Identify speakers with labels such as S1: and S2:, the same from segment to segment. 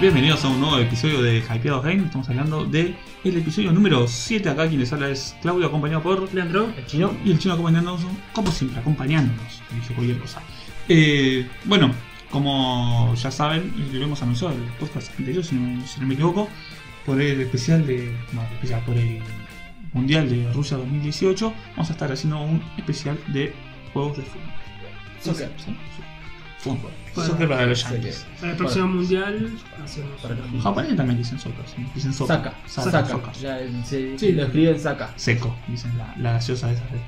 S1: bienvenidos a un nuevo episodio de Hypeados Game. Estamos hablando de el episodio número 7. Acá quien les habla es Claudio, acompañado por Leandro
S2: El chino.
S1: y el chino acompañándonos, como siempre, acompañándonos. Dije cualquier cosa. Eh, bueno, como ya saben, lo hemos anunciado en el podcast anterior, si no, si no me equivoco, por el especial de. Bueno, especial, por el Mundial de Rusia 2018, vamos a estar haciendo un especial de juegos de fútbol.
S2: Soccer.
S1: Sí, sí. Fútbol.
S3: Bueno,
S1: soccer para los
S2: soccer.
S1: yankees.
S3: Para el próximo mundial hacemos.
S2: Para
S1: En
S2: los-
S3: una-
S1: Japón también dicen soccer, sí, dicen soccer.
S2: Saca,
S1: Saca,
S2: saca.
S1: saca.
S2: Ya, eh, se-
S3: Sí.
S2: lo escriben saca.
S1: Seco, dicen la, la gaseosa de esa red.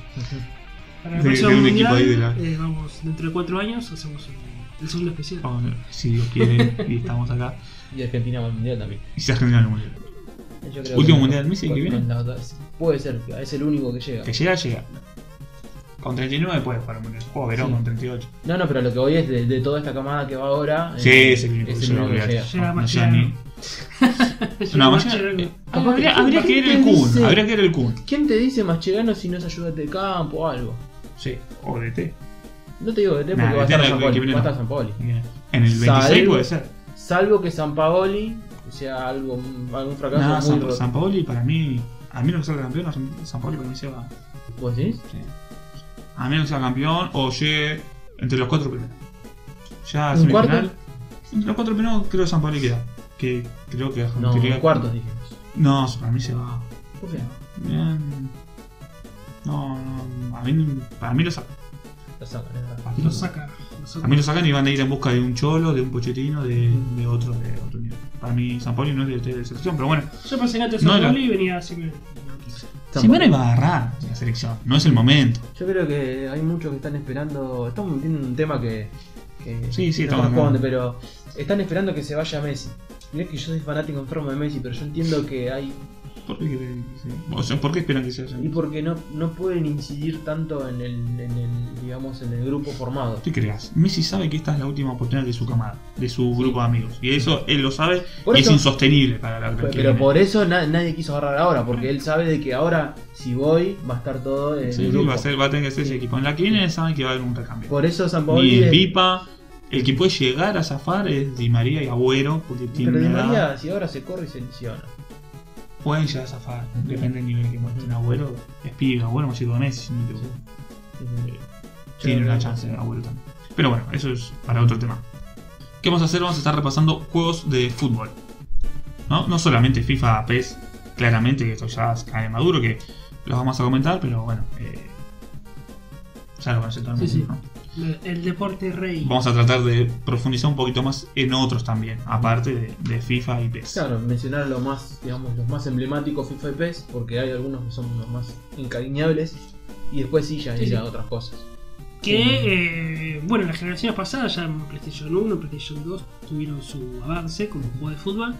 S3: Para el
S1: de-
S3: próximo
S1: de un equipo
S3: mundial,
S1: ahí de la-
S3: eh, vamos, dentro de cuatro años hacemos un- el segundo especial.
S1: O, oh, si Dios quiere, y estamos acá.
S2: Y Argentina va al mundial también.
S1: Y se genera el mundial.
S2: Yo
S1: Último mundial del Messi que viene.
S2: no, no, es- puede ser, es el único que llega.
S1: Que llega, llega. Con 39 puede jugar un mundial. O Verón
S2: Sí.
S1: con 38.
S2: No, no, pero lo que voy es de, de toda esta camada que va ahora.
S1: Sí,
S2: eh,
S1: es el único que llega,
S2: único que
S1: olvidate.
S2: llega.
S3: Llega
S1: No,
S3: más
S1: no llega ni- No, más llega- eh, habría, habría que ir el Kun.
S2: dice-
S1: Habría que ir el Kun.
S2: ¿Quién te dice Mascherano si no es ayudante de campo o algo?
S1: Sí, o DT.
S2: No te digo que te
S1: Nah,
S2: porque va a
S1: el
S2: estar
S1: tema
S2: San
S1: que- que
S2: Paoli.
S1: viene
S2: Va a
S1: no.
S2: estar San Paoli.
S1: En el 26
S2: Salvo-
S1: puede ser.
S2: Salvo que San Paoli sea algo, algún fracaso
S1: Nah,
S2: muy
S1: San,
S2: roto.
S1: San Paoli para mí. A menos que salga campeón, no, San- San Paoli para mí se va.
S2: ¿Vos decís?
S1: Sí. A menos que sea campeón o llegue entre los cuatro primeros. Ya
S2: ¿Un
S1: semifinal. Entre los cuatro primeros creo que San Pablo queda. Que creo que
S2: No,
S1: Argentina-
S2: cuartos dijimos.
S1: No, para mí se va.
S2: ¿Por qué no?
S1: Bien. No, no. A mí, para mí lo sacan.
S2: Lo sacan, es verdad.
S1: Para mí
S3: Lo
S1: lo sacan.
S3: saca. lo saca.
S1: Para mí lo sacan y van a ir en busca de un cholo, de un pochetino, de, de otro, de otro nivel. Para mí San Pablo no es de, de selección, pero bueno.
S3: Yo pensé que antes
S1: No,
S3: San
S1: era-
S3: Paoli y venía Simeone. No quise.
S2: San
S1: Simeone va a agarrar la selección. No es el momento.
S2: Yo creo que hay muchos que están esperando. Estamos metiendo un tema que. que
S1: Sí, sí,
S2: que no
S1: estamos-
S2: responde, pero. Están esperando que se vaya Messi. Mirá que yo soy fanático enfermo de Messi, pero yo entiendo que hay.
S1: ¿Por qué, creen que se- o sea, ¿por qué esperan que se vayan?
S2: Y porque no, no pueden incidir tanto en el, en el. digamos, en el grupo formado.
S1: te creas, Messi sabe que esta es la última oportunidad de su camada, de su grupo de amigos. Y eso él lo sabe
S2: Por
S1: y
S2: eso-
S1: es insostenible para la
S2: Pero,
S1: que
S2: pero
S1: viene.
S2: por eso na- nadie quiso agarrar ahora, porque él sabe de que ahora, si voy, va a estar todo en
S1: Sí,
S2: el
S1: sí,
S2: grupo.
S1: va, a ser, va a tener que ser ese
S2: Sí.
S1: equipo. En la que viene saben que va a haber un recambio.
S2: Por eso San Paolo.
S1: Ni en Pipa, el que puede llegar a zafar es Di María y Agüero, porque
S2: Pero
S1: tienen
S2: Di
S1: una edad.
S2: María, si ahora se corre y se lesiona.
S1: Pueden llegar a zafar, depende del nivel que muestren. Agüero es pibe, Agüero más chico de Messi, si no me equivoco. Tiene una chance, Agüero también. Pero bueno, eso es para otro tema. ¿Qué vamos a hacer? Vamos a estar repasando juegos de fútbol. No, no solamente FIFA, PES, claramente que esto ya cae maduro, que los vamos a comentar, pero bueno, eh, ya lo conocen todo el
S3: Sí,
S1: mundo,
S3: sí.
S1: ¿no?
S3: Le- El deporte rey.
S1: Vamos a tratar de profundizar un poquito más en otros también, aparte de, de FIFA y PES.
S2: Claro, mencionar los más, digamos, los más emblemáticos FIFA y PES, porque hay algunos que son los más encariñables, y después sí ya
S3: Sí,
S2: ir a
S3: sí.
S2: otras cosas.
S3: Que, eh, bueno, las generaciones pasadas, ya en PlayStation 1, PlayStation 2, tuvieron su avance como juego de fútbol.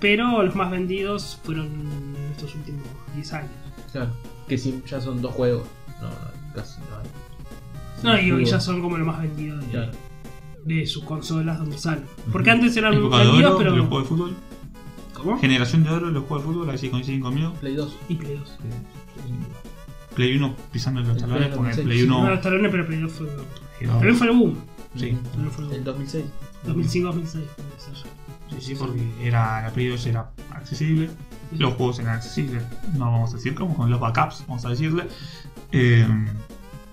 S3: Pero los más vendidos fueron en estos últimos 10 años.
S2: Claro, que sí, ya son dos juegos. No, no, casi no hay.
S3: No, digo que
S2: Digo,
S3: ya son como los más vendidos de,
S2: Claro.
S3: de sus consolas donde salen.
S2: Ujú.
S3: Porque antes eran
S1: Época de
S3: vendidos,
S1: oro de los
S3: pero.
S1: juegos de fútbol.
S3: ¿Cómo?
S1: Generación de oro de los juegos de fútbol, a ver si coinciden conmigo.
S2: Play 2.
S3: Y Play 2.
S1: Play 1 pisando en los
S2: El
S1: talones,
S2: Play
S1: porque el
S2: 2006.
S1: Play Ah.
S3: No,
S1: 1...
S3: los talones, pero Play 2 fue.
S1: Pero-
S3: También fue el boom.
S1: Sí.
S3: También fue el
S2: El
S3: boom.
S2: 2006.
S3: 2005, 2006. fue esa.
S1: Sí, sí, porque era, la Play 2 era accesible, los juegos eran accesibles, no vamos a decir cómo, con los backups, vamos a decirle. Eh,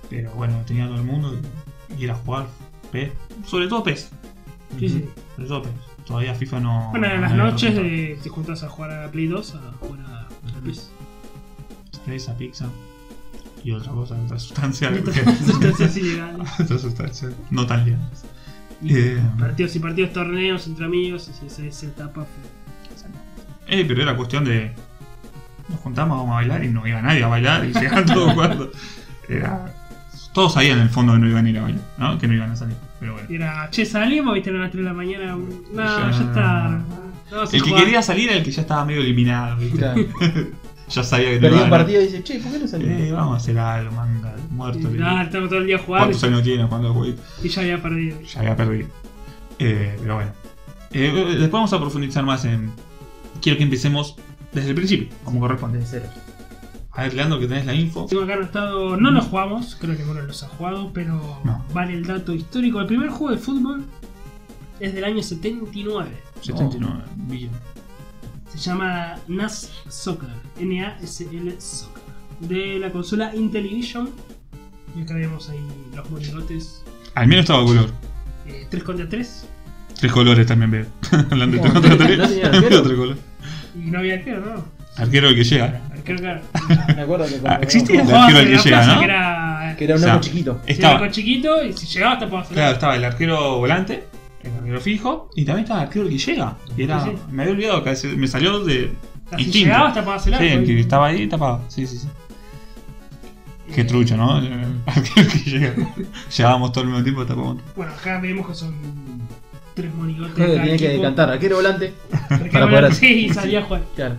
S1: pero bueno, tenía todo el mundo y, y era jugar PES, sobre todo PES,
S3: Sí, sí.
S1: sobre todo PES. Todavía FIFA no...
S3: Bueno, en
S1: no
S3: las
S1: era
S3: noches
S1: tanto.
S3: de, te juntas a jugar a Play 2, a jugar a a PES.
S1: Cerveza, pizza y otra cosa, otra sustancia,
S3: Entonces, sí, legal.
S1: otra sustancia, no tan bien.
S3: Y
S1: Eh.
S3: Partidos y partidos, torneos entre amigos, y esa, esa etapa pues. fue.
S1: Eh, pero era cuestión de. Nos juntamos, vamos a bailar y no iba nadie a bailar y llegaban todos cuando. Era. Todos sabían en el fondo que no iban a ir a bailar, ¿no? Que no iban a salir. Pero bueno.
S3: Y era, che, salimos, viste, eran las 3 de la mañana. No,
S1: Ya.
S3: ya, está. Vamos a
S1: El que
S3: jugar.
S1: quería salir era el que ya estaba medio eliminado, ¿viste?
S2: Claro.
S1: Ya sabía que no
S2: Perdí
S1: iba a
S2: un
S1: ganar.
S2: partido y dice, che, ¿por qué no salió?
S1: Eh, vamos a hacer algo, manga,
S3: Y,
S1: muerto. le digo.
S3: No, estamos todo el día jugando
S1: ¿Cuántos años tiene cuando jueguito?
S3: y ya había perdido.
S1: Ya había perdido. Eh, pero bueno. Eh, después vamos a profundizar más en. Quiero que empecemos desde el principio, como corresponde.
S2: De cero.
S1: A ver, Leandro, que tenés la info.
S3: Tengo acá anotado, no lo jugamos, creo que ninguno los ha jugado, pero
S1: No.
S3: vale el dato histórico. El primer juego de fútbol es del año 79.
S1: 79 billones.
S3: Se llama NAS Soccer. N-A-S-L Soccer. De la consola Intellivision. Y acá vemos ahí los monigotes.
S1: Al menos estaba de color.
S3: eh, 3 contra 3.
S1: Tres colores también veo. Hablando de tres
S2: No,
S1: contra
S2: no
S1: tres.
S2: tenía
S1: había
S2: arquero.
S1: otro color.
S3: Y no había arquero, ¿no?
S1: Arquero el que llega.
S3: Arquero, claro.
S2: Me acuerdo que cuando-
S1: Ah, ¿existe?
S2: que
S1: El
S3: Jugabas
S1: arquero
S3: en
S1: al que
S3: la
S1: llega,
S3: plaza,
S1: ¿no?
S3: Que era,
S2: era un
S1: O sea,
S2: arco chiquito.
S3: estaba
S1: Estaba,
S3: chiquito y si llegabas te podías
S1: claro, estaba el arquero volante, el arquero fijo, y también estaba el arquero que llega. Y era,
S3: Sí, sí.
S1: me había olvidado que ese- me salió de.
S3: O sea, si
S1: instinto.
S3: llegabas te podías
S1: Sí,
S3: el arco.
S1: el que
S3: y-
S1: estaba ahí tapado. Sí, sí, sí. Qué
S3: eh,
S1: trucho, ¿no? El arquero que llega. Llegábamos todo el mismo tiempo tapamos.
S3: Bueno, acá vemos que son tres monigotes.
S2: Creo que
S3: cada
S2: tenía que
S3: equipo.
S2: decantar. Arquero volante.
S3: Porque
S2: para
S3: bueno,
S2: poder-
S3: Sí, y salía a jugar.
S2: Claro.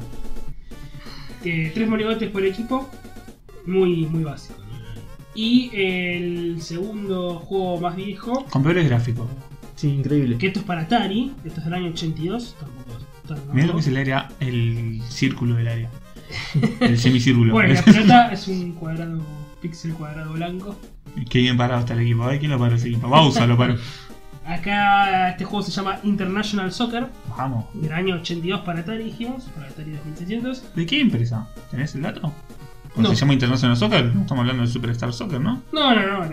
S3: Eh, tres monigotes por equipo. Muy, muy básico. Y el segundo juego más viejo,
S1: Con peores gráficos.
S2: Sí, increíble.
S3: que esto es para Atari, esto es del año 82, tampoco es tan
S1: Mirá lo
S3: nuevo.
S1: que es el área, el círculo del área. El semicírculo.
S3: Bueno, la pelota es un cuadrado, píxel cuadrado blanco.
S1: Qué bien parado está el equipo. Ay, ¿Quién lo paró ese equipo? Bausa lo paró.
S3: Acá este juego se llama International Soccer,
S1: Vamos.
S3: del año 82 para Atari, dijimos, para Atari 2600.
S1: ¿De qué empresa? ¿Tenés el dato? Porque
S3: No.
S1: se llama International Soccer, no estamos hablando de Superstar Soccer, ¿no?
S3: No, no, no, no.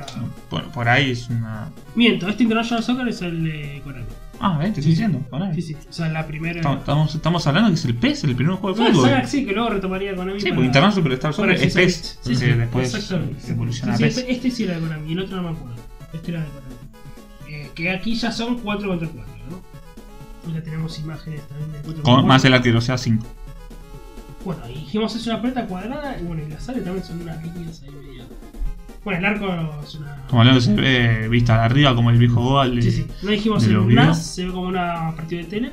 S1: Por, por ahí es una.
S3: Miento, este International Soccer es el de Konami.
S1: Ah, ¿ves? Te estoy diciendo. Konami.
S3: Sí, sí, o sea, la primera.
S1: Estamos, estamos- estamos hablando que es el PES, el primer juego
S3: Fue
S1: de
S3: el
S1: fútbol.
S3: Saga, sí, que luego retomaría Konami.
S1: Sí,
S3: para-
S1: porque International Superstar
S3: para
S1: Soccer es
S3: accesar-
S1: PES.
S3: Sí, sí,
S1: que después
S3: exactamente.
S1: se evoluciona
S3: Sí,
S1: a
S3: sí,
S1: PES.
S3: Este sí era de Konami, el otro no me acuerdo. Este era de Konami. Eh, que aquí ya son 4 contra 4, ¿no? Ya tenemos imágenes también del 4
S1: Con-
S3: contra
S1: más
S3: 4.
S1: el arquero, o sea, 5.
S3: Bueno, y dijimos es una pelota cuadrada, y bueno, y las áreas también son unas líneas ahí medio. Bueno, el arco es una.
S1: Como hablando se ve vista de arriba, como el viejo Goal. de-
S3: Sí, sí. No dijimos
S1: de los
S3: el
S1: videos.
S3: NAS, se ve como una partida de tele,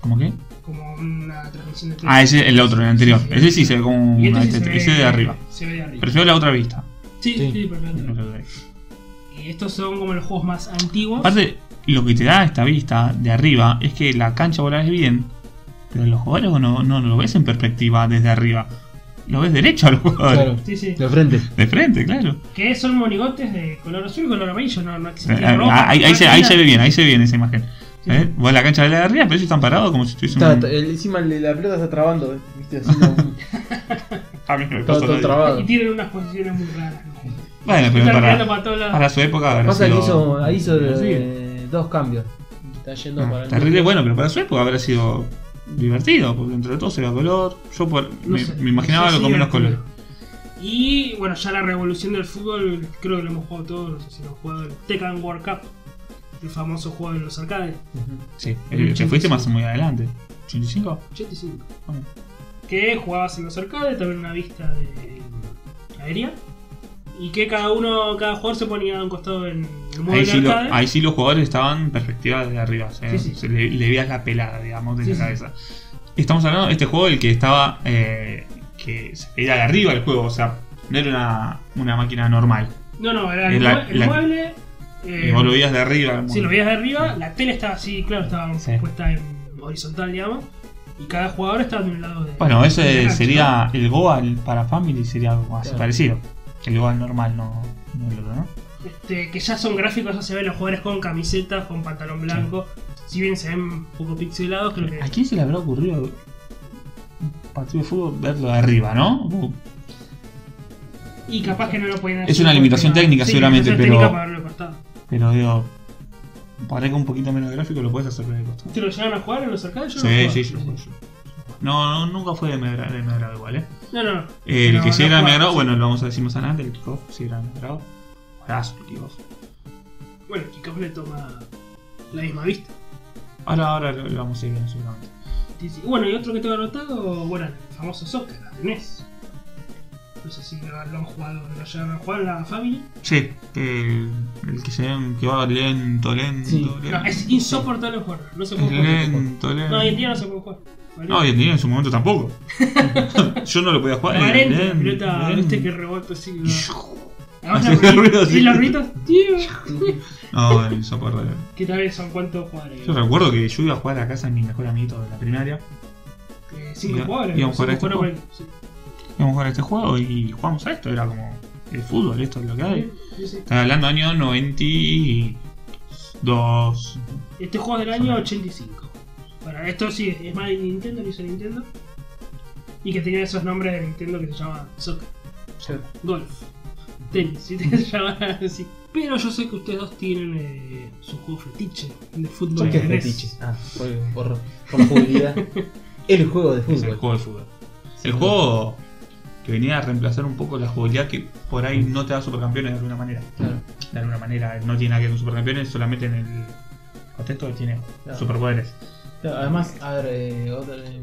S1: ¿Cómo qué?
S3: como una transmisión de tele.
S1: Ah, ese es el otro, el anterior. ese sí se ve como
S3: Y
S1: un.
S3: este sí
S1: este-
S3: se ve-
S1: ese de arriba.
S3: Se ve de arriba.
S1: Prefiero la otra vista.
S3: Sí, sí,
S2: Sí.
S3: perfecto. Y estos son como los juegos más antiguos.
S1: Aparte, lo que te da esta vista de arriba es que la cancha vos la ves bien, pero los jugadores no, no lo ves en perspectiva desde arriba. Lo ves derecho a los jugadores.
S2: Claro.
S3: Sí, sí.
S2: De frente.
S1: De frente, claro.
S3: Que son monigotes de color azul y color amarillo, no, no
S1: Eh,
S3: existía
S1: eh,
S3: rojo.
S1: ahí, ahí se, ahí se ve bien, ahí se ve bien esa imagen.
S3: Sí.
S1: ¿Eh? Vos la cancha de la de arriba, pero ellos están parados como si estuviesen.
S2: Está, está- el- encima el de la pelota está trabando. eh, ¿Viste? Así no-
S1: Ah, mira, me
S2: está
S1: pasó
S2: todo
S1: la-
S2: trabado.
S3: Y tienen unas posiciones muy raras. ¿no?
S1: Bueno, Eh, pero
S3: Están mirando
S1: para,
S3: para todos lados.
S1: para su época. habrá
S2: Pasa que
S1: sido-
S2: hizo, ahí hizo
S1: Sí.
S2: eh, dos cambios. Y Está yendo
S1: Ah,
S2: para el-
S1: terrible, bueno, pero para su época habrá sido divertido, porque entre todos era color. Yo por-
S3: No
S1: me,
S3: sé,
S1: me imaginaba
S3: no sé
S1: algo
S3: si
S1: con menos color.
S3: divertido. Y bueno, ya la revolución del fútbol, creo que lo hemos jugado todos, no sé si lo hemos jugado el Tekken World Cup, el famoso juego de los arcades,
S2: Ujú.
S1: Sí,
S3: El
S1: eh, te fuiste
S3: 85.
S1: más muy adelante. ¿85?
S3: 85.
S1: Ah.
S3: Que jugabas en los arcades, también una vista de aérea. Y que cada uno, cada jugador se ponía a un costado en el modo
S1: Ahí
S3: de
S1: sí, lo-
S3: arcade.
S1: ahí sí los jugadores estaban en perspectiva desde arriba. o sea,
S3: Sí, sí.
S1: se le, le veías la pelada, digamos, de
S3: Sí,
S1: la
S3: sí.
S1: cabeza. Estamos hablando de este juego, el que estaba. eh, que se veía de arriba el juego, o sea, no era una, una máquina normal.
S3: No, no, era
S1: Es
S3: el,
S1: la-
S3: mue- el
S1: la-
S3: mueble.
S1: Y
S3: eh,
S1: vos lo veías de arriba.
S3: si lo veías de arriba, la tele estaba así, claro, estaba
S1: Sí.
S3: puesta en horizontal, digamos. Y cada jugador estaba de un lado de.
S1: Bueno,
S3: de la
S1: ese
S3: cancha,
S1: sería el Goal para Family, sería algo así
S2: Claro.
S1: parecido. El Goal normal, no, no el otro, ¿no?
S3: ¿no? Este, que ya son gráficos, ya se ven los jugadores con camisetas, con pantalón blanco. Si bien se ven un poco pixelados, creo que.
S1: ¿A quién se le habrá ocurrido un partido de fútbol verlo de arriba, no? Uh,
S3: Y capaz que no lo podían
S1: Es una limitación
S3: porque-
S1: técnica,
S3: sí,
S1: seguramente,
S3: limitación
S1: pero-
S3: técnica para haberlo cortado.
S1: Pero digo, para que un poquito menos gráfico lo puedes hacer ver de costado.
S3: ¿Te lo llegaron a jugar en los arcades? Yo
S1: Sí,
S3: no lo
S1: sí,
S3: jugué.
S1: yo lo juego, yo. No, no, nunca fue de mi agra- de mi agrado igual, ¿eh?
S3: No, no, no.
S1: Eh, el
S3: No,
S1: que sí
S3: no
S1: era de mi
S3: jugaba,
S1: agrado,
S3: sí.
S1: bueno, lo vamos a decir más adelante, el kickoff sí era de mi agrado. Juegazo el kickoff.
S3: Bueno, el Kickoff le toma la misma vista.
S1: Ahora, ahora lo, lo vamos a ir viendo seguramente.
S3: Dice- Bueno, y otro que tengo anotado, bueno, el famoso soccer, el NES. No sé si lo, lo han jugado, lo llegaron a jugar en la Family.
S1: Sí, el, el que se ven- que va lento, lento,
S2: Sí.
S1: lento.
S3: No, es insoportable jugarlo, no se puede
S1: Es
S3: jugar.
S1: lento, lento.
S3: No, hoy en día no se puede jugar. ¿vale?
S1: No, y en su momento tampoco. Yo no lo podía jugar. era
S3: Valente,
S1: lento,
S3: pelota,
S1: lento.
S3: viste que rebota así. ¿no? Además,
S1: Hace
S3: los
S1: ruido,
S3: ruidos-
S1: sí.
S3: Y los ruidos, tío.
S1: No, insoportable.
S3: que tal vez son cuántos jugadores.
S1: Yo recuerdo que yo iba a jugar a casa de mi mejor amiguito de la primaria.
S3: Eh, cinco
S1: Iba-
S3: jugadores.
S1: íbamos a jugar a
S3: cinco
S1: este
S3: jugadores, sí.
S1: Íbamos a jugar a este juego y jugamos a esto. Era como el fútbol, esto es lo que hay.
S3: Sí, sí.
S1: Estaba hablando año 90. y- Dos.
S3: Este juego es del año 85. Para esto sí, es más de Nintendo, lo hizo Nintendo. Y que tenía esos nombres de Nintendo que se llama soccer, golf, tenis, y se llama así. Pero yo sé que ustedes dos tienen eh, su juego fetiche de fútbol. E
S2: ¿Por qué
S3: de NES.
S2: fetiche? Ah, por, por, por jugabilidad. El juego de
S1: Es el
S2: fútbol.
S1: juego de fútbol. El juego que venía a reemplazar un poco la jugabilidad que por ahí no te da supercampeones de alguna manera.
S2: Claro.
S1: De alguna manera no tiene nada que ver con supercampeones, solamente en el contexto que tiene
S2: Claro.
S1: superpoderes.
S2: Claro, además, a ver, eh, otra, eh,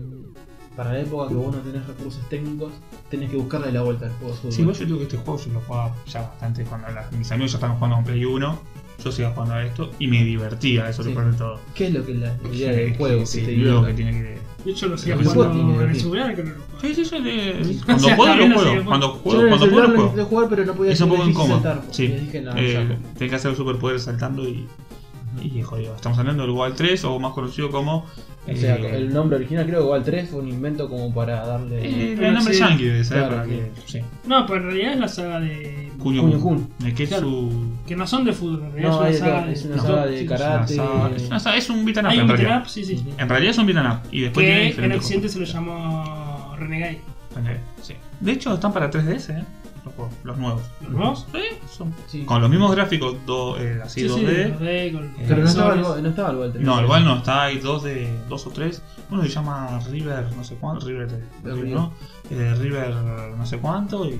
S2: para la época que vos no tenés recursos técnicos, tenés que buscarle la vuelta al juego de fútbol.
S1: Sí, vos yo digo que este juego yo lo jugaba ya bastante cuando la- mis amigos ya estaban jugando a un Play 1, yo seguía jugando a esto y me divertía, eso
S2: Sí.
S1: lo peor de todo.
S2: ¿Qué es lo que es la idea
S1: Sí,
S2: del juego?
S1: sí,
S2: que te
S1: sí, luego
S2: divierta?
S1: que tiene que...
S3: De hecho, lo sigo
S1: Pero
S3: jugando
S2: vos tiene-
S3: en el
S2: tiene-
S3: celular que no lo juego.
S1: Sí, sí, yo le-
S3: O
S1: Cuando puedo
S3: sea,
S1: lo
S3: también lo
S1: juego,
S3: sigue
S1: cuando
S2: Yo
S1: juego,
S2: en el
S1: cuando puedo
S2: celular
S1: lo
S2: lo
S1: juego.
S2: intenté jugar, pero no podía
S1: Es un
S2: hacer
S1: poco
S2: difícil
S1: incómodo.
S2: saltar, porque
S1: Sí.
S2: dije, no,
S1: Eh,
S2: ya.
S1: tenés que hacer superpoderes saltando y, y jodido. Estamos hablando del Wild 3 o más conocido como.
S2: O sea,
S1: eh,
S2: el nombre original creo que igual 3 fue un invento como para darle...
S1: eh,
S3: Pero
S1: el nombre
S3: sí,
S1: yankee de esa
S2: claro,
S1: época.
S2: sí.
S1: que- Sí.
S3: No, pero en realidad es la saga de.
S1: Kunio
S2: Kunio
S1: Kun. Eh, Que es
S3: Claro.
S1: su.
S3: Que no son de fútbol, en realidad
S2: No,
S3: es
S2: es,
S3: una saga
S2: es
S3: de.
S2: una
S1: no,
S2: saga
S3: sí,
S2: de
S3: sí.
S2: karate...
S1: Es, una saga- es una saga- es un beat 'em up
S3: Hay
S1: en
S3: un beat'em
S1: realidad.
S3: up, sí, sí.
S1: En realidad es un beat 'em up. Y después tiene
S3: Que en
S1: diferentes
S3: accidente se lo
S1: juegos.
S3: llamó Renegade.
S1: Eh, sí. De hecho, están para 3DS, ¿eh? Los, juegos, los nuevos.
S3: ¿Los nuevos?
S1: Sí, son.
S2: Sí.
S1: Con los mismos gráficos, do- eh, así 2D.
S3: 2D con-
S1: Pero
S2: Pero no estaba, el,
S3: sensores.
S2: Go- no estaba el Goal 3.
S1: No, igual no, está, hay dos de. dos o tres. Uno se llama River, no sé cuánto, River de-
S2: De
S1: River,
S2: Río.
S1: ¿no? Eh, River no sé cuánto y.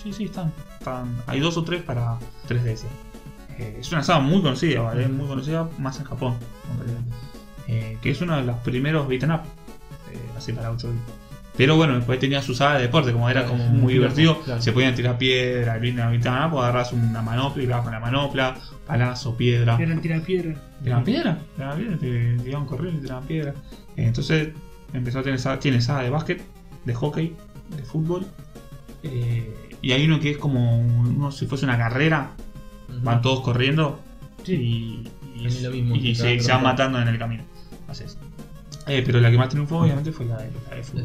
S1: Sí, sí, están. están hay dos o tres para 3DS. Eh, es una saga muy conocida, ¿vale? Muy conocida más en Japón, en realidad. Eh, que es uno de los primeros beaten up, eh, así para 8 bits. Pero bueno, después tenía su saga de deporte, como era como muy
S2: Claro,
S1: divertido.
S2: claro.
S1: Se podían tirar piedra, el beaten up, beaten up, o agarras una manopla y vas con la manopla, palazo, piedra.
S3: Era el tirapiedra.
S1: Tiraban piedra, tiraban piedra, te te iban corriendo y tiraban piedra. Eh, Entonces empezó a tener saga, tiene saga de básquet, de hockey, de fútbol. eh, y hay uno que es como un- uno, si fuese una carrera,
S2: Ujú.
S1: van todos corriendo
S3: Sí.
S1: y, y-
S2: Es lo mismo,
S1: y
S2: que
S1: se,
S2: cada
S1: se van
S2: trompa.
S1: matando en el camino. Así es. Eh, pero la que más triunfó obviamente fue la de, la de fútbol,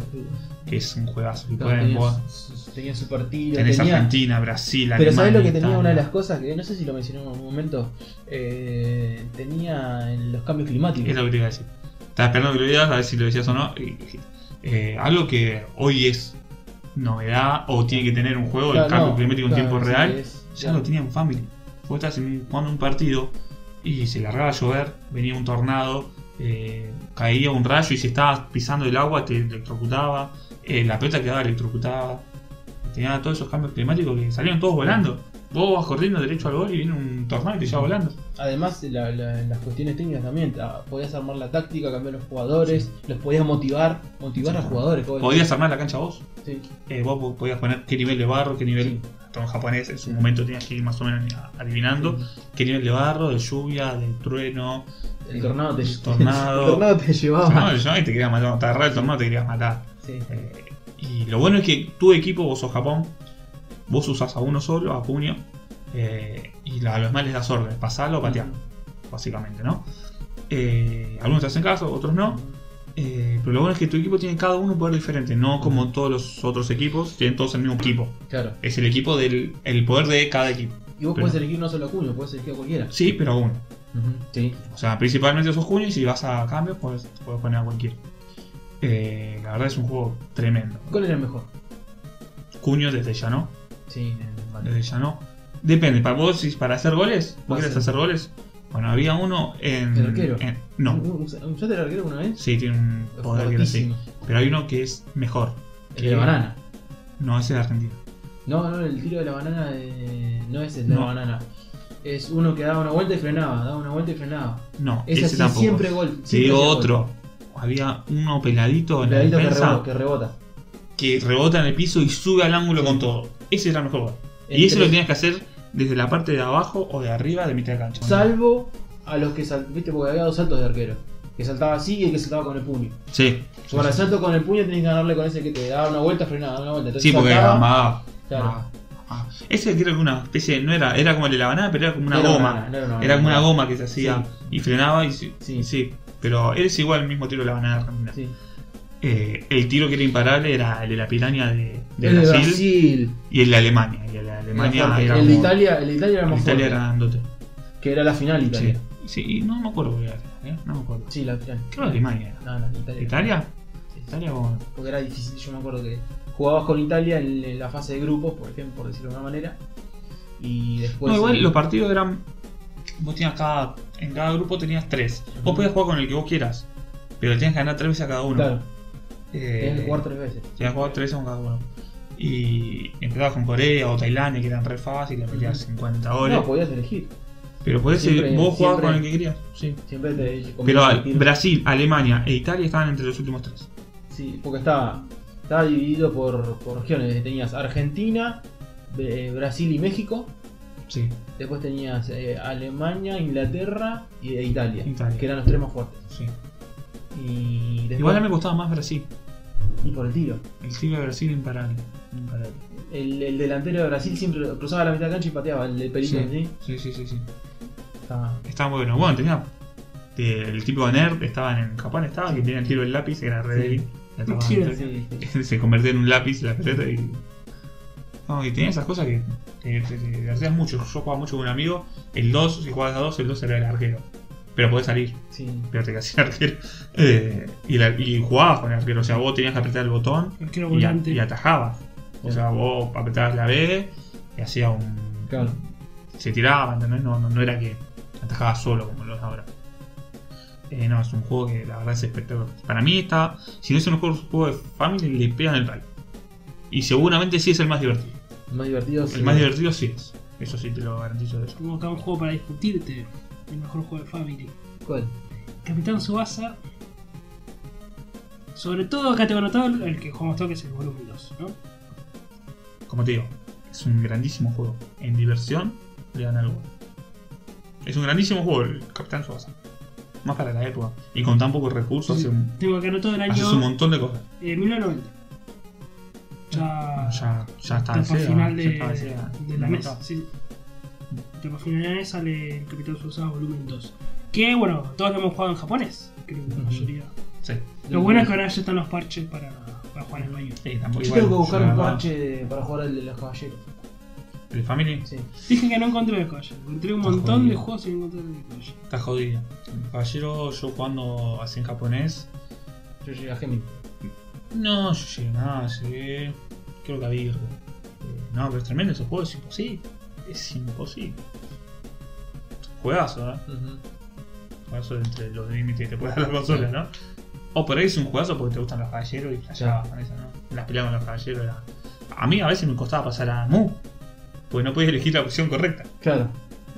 S1: que es un juegazo. Si pueden, vos
S2: Tenía, su- tenía super tiro,
S1: tenés
S2: tenía...
S1: Argentina, Brasil,
S2: Pero
S1: Alemania,
S2: ¿sabés lo que tenía
S1: Italia.
S2: una de las cosas? Que no sé si lo mencioné en algún momento. Eh, tenía en los cambios climáticos.
S1: Es lo que te iba a decir. Estaba esperando que lo digas, a ver si lo decías o no. Y dijiste. Eh, algo que hoy es novedad o tiene que tener un juego,
S2: Claro,
S1: el cambio
S2: no,
S1: climático en
S2: claro,
S1: tiempo
S2: sí,
S1: real,
S2: es-
S1: ya lo tenía en Family. Vos estás en un- jugando un partido y se largaba a llover, venía un tornado, eh, caía un rayo y si estabas pisando el agua te electrocutaba, eh, la pelota quedaba electrocutada. Tenía todos esos cambios climáticos que salían todos volando. Vos vas corriendo derecho al gol y viene un tornado y te lleva volando.
S2: Además, la- la- las cuestiones técnicas también. ah, Podías armar la táctica, cambiar los jugadores, los podías motivar, motivar
S1: Sí.
S2: a jugadores. como-
S1: Podías armar la cancha vos.
S2: Sí.
S1: Eh, vos po- podías poner qué nivel de barro, qué nivel.
S2: Sí.
S1: Todo en japonés en su momento tenías que ir más o menos a- adivinando. Qué nivel de barro, de lluvia, de trueno.
S2: El tornado te,
S1: El tornado.
S2: el tornado te llevaba.
S1: No, el tornado te querías matar. Te agarraba el tornado y te querías matar.
S2: Sí.
S1: Eh, y lo bueno es que tu equipo, vos sos Japón, vos usas a uno solo, a puño. eh, y la- a los demás les das órdenes, pasalo o patear, básicamente, ¿no? Eh, algunos te hacen caso, otros no. Eh, pero lo bueno es que tu equipo tiene cada uno un poder diferente, no como todos los otros equipos, tienen todos el mismo equipo.
S2: Claro.
S1: Es el equipo del el poder de cada equipo.
S2: Y vos
S1: Pero-
S2: podés elegir no solo a Cuño, podés elegir a cualquiera.
S1: Sí, pero uno.
S2: Sí.
S1: O sea, principalmente esos juniors y si vas a cambios, puedes, puedes poner a cualquiera. Eh, la verdad es un juego tremendo.
S2: ¿Cuál era el mejor?
S1: Cuño desde ya no.
S2: Sí, el-
S1: Desde ya no. Depende, para vos, si para hacer goles,
S2: Va
S1: vos
S2: a
S1: querés
S2: ser.
S1: hacer goles. Bueno, había uno en.
S2: ¿El arquero?
S1: en- no.
S2: ¿Usaste el arquero una vez?
S1: Sí, tiene un poder que era así.
S2: Fortísimo.
S1: Pero hay uno que es mejor.
S2: El de la banana.
S1: No, ese es de Argentina.
S2: No, no, el tiro de la banana eh, no es el de
S1: No.
S2: la banana. Es uno que daba una vuelta y frenaba, daba una vuelta y frenaba.
S1: No,
S2: Es
S1: ese
S2: así,
S1: tampoco.
S2: siempre gol.
S1: Te
S2: siempre
S1: digo
S2: hacía gol.
S1: otro. Había uno peladito en
S2: Pegadito
S1: la
S2: que
S1: defensa.
S2: rebota. Que rebota.
S1: que rebota en el piso y sube al ángulo
S2: Sí.
S1: con todo. Ese era el mejor gol.
S2: En
S1: y eso
S2: tres.
S1: lo tenías que hacer desde la parte de abajo o de arriba de mitad de cancha.
S2: Salvo a los que sal... viste porque había dos saltos de arquero. Que saltaba así y el que saltaba con el puño.
S1: Sí. Sí,
S2: Para el salto con el puño tenés que ganarle con ese que te daba una vuelta, frenaba, daba una vuelta. Entonces
S1: Sí, porque
S2: saltaba,
S1: amagaba.
S2: Claro.
S1: amagaba, amagaba. Ese creo que una especie, no era, era como el de la banana, pero era como una
S2: no era
S1: goma.
S2: banana, no era,
S1: era como una
S2: banana.
S1: goma que se hacía y frenaba y sí.
S2: Sí.
S1: sí. Pero es igual el mismo tiro de la banana de Argentina.
S2: Sí.
S1: Eh, el tiro que era imparable era el de la piraña de, de
S2: El de
S1: Brasil,
S2: Brasil.
S1: y el de Alemania. Y el de
S2: Era
S1: Alemania
S2: fuerte.
S1: era
S2: el, de
S1: como-
S2: Italia, el de Italia era
S1: el de
S2: más
S1: Italia
S2: fuerte.
S1: era grandote.
S2: Que era la final Italia.
S1: Sí. Sí, no me acuerdo cuál era la final, ¿eh? No me acuerdo.
S2: Sí, la final.
S1: Creo que Alemania era.
S2: No, no, Italia.
S1: ¿Italia?
S2: Sí, sí.
S1: ¿Italia o.?
S2: Porque era difícil, yo me acuerdo que jugabas con Italia en en la fase de grupos, por ejemplo, por decirlo de una manera. Y después.
S1: no, igual
S2: eh,
S1: los partidos eran. Vos tenías cada. En cada grupo tenías tres. Vos
S2: Ujú.
S1: podías jugar con el que vos quieras. Pero tenías que ganar tres veces a cada uno.
S2: Claro,
S1: Eh,
S2: tenías que jugar tres veces.
S1: tenías que jugar tres a cada uno. Y empezabas con Corea o Tailandia, que eran re fáciles, metías
S2: Ujú.
S1: 50
S2: No,
S1: dólares.
S2: podías elegir.
S1: pero podés,
S2: siempre-
S1: vos jugabas
S2: siempre-
S1: con el que querías. Sí.
S2: Siempre te
S1: Pero
S2: convenía
S1: al-
S2: elegir.
S1: Brasil, Alemania e Italia estaban entre los últimos tres.
S2: Sí, porque estaba, estaba dividido por, por regiones. Tenías Argentina, eh, Brasil y México.
S1: Sí.
S2: Después tenías eh, Alemania, Inglaterra y- e Italia,
S1: Italia.
S2: que eran los tres más fuertes.
S1: sí.
S2: Y después,
S1: Igual a mí me gustaba más Brasil.
S2: y por el tiro.
S1: El tiro de Brasil imparable. Imparable.
S2: El, el delantero de Brasil siempre cruzaba la mitad de la cancha y pateaba el, el pelito.
S1: Sí.
S2: ¿sí?
S1: Sí, sí, sí, sí.
S2: Estaba-
S1: Estaba muy bueno. Bueno, tenía. eh, El tipo de nerd estaban en Japón, estaba, que tenía el tiro del lápiz, que era re
S2: Sí.
S1: débil. La atrapaban
S3: Sí,
S1: en tres.
S2: sí, sí.
S1: Se convertía en un lápiz la pelota y. No, y tenía esas cosas que que te te divertías mucho. Yo jugaba mucho con un amigo. El 2, si jugabas a 2, el 2 era el arquero. Pero podés salir,
S2: sí.
S1: pero te quedas sin arquero. Eh, y, la- y jugabas con el arquero. O sea, vos tenías que apretar el botón
S3: Arquero
S1: y, a-
S3: volante.
S1: y atajaba. O sea, vos apretabas la B y hacía un.
S2: Claro.
S1: Se tiraba, ¿entendés? No, no, no era que atajaba solo como lo es ahora. Eh, no, es un juego que la verdad es espectacular. Para mí está. Si no es un juego, juego de Family, le pegan el palo. Y seguramente sí es el más divertido.
S2: El más divertido.
S1: El más divertido sí es. Eso sí te lo garantizo de eso.
S3: Tengo acá un juego para discutirte. El mejor juego de Family.
S2: ¿Cuál?
S3: Capitán Subasa. Sobre todo acá tengo anotado el el que jugamos todo que es el volumen 2, ¿no?
S1: Como te digo, es un grandísimo juego. En diversión le dan algo. Es un grandísimo juego, el Capitán Subasa. Más para la época. Y con tan pocos recursos, hace un-
S3: Tengo acá anotado el
S1: haces un
S3: año
S1: montón de cosas.
S3: eh, 1990.
S2: Ah,
S3: Ya.
S1: Ya, ya está
S3: etapa
S1: en Sega,
S3: final
S1: ya
S3: de,
S1: estaba en Sega.
S3: de la
S1: No,
S3: mesa. Sí. Etapa final de la mesa sale el Capitán Subasa volumen 2. Que bueno, todos lo hemos jugado en japonés. Creo que la
S2: Ujú.
S3: mayoría.
S1: Sí.
S3: Lo bueno es que ahora ya están los parches para, para jugar en español.
S1: Sí, tampoco
S2: Yo
S1: igual,
S2: tengo que
S1: yo
S2: buscar
S1: la
S2: un
S1: verdad,
S2: parche para jugar al de los caballeros.
S1: El Family
S2: Sí.
S3: Dije que no encontré de calle. Encontré un
S1: Está
S3: montón de
S1: Ah, jodido.
S3: juegos sin encontrar de calle.
S1: está jodido. El caballero, yo jugando así en japonés.
S2: Yo llegué a Gemini.
S1: No, yo llegué nada, llegué. Creo que a Virgo. Eh, No, pero es tremendo, ese juego es imposible. Es imposible. Juegazo, ¿eh? Juegazo entre los límites que te puede dar la consola, ¿no? O por ahí es un juegazo porque te gustan los caballeros y flasheabas con eso, ¿no? Las peleas con los caballeros era- A mí a veces me costaba pasar a Mu. Porque no podías elegir la opción correcta.
S2: Claro.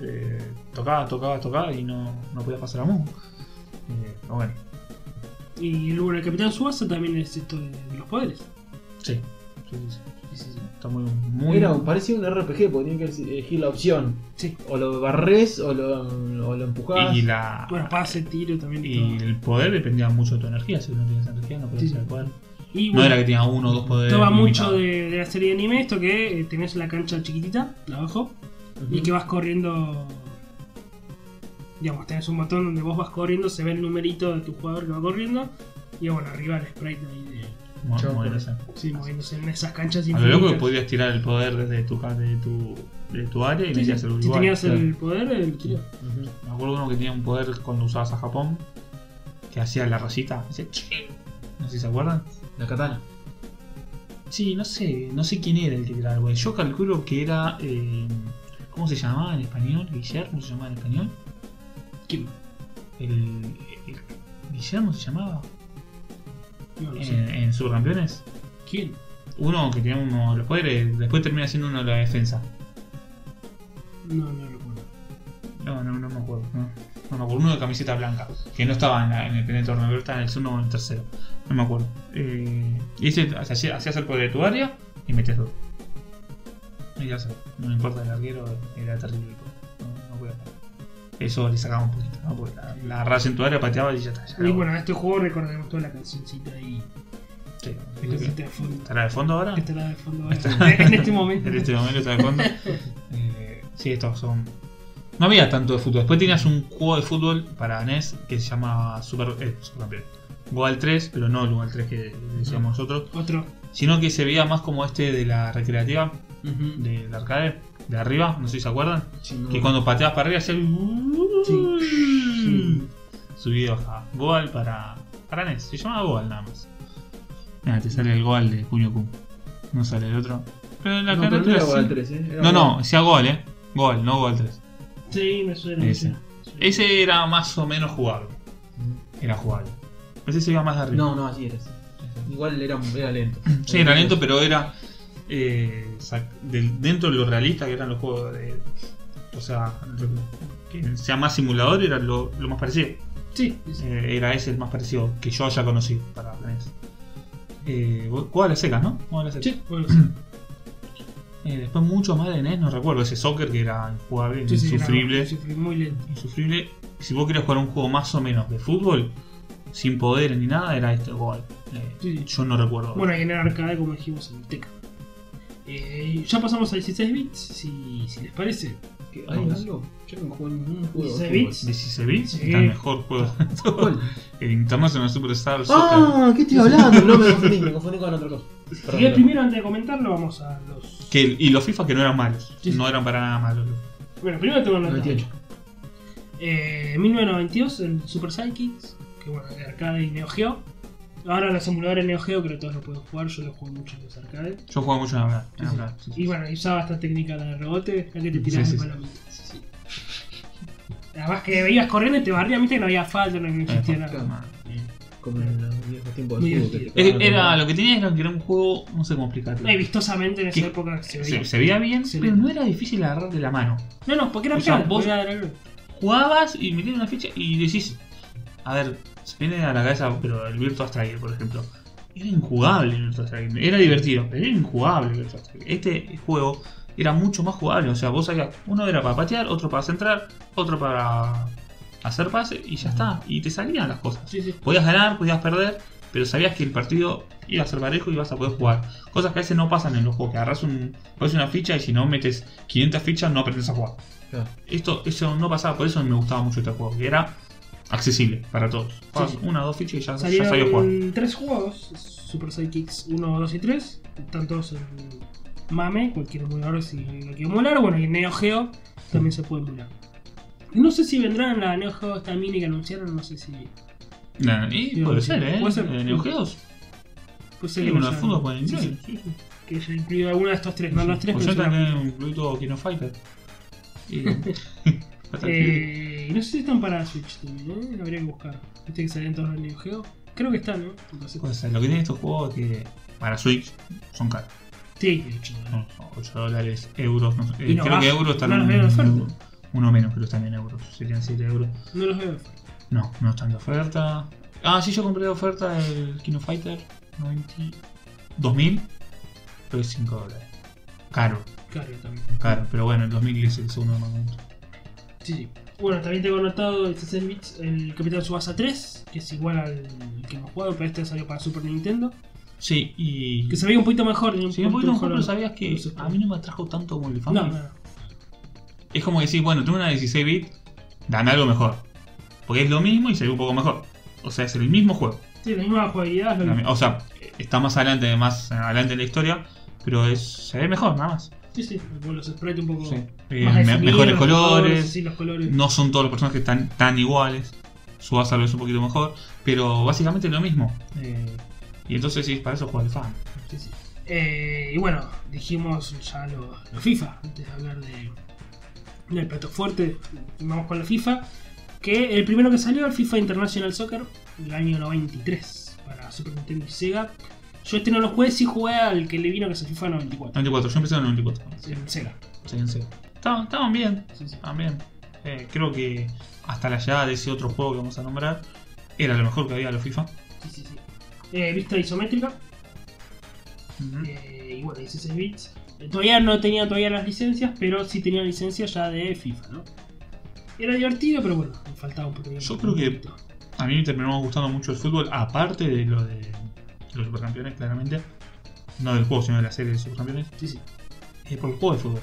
S1: Eh, tocaba, tocaba, tocaba y no, no podías pasar a Mu. Eh, pero bueno,
S3: Y luego el Capitán Suasa también es esto de, de los poderes.
S1: sí. Sí, sí, sí. Sí, sí. Está muy, muy
S2: Era, parecía un RPG porque tenías que elegir la opción.
S3: Sí.
S2: O lo barres o lo, o lo empujás.
S1: Y la.
S3: Bueno, pase, tiro también.
S1: Y
S3: todo.
S1: el poder dependía mucho de tu energía. Si no tenías energía, no podías
S3: Sí,
S1: usar
S3: sí.
S1: el poder.
S3: Y
S1: No
S3: bueno,
S1: era que tenía uno o dos poderes.
S3: toma mucho
S1: limitados.
S3: de, de la serie de anime esto que eh, tenés la cancha chiquitita, la abajo,
S2: Ujú.
S3: y que vas corriendo. Digamos, tenés un botón donde vos vas corriendo, se ve el numerito de tu jugador que va corriendo. Y bueno, arriba el sprite ahí de.
S1: Mo-
S2: Yo,
S1: moverse.
S3: Sí, moviéndose en esas canchas
S1: A lo loco que
S3: infinitas.
S1: podías tirar el poder desde tu, ca- de tu, de tu área y
S3: Sí,
S1: metías
S3: sí.
S1: el
S3: Si
S1: Uruguay.
S3: tenías el
S2: claro.
S3: poder, eh, el tiro.
S2: Ujú.
S1: Me acuerdo uno que tenía un poder cuando usabas a Japón. Que hacía la rosita. hacía chin. No sé si se acuerdan.
S2: La katana.
S1: Sí, no sé, no sé quién era el que tiraba el poder. Yo calculo que era. eh, ¿Cómo se llamaba en español? ¿Guillermo se llamaba en español?
S3: ¿Quién?
S1: El, el- ¿Guillermo se llamaba?
S3: No lo
S1: En,
S3: sé.
S1: en Subcampeones.
S3: ¿Quién?
S1: Uno que tenía uno de los poderes, después termina siendo uno de la defensa.
S3: No, no lo
S1: Ah,
S3: recuerdo.
S1: No, no, no me acuerdo. No, no me acuerdo. Uno de camiseta blanca, que no estaba en, la- en el primer torneo, pero estaba en el segundo o en el tercero. No me acuerdo. Eh, y ese hacía- hacías el poder de tu área y metías dos. Y ya sé, no me importa el arquero, era terrible el poder. No, no podía parar. Eso le sacaba un poquito, ¿no? Porque la, la raya en tu área pateaba y ya está. ya
S3: Y
S1: era
S3: bueno, a este juego recordemos toda la cancioncita ahí.
S1: Sí,
S3: La cancioncita de fondo.
S1: ¿Estará de fondo ahora?
S3: Que estará de fondo ahora,
S1: Está-
S3: en este momento.
S1: En este momento está de fondo. Eh, sí, estos son. No había tanto de fútbol. Después tenías un juego de fútbol para NES que se llama Super. Eh, Supercampeón. Goal 3, pero no el Goal 3 que decíamos nosotros,
S3: Otro.
S1: sino que se veía más como este de la recreativa,
S2: Ujú.
S1: del arcade, de arriba, no sé si se acuerdan,
S2: Sí, me
S1: que
S2: acuerdo.
S1: cuando pateabas para arriba hacía el-
S2: Sí.
S1: mm, subido a Goal para, para NES. Se llamaba Goal nada más. Nada, Ah, te sale el Goal de Kunio Kun. No sale el otro. Pero la
S2: no, pero no
S1: carátula
S2: era
S1: sí.
S2: Goal 3, ¿eh? Era
S1: No,
S2: Goal-
S1: no, decía Goal, eh. Goal, no Goal 3.
S3: Sí, me suena. me
S1: Ese.
S3: suena.
S1: Ese era más o menos jugable. Era jugable. Ese se iba más de arriba.
S2: No, no, así era. así. Igual era, era lento.
S1: Sí, era lento, pero era eh, sac- del- dentro de lo realista que eran los juegos de. O sea, lo- que sea más simulador era lo, lo más parecido.
S3: Sí, sí.
S1: Eh, era ese el más parecido que yo haya conocido para la NES. Eh, jugaba a las secas, ¿no? Jugaba a las secas.
S3: Sí, bueno, sí.
S1: Eh, después mucho más de NES, no recuerdo. Ese soccer que era injugable,
S3: Sí, sí, era
S1: Mm, insufrible.
S3: insufrible, muy lento.
S1: insufrible. Si vos querías jugar un juego más o menos de fútbol, sin poderes ni nada, era este gol. Eh,
S3: Sí, sí.
S1: Yo no recuerdo.
S3: Bueno, y en el arcade, como dijimos, en el Teca. Eh, ya pasamos a 16 bits, si, si les parece.
S2: ¿Qué? ¿Hay algo? Yo no jugué ningún juego.
S3: 16
S2: de fútbol.
S3: bits.
S1: 16 bits,
S3: Sí.
S1: está el mejor juego de todo.
S2: ¿Cuál?
S1: El International Superstar Soccer.
S2: Ah, ¿qué estoy hablando? No, me confundí, me confundí con otra cosa.
S3: Y el primero, antes de comentarlo, vamos a los.
S1: Que, y los FIFA que no eran malos.
S3: Sí, sí.
S1: No eran para nada malos.
S3: Bueno, primero tengo los
S2: 98.
S3: Eh, 1992, el Super Sidekicks, que bueno, de arcade y Neo Geo. Ahora los emuladores Neo Geo creo que todos lo pueden jugar, yo lo juego mucho en los arcades.
S1: Yo jugaba mucho en la verdad. en la
S3: Sí, sí.
S1: verdad, sí, sí.
S3: Y bueno, y usaba esta técnica de rebote, acá que te tirás
S1: Sí,
S3: de
S1: sí, sí.
S3: palomita. Además que veías corriendo y te barría, viste que no había falta, no existía
S1: Ahí está.
S3: nada.
S2: Como en los viejos tiempos
S3: Muy
S2: de fútbol. que
S3: divertido.
S2: te
S1: Eh,
S2: cagaban
S1: Era,
S2: con-
S1: lo que tenía era que era un juego, no sé cómo explicarlo.
S3: No, y vistosamente en esa
S1: ¿Qué?
S3: época se veía.
S1: Se, se veía bien,
S3: Sí.
S1: pero no era difícil agarrar de la mano.
S3: No, no, porque era
S1: O sea,
S3: arcade,
S1: vos-
S3: era de la-
S1: jugabas y metías una ficha y decís, a ver, se viene a la cabeza, pero el Virtua Striker, por ejemplo, era injugable el Virtua Striker, era divertido, pero era injugable el Virtua Striker. Este juego era mucho más jugable, o sea, vos sacas, uno era para patear, otro para centrar, otro para hacer pase y ya está, y te salían las cosas.
S3: Sí, sí.
S1: Podías ganar, podías perder, pero sabías que el partido iba a ser parejo y ibas a poder jugar. Cosas que a veces no pasan en los juegos, que agarras un, pones una ficha y si no metes 500 fichas no aprendes a jugar.
S2: Claro.
S1: Esto, eso no pasaba, por eso me gustaba mucho este juego, que era accesible para todos. Jugabas
S3: Sí.
S1: una o dos fichas y ya, ya sabías jugar.
S3: Salieron tres juegos, Super Sidekicks 1, 2 y 3. Están todos en MAME, cualquier emulador si lo quiero emular. Bueno, y en Neo Geo también se puede emular. No sé si vendrán en la Neo Geo esta mini que anunciaron, no sé si...
S1: Nah, y
S3: Sí,
S1: puede
S3: sí.
S1: ser, ¿eh?
S3: Puede ser.
S1: En Neo Geo, sí,
S3: Pues
S1: sí, bueno, el fútbol pueden incluir. Sí, sí, sí.
S3: Que haya incluido alguno de estos tres, no los tres,
S1: O
S3: pero
S1: sea,
S3: seguramente.
S1: también incluí todo Kino Fighter. Y- Battlefield.
S3: Eh, y no sé si están para Switch también, ¿eh? Habría que buscar. Viste que salían todos en Neo Geo. Creo que están, ¿no? Entonces,
S1: Puede ser. Lo que tienen estos juegos es que para Switch son caros.
S3: sí, de hecho, ¿no?
S1: Son 8 dólares, euros. No, sé.
S3: Y
S1: Eh,
S3: no
S1: creo que
S3: baja.
S1: euros están.
S3: No los veo en oferta.
S1: uno- Uno menos, pero están en euros. Serían 7 euros.
S3: no los veo.
S1: No, no están de oferta. Ah, sí, yo compré de oferta el Kino Fighter 90... 2000, pero es 5 dólares. Caro,
S3: Claro, también.
S1: caro, pero bueno, el 2000 es el segundo más barato.
S3: Sí, sí. Bueno, también tengo anotado el 16 bits, el Capitán Subasa 3, que es igual al que hemos jugado, pero este salió para Super Nintendo.
S1: Sí, y.
S3: Que se veía un poquito mejor. tenía
S1: Si me pones un juego, pero
S3: mejor-
S1: sabías que
S3: no sé cómo.
S1: a mí no me atrajo tanto como el de Family.
S3: No, no, no.
S1: Es como que decís, bueno, tengo una 16 bit, dame algo mejor. Porque es lo mismo y se ve un poco mejor. O sea, es el mismo juego.
S3: Sí, la misma jugabilidad es lo mismo.
S1: O sea, está más adelante, más adelante en la historia, pero es, se ve mejor, nada más.
S3: Sí, sí, con los sprites un poco.
S1: Sí.
S3: más
S1: Eh, me-
S3: definidos,
S1: mejores
S3: los
S1: colores,
S3: Sí, los colores.
S1: no son todos los personajes tan, tan iguales. Subasa lo es un poquito mejor, pero básicamente lo mismo. Eh, y entonces sí, para eso juega el fan.
S3: Sí, sí. Eh, y bueno, dijimos ya lo, lo FIFA, antes de hablar de, del plato fuerte, vamos con la FIFA. Que el primero que salió, el FIFA International Soccer, del año 93, para Super Nintendo y Sega. Yo este no lo jugué, sí jugué al que le vino que es el FIFA 94,
S1: 94, yo empecé en el 94. Sí,
S3: en Sega.
S1: en serio. Estaban, estaban bien,
S3: Sí, sí.
S1: estaban bien. Eh, creo que hasta la llegada de ese otro juego que vamos a nombrar, era lo mejor que había de los FIFA.
S3: Sí, sí, sí. Eh, vista isométrica,
S1: Ujú.
S3: eh, y bueno, 16 bits. Eh, Todavía no tenía todavía las licencias, pero sí tenía licencias ya de FIFA, ¿no? Era divertido, pero bueno, me faltaba un poquito.
S1: Yo creo que- A mí me terminó gustando mucho el fútbol, aparte de lo de los supercampeones, claramente. No del juego, sino de la serie de supercampeones.
S3: Sí, sí.
S1: Eh, por el juego de fútbol.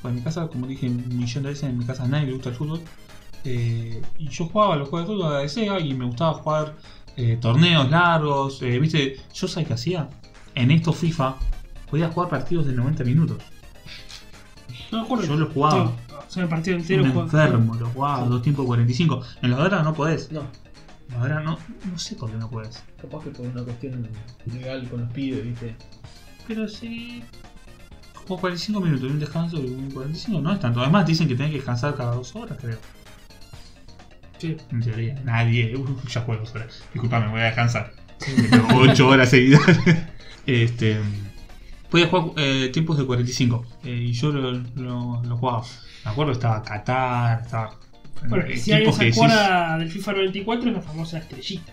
S1: Pues en mi casa, como dije un millón de veces, en mi casa a nadie le gusta el fútbol. Eh, y yo jugaba a los juegos de fútbol a la de Sega y me gustaba jugar eh, torneos largos. eh, ¿Viste? Yo sabía que hacía. En estos FIFA podía jugar partidos de 90 minutos.
S3: No me acuerdo.
S1: Yo lo jugaba.
S3: No, Son el partido entero.
S1: Un
S3: juega-
S1: enfermo, lo jugaba dos tiempos 45. En los de ahora no podés.
S2: No,
S1: Ahora no, no sé por qué no podés.
S2: capaz que por una cuestión legal con los pibes, viste.
S1: Pero sí. Jugás 45 minutos y un descanso y un 45 no es tanto. Además dicen que tenés que descansar cada dos horas, creo.
S3: Sí.
S1: En teoría. Nadie. Uh, ya juego dos horas. Disculpame, voy a descansar. Me quedo ocho horas seguidas. este. Podía jugar eh, tiempos de 45. eh, y yo lo, lo, lo jugaba. Me acuerdo estaba Qatar, estaba.
S3: Bueno,
S1: eh,
S3: si alguien
S1: equipos
S3: se
S1: que decís,
S3: acuerda del FIFA 94 es la famosa estrellita.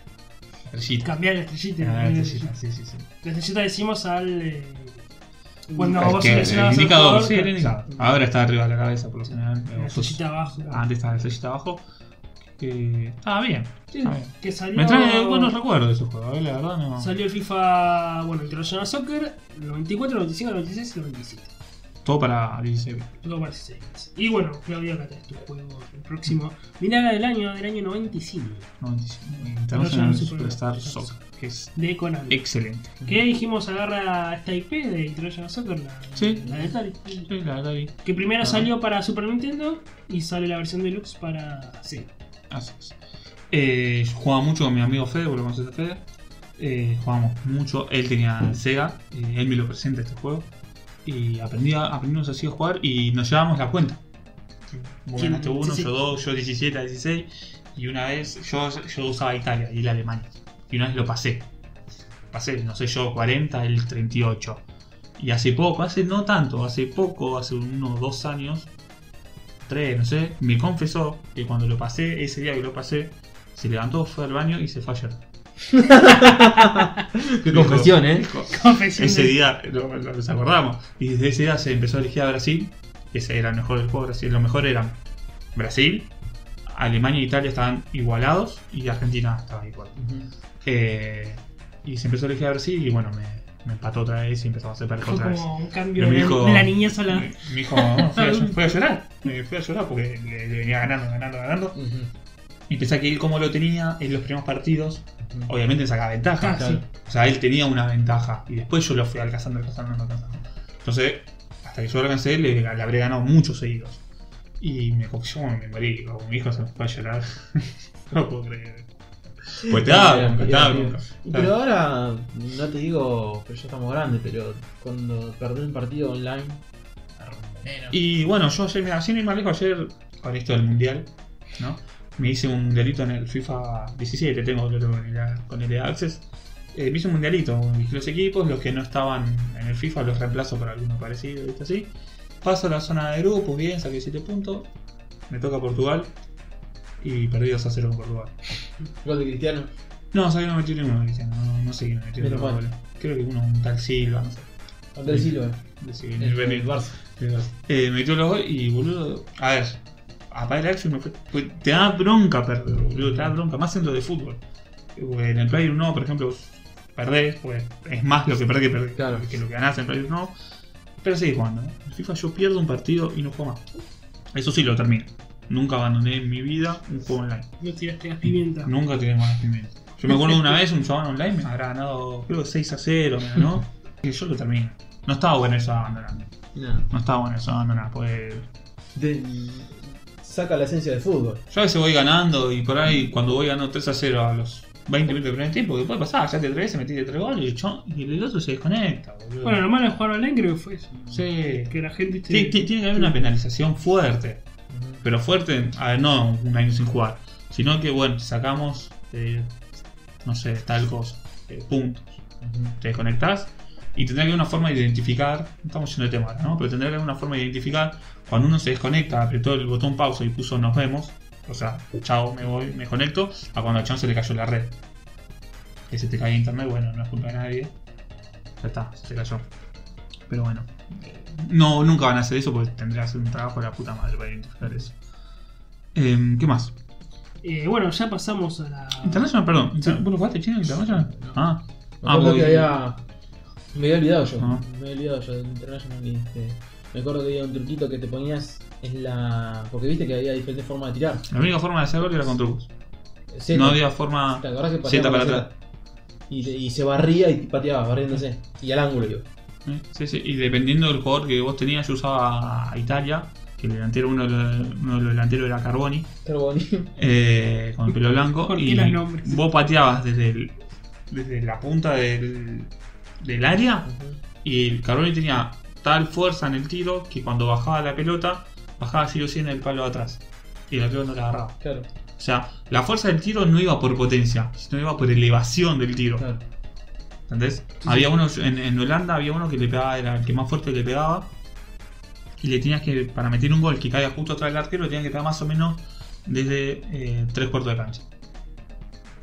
S1: Estrellita.
S3: Cambiar la eh, estrellita.
S1: Ah,
S3: cambiar la
S1: estrellita, sí, sí, sí.
S3: La estrellita decimos al. eh, cuando
S1: El
S3: vos
S1: que- el
S3: seleccionabas al
S1: indicador,
S3: jugador,
S1: sí, el
S3: claro,
S1: indicador. Ahora está arriba de la cabeza, por lo general.
S3: La estrellita abajo.
S1: Antes estaba la estrellita abajo. Que... Ah, bien.
S3: Sí,
S1: Ah, bien.
S3: que salió.
S1: Me trae buenos recuerdos de ese juego, eh, la verdad no.
S3: Salió el FIFA, bueno, International Soccer, 94, 95, 96 y 97.
S1: Todo para 16.
S3: Todo para 16 bits. Y bueno, Claudio, acá tenés tu juego, el próximo. Mirada del año, del año 95,
S1: 95. International
S3: International
S1: Superstar
S3: Superstar
S1: Soccer, que es
S3: de Konami.
S1: excelente.
S3: que dijimos agarra esta IP de International Soccer, la,
S1: Sí.
S3: la de Atari.
S1: Sí, la verdad que
S3: Que primero
S1: Ah.
S3: salió para Super Nintendo y sale la versión deluxe para Sega.
S1: así es. Eh, yo jugaba mucho con mi amigo Fede, porque lo conoces a Fede. Eh, jugábamos mucho, él tenía el Sega, eh, él me lo presenta este juego. Y aprendí a- aprendimos así a jugar y nos llevábamos la cuenta. Vos
S3: ¿Quién?
S1: ganaste uno,
S3: Sí, sí.
S1: yo dos, yo 17 a 16. Y una vez yo, yo usaba Italia y la Alemania. Y una vez lo pasé. Pasé, no sé, yo 40, él 38. Y hace poco, hace no tanto, hace poco, hace unos dos años, tres, no sé, me confesó que cuando lo pasé, ese día que lo pasé, se levantó, fue al baño y se fue a llorar.
S2: Qué confesión, eh.
S3: Confesión
S1: Ese
S3: de-
S1: día lo- lo- nos acordamos. Y desde ese día se empezó a elegir a Brasil. Ese era el mejor del juego Brasil. Lo mejor eran Brasil, Alemania e Italia estaban igualados y Argentina estaba igual. Eh, y se empezó a elegir a Brasil y bueno, me, me empató otra vez y empezamos a perder
S3: Fue
S1: otra vez.
S3: como un cambio
S1: Pero me
S3: de,
S1: dijo-
S3: de la niñez a la.
S1: Me me dijo, no, fui, a, fui a llorar. Me fui a llorar porque le, le venía ganando, ganando, ganando. Y pensé que él como lo tenía en los primeros partidos, obviamente sacaba ventaja.
S3: Ah, sí.
S1: O sea, él tenía una ventaja y después yo lo fui alcanzando, alcanzando, alcanzando. Entonces, hasta que yo lo alcancé, le, le habré ganado muchos seguidos. Y me co- yo me morí, como mi hijo se me fue a llorar. no lo puedo creer. Pues te da
S2: Era,
S1: bronca, te
S2: era,
S1: da
S2: era.
S1: bronca.
S2: Y Pero ahora, no te digo que ya estamos grandes, pero cuando perdés un partido online, arruinero.
S1: Y bueno, yo ayer, mira, sin ir más lejos, ayer, con esto del mundial, ¿no? Me hice un mundialito en el FIFA 17, tengo, lo tengo con el, con el EA Access. Eh, me hice un mundialito, elegí los equipos, los que no estaban en el FIFA los reemplazo por alguno parecido, ¿viste? Así. Paso a la zona de grupos, bien, saqué 7 puntos. Me toca Portugal y perdí 2 a 0 con Portugal.
S2: Gol de Cristiano.
S1: No, sabía que no metí ninguno, Cristiano, no, no sé quién me metió.
S2: Menos
S1: ninguno,
S2: mal.
S1: boludo. Creo que uno, un tal Silva, no sé.
S2: Andrés
S1: Sí.
S2: Silva. Este,
S1: Decí,
S2: El,
S1: ni- ni-
S2: el Barça.
S1: eh, metió los goles y boludo. A ver, apaga el action, me fue- fue- te da bronca perder, boludo, te da bronca, más en lo de fútbol. Eh, En el Player 1, por ejemplo, perdés, pues es más lo que perdés que, perdés,
S2: Claro.
S1: que lo que ganás en Player 1. Pero seguís jugando. ¿no? En FIFA yo pierdo un partido y no juego más. Eso sí lo termino. Nunca abandoné en mi vida un juego online.
S3: No tiraste las pimientas.
S1: Nunca tiré más pimienta. Yo me acuerdo de una vez un chabón online me habrá ganado, creo que 6 a 0, me ganó. Y yo lo termino. No estaba bueno eso de abandonar.
S2: No.
S1: No está bueno eso, no, no, pues.
S2: Del- saca la esencia del fútbol.
S1: Yo a veces voy ganando y por ahí cuando voy ganando 3 a 0 a los 20 minutos del primer tiempo, que puede pasar, ya te atreves, metiste 3 goles y, chon, y el otro se desconecta, boludo.
S3: Bueno, lo malo de jugar online creo que fue eso.
S1: sí.
S3: Que la gente te-
S1: Tiene, tiene- tiene que haber una penalización fuerte. Pero fuerte, a ver, no un año sin jugar. Sino que, bueno, sacamos, eh, no sé, tal cosa, eh, puntos. te desconectás y tendrá que haber una forma de identificar, estamos yendo de tema, ahora, ¿no? Pero tendrá que haber una forma de identificar cuando uno se desconecta, apretó el botón pausa y puso nos vemos, o sea, chao, me voy, me conecto, a cuando a Chon se le cayó la red. Que se te cae internet, bueno, no es culpa de nadie. Ya está, se cayó. Pero bueno, eh, no, nunca van a hacer eso porque tendría que hacer un trabajo de la puta madre para identificar eso. Em, ¿Qué más?
S3: Eh, bueno, ya pasamos a la.
S1: International, perdón. Inter- ¿Vos lo jugaste chino International?
S2: No.
S1: Ah,
S2: Me acuerdo
S1: porque-
S2: que había. Me había olvidado yo.
S1: Ah.
S2: Me había olvidado yo del International. y, este, me acuerdo que había un truquito que te ponías en la. Porque viste que había diferentes formas de tirar.
S1: la única forma de hacer gol era con trucos.
S2: Z.
S1: No había forma.
S2: ¿Te acordás que pateaba
S1: Zeta
S2: con
S1: Ah. para
S2: la
S1: atrás.
S2: Zeta? Y, y se barría y pateaba, barriéndose. Y al ángulo yo.
S1: Sí, sí, Y dependiendo del jugador que vos tenías, yo usaba a Italia, que que el delantero, uno de los, uno de los delanteros era Carboni,
S2: Carboni.
S1: eh, con el pelo blanco.
S3: ¿Por qué
S1: y
S3: los nombres?
S1: vos pateabas desde, el- desde la punta del, del área y el Carboni tenía tal fuerza en el tiro que cuando bajaba la pelota, bajaba sí o sí en el palo de atrás. Y el arquero no la agarraba.
S2: Claro,
S1: O sea, la fuerza del tiro no iba por potencia, sino iba por elevación del tiro.
S2: claro.
S1: ¿Entendés? Había uno, en, en Holanda había uno que le pegaba, era el que más fuerte le pegaba. Y le tenías que, para meter un gol que caiga justo atrás del arquero, le tenías que pegar más o menos desde eh, tres cuartos de cancha.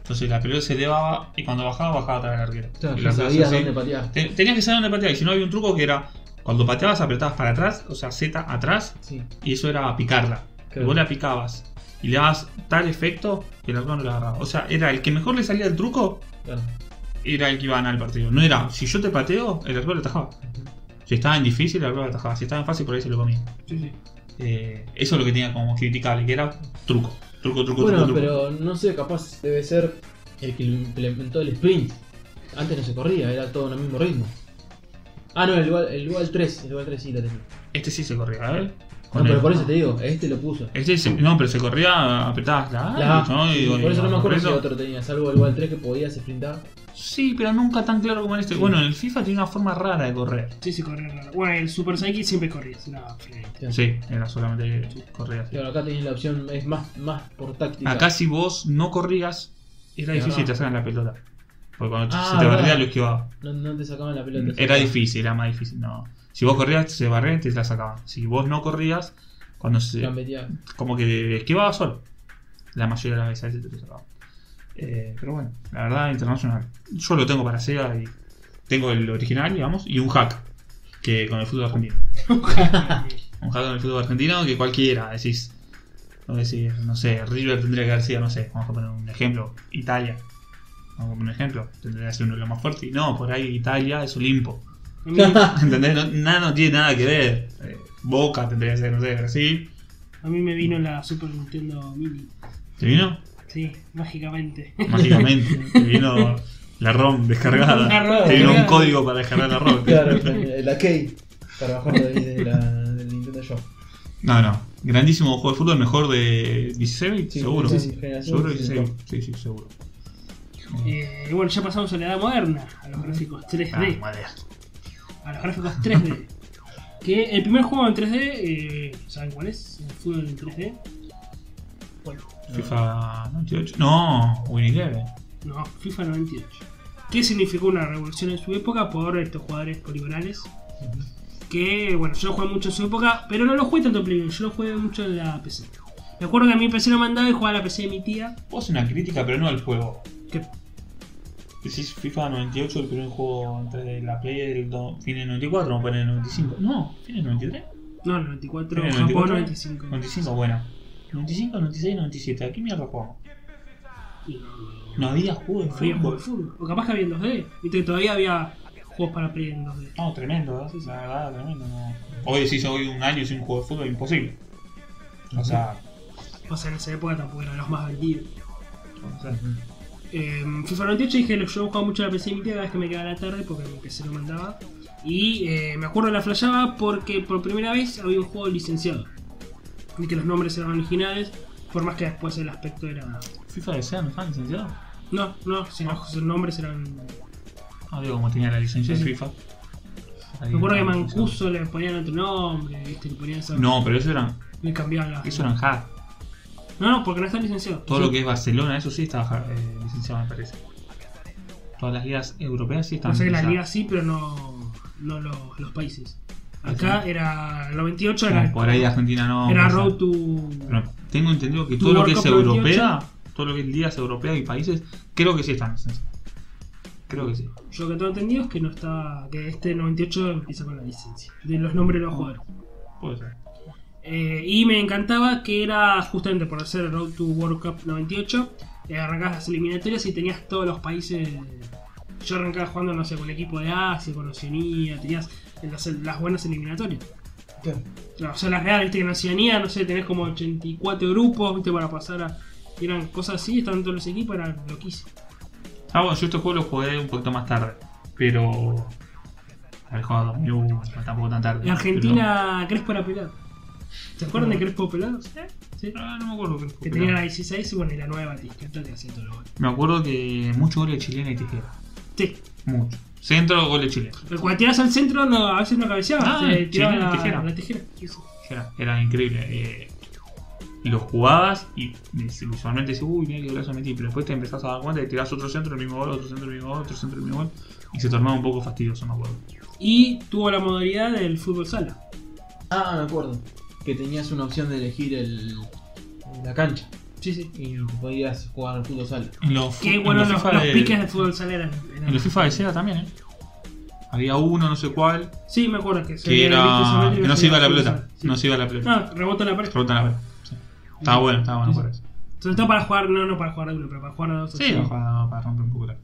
S1: Entonces la pelota se elevaba y cuando bajaba, bajaba atrás del arquero.
S2: Claro,
S1: Y
S2: ya
S1: la
S2: sabías
S1: cosa así.
S2: dónde patear.
S1: Te- Tenías que saber dónde patear. Y si no, había un truco que era cuando pateabas, apretabas para atrás, o sea, Z atrás,
S2: Sí,
S1: y eso era picarla.
S2: Claro.
S1: Y vos la picabas y le dabas tal efecto que el arquero no la agarraba. O sea, era el que mejor le salía el truco,
S2: claro.
S1: era el que iba a ganar el partido. No era, si yo te pateo, el arquero lo atajaba. Si estaba en difícil, el arquero lo atajaba. Si estaba en fácil, por ahí se lo comía.
S3: Sí, sí.
S1: Eh, eso es lo que tenía como criticable, que era truco. Truco, truco,
S2: Bueno,
S1: truco, truco.
S2: pero no sé, capaz debe ser el que lo implementó el sprint. Antes no se corría, era todo en el mismo ritmo. Ah, no, el lugar, el lugar 3, el lugar 3 sí lo tenía.
S1: Este sí se corría, a ver.
S2: No,
S1: Con
S2: pero
S1: el-
S2: por eso te digo, este lo puso.
S1: Este se- no, pero se corría, apretabas la A,
S2: La A.
S1: ¿no? Y-
S2: Sí,
S1: y-
S2: por eso no me
S1: por
S2: acuerdo si
S1: eso-
S2: otro tenía, salvo el lugar 3 que podías sprintar.
S1: Sí, pero nunca tan claro como en este.
S2: Sí.
S1: Bueno, en el FIFA tiene una forma rara de correr.
S3: Sí, sí, corría raro. Bueno, el Super Saiyajin siempre corría, es una fregadita.
S1: Sí, era solamente correr así.
S2: Claro, acá tenés la opción, es más, más por táctica.
S1: Acá si vos no corrías, era
S2: Claro.
S1: difícil te sacan la pelota. Porque cuando
S2: Ah,
S1: se te
S2: verdad.
S1: barría lo esquivaba.
S2: No, no te sacaban la pelota.
S1: Era difícil, era más difícil. No. Si vos corrías, se barrían y te la sacaban. Si vos no corrías, cuando se.
S2: Gambeteaba.
S1: Como que esquivaba solo. La mayoría de las veces te lo sacaban. Eh, pero bueno, la verdad, internacional. Yo lo tengo para Sega y tengo el original, digamos, y un hack. Que con el fútbol argentino. un hack en el fútbol argentino que cualquiera decís. No decís, no sé, River tendría que haber sido, no sé, vamos a poner un ejemplo, Italia. Vamos a poner un ejemplo, tendría que ser uno de los más fuertes. Y no, por ahí Italia es Olimpo.
S3: A mí,
S1: ¿Entendés? No, nada no tiene nada que ver. Eh, Boca tendría que ser, no sé, Brasil.
S3: a mí me vino la Super Nintendo Mini.
S1: ¿Te vino?
S3: Sí, mágicamente.
S1: Mágicamente. Te vino la ROM
S3: La ROM
S1: descargada. Te vino un
S3: descargada.
S1: código para descargar la ROM.
S2: Claro, la Key, para bajarlo desde la, del Nintendo Shop.
S1: No, no. Grandísimo juego de fútbol, mejor de 16 bits,
S2: Sí,
S1: seguro.
S2: sí, sí, generación
S1: seguro
S2: 16.
S1: 16 Sí, sí, seguro.
S3: Eh, bueno, ya pasamos a la edad moderna, a los gráficos
S1: Ah,
S3: 3D.
S1: madre. Ah.
S3: a los gráficos 3D. que el primer juego en 3D, eh, ¿saben cuál es? El fútbol en 3D. Bueno,
S1: FIFA 98. No, Winning Eleven.
S3: no, FIFA 98. Que significó una revolución en su época por estos jugadores poligonales. Que, bueno, yo lo jugué mucho en su época, pero no lo jugué tanto en Play uno, yo lo jugué mucho en la PC. Me acuerdo que a mi PC lo mandaba y jugaba a la PC de mi tía.
S1: Vos una crítica, pero no al juego.
S3: Que,
S1: Decís FIFA 98, el primer juego entre la Play del do- fin del 94, o poner el 95. No, fin del 93.
S3: no, el 94,
S1: ¿En el
S3: Japón
S1: 94?
S3: 95.
S1: 95, bueno. 95, 96, 97. ¿A qué mierda jugamos?
S3: Y no, no,
S1: No había juego de
S3: no había juego
S1: fútbol.
S3: de fútbol. O capaz que había en 2D. Viste que todavía había juegos para Play en 2D.
S1: No, tremendo, ¿eh? la verdad, tremendo. no. Hoy decís hoy un año sin un juego de fútbol, imposible. O sea,
S3: O sea, en esa época tampoco eran los más vendidos.
S1: o sea,
S3: Eh, FIFA 98 dije, lo- yo jugaba mucho a la PC de mi tía cada vez que me quedaba a la tarde porque mi PC lo mandaba. Y eh, me acuerdo la flashaba porque por primera vez había un juego licenciado. Y que los nombres eran originales, por más que después el aspecto era...
S1: FIFA de SEA no estaba licenciado.
S3: No, no, sino los nombres eran...
S1: Ah, digo, como tenía la licencia de
S3: Sí, sí.
S1: FIFA. Ahí
S3: Me acuerdo que
S1: estaba
S3: Mancuso le ponían otro nombre, viste, le ponían esa...
S1: licenciado. No, pero eso eran,
S3: Le cambiaban la...
S1: eso eran hack.
S3: No, no, porque no está licenciado.
S1: Todo lo que es Barcelona, eso sí está ja- eh, licenciado, me parece. Todas las ligas europeas sí están
S3: No sé que la liga
S1: licenciadas.
S3: sí, pero no, no los, los países.
S1: Ah,
S3: Acá
S1: sí.
S3: era... El 98
S1: Como
S3: era...
S1: Por ahí Argentina no.
S3: Era
S1: pasa.
S3: Road to...
S1: Pero tengo entendido que
S3: Tu
S1: todo lo que
S3: World
S1: es
S3: Cup 98.
S1: europea, todo lo que es ligas europeas y países, creo que sí están licenciadas. Creo que sí.
S3: Yo lo que tengo entendido es que no está. que este 98 empieza con la licencia. De los nombres de los jugadores.
S1: Puede ser.
S3: Eh, y me encantaba que era justamente por hacer Road to World Cup 98. eh, arrancabas las eliminatorias y tenías todos los países. Yo arrancaba jugando, no sé, con equipo de Asia, con Oceanía, tenías las, las buenas eliminatorias.
S2: Claro.
S3: O sea, las reales, viste que en Oceanía, no sé, tenés como 84 grupos, viste, para pasar a. y eran cosas así, estaban todos los equipos, era loquísimo.
S1: Ah, bueno, yo este juego lo jugué un poquito más tarde, pero. Haber jugado 2001, no tampoco tan tarde.
S3: En Argentina, Crespo era pelado.
S1: Pero-
S3: ¿Se acuerdan de Crespo Pelados? ¿Eh? Sí.
S1: Ah, no me acuerdo. creo
S3: Que
S1: pero-
S3: tenían a 16 y bueno, y la nueva Batista, esta que hacía todo lo bueno.
S1: Me acuerdo que mucho goles chilena y tijera.
S3: Sí,
S1: Mucho. Centro, goles chilena.
S3: pero cuando tirás al centro no, a veces no cabeceaba,
S1: Ah,
S3: se tiraba
S1: tenía
S3: la
S1: la tijera.
S3: La tijera.
S1: Era, era increíble. eh, lo jugabas y usualmente decís, uy, mira qué golazo metí. Pero después te empezás a dar cuenta y tirás otro centro, el mismo gol, otro centro, el mismo gol, otro centro, el mismo gol. Y se tornaba un poco fastidioso, me acuerdo.
S3: Y tuvo la modalidad del fútbol sala.
S2: Ah, me acuerdo. Que tenías una opción de elegir el, la cancha.
S3: Sí, sí.
S2: Y podías jugar al fútbol sala.
S1: En los,
S3: Qué
S1: en
S3: bueno
S1: los
S3: los,
S1: FIFA
S3: los
S1: de-
S3: piques de fútbol sala eran. eran-
S1: En los FIFA de Sega también, ¿eh? Había uno, no sé cuál,
S3: Sí, me acuerdo que se
S1: que
S3: veía el visto
S1: era.
S3: sobre el
S1: que no se iba a la
S3: fútbol
S1: pelota.
S3: sala. Sí.
S1: No se iba a la pelota.
S3: No, rebota la pared.
S1: Rebotan la pelota. sí. Estaba bueno, estaba bueno
S3: Sí,
S1: por eso.
S3: Sobre todo para jugar, no, no para jugar a uno, pero para jugar a dos.
S1: Sí,
S3: así.
S1: para, para romper un poco la.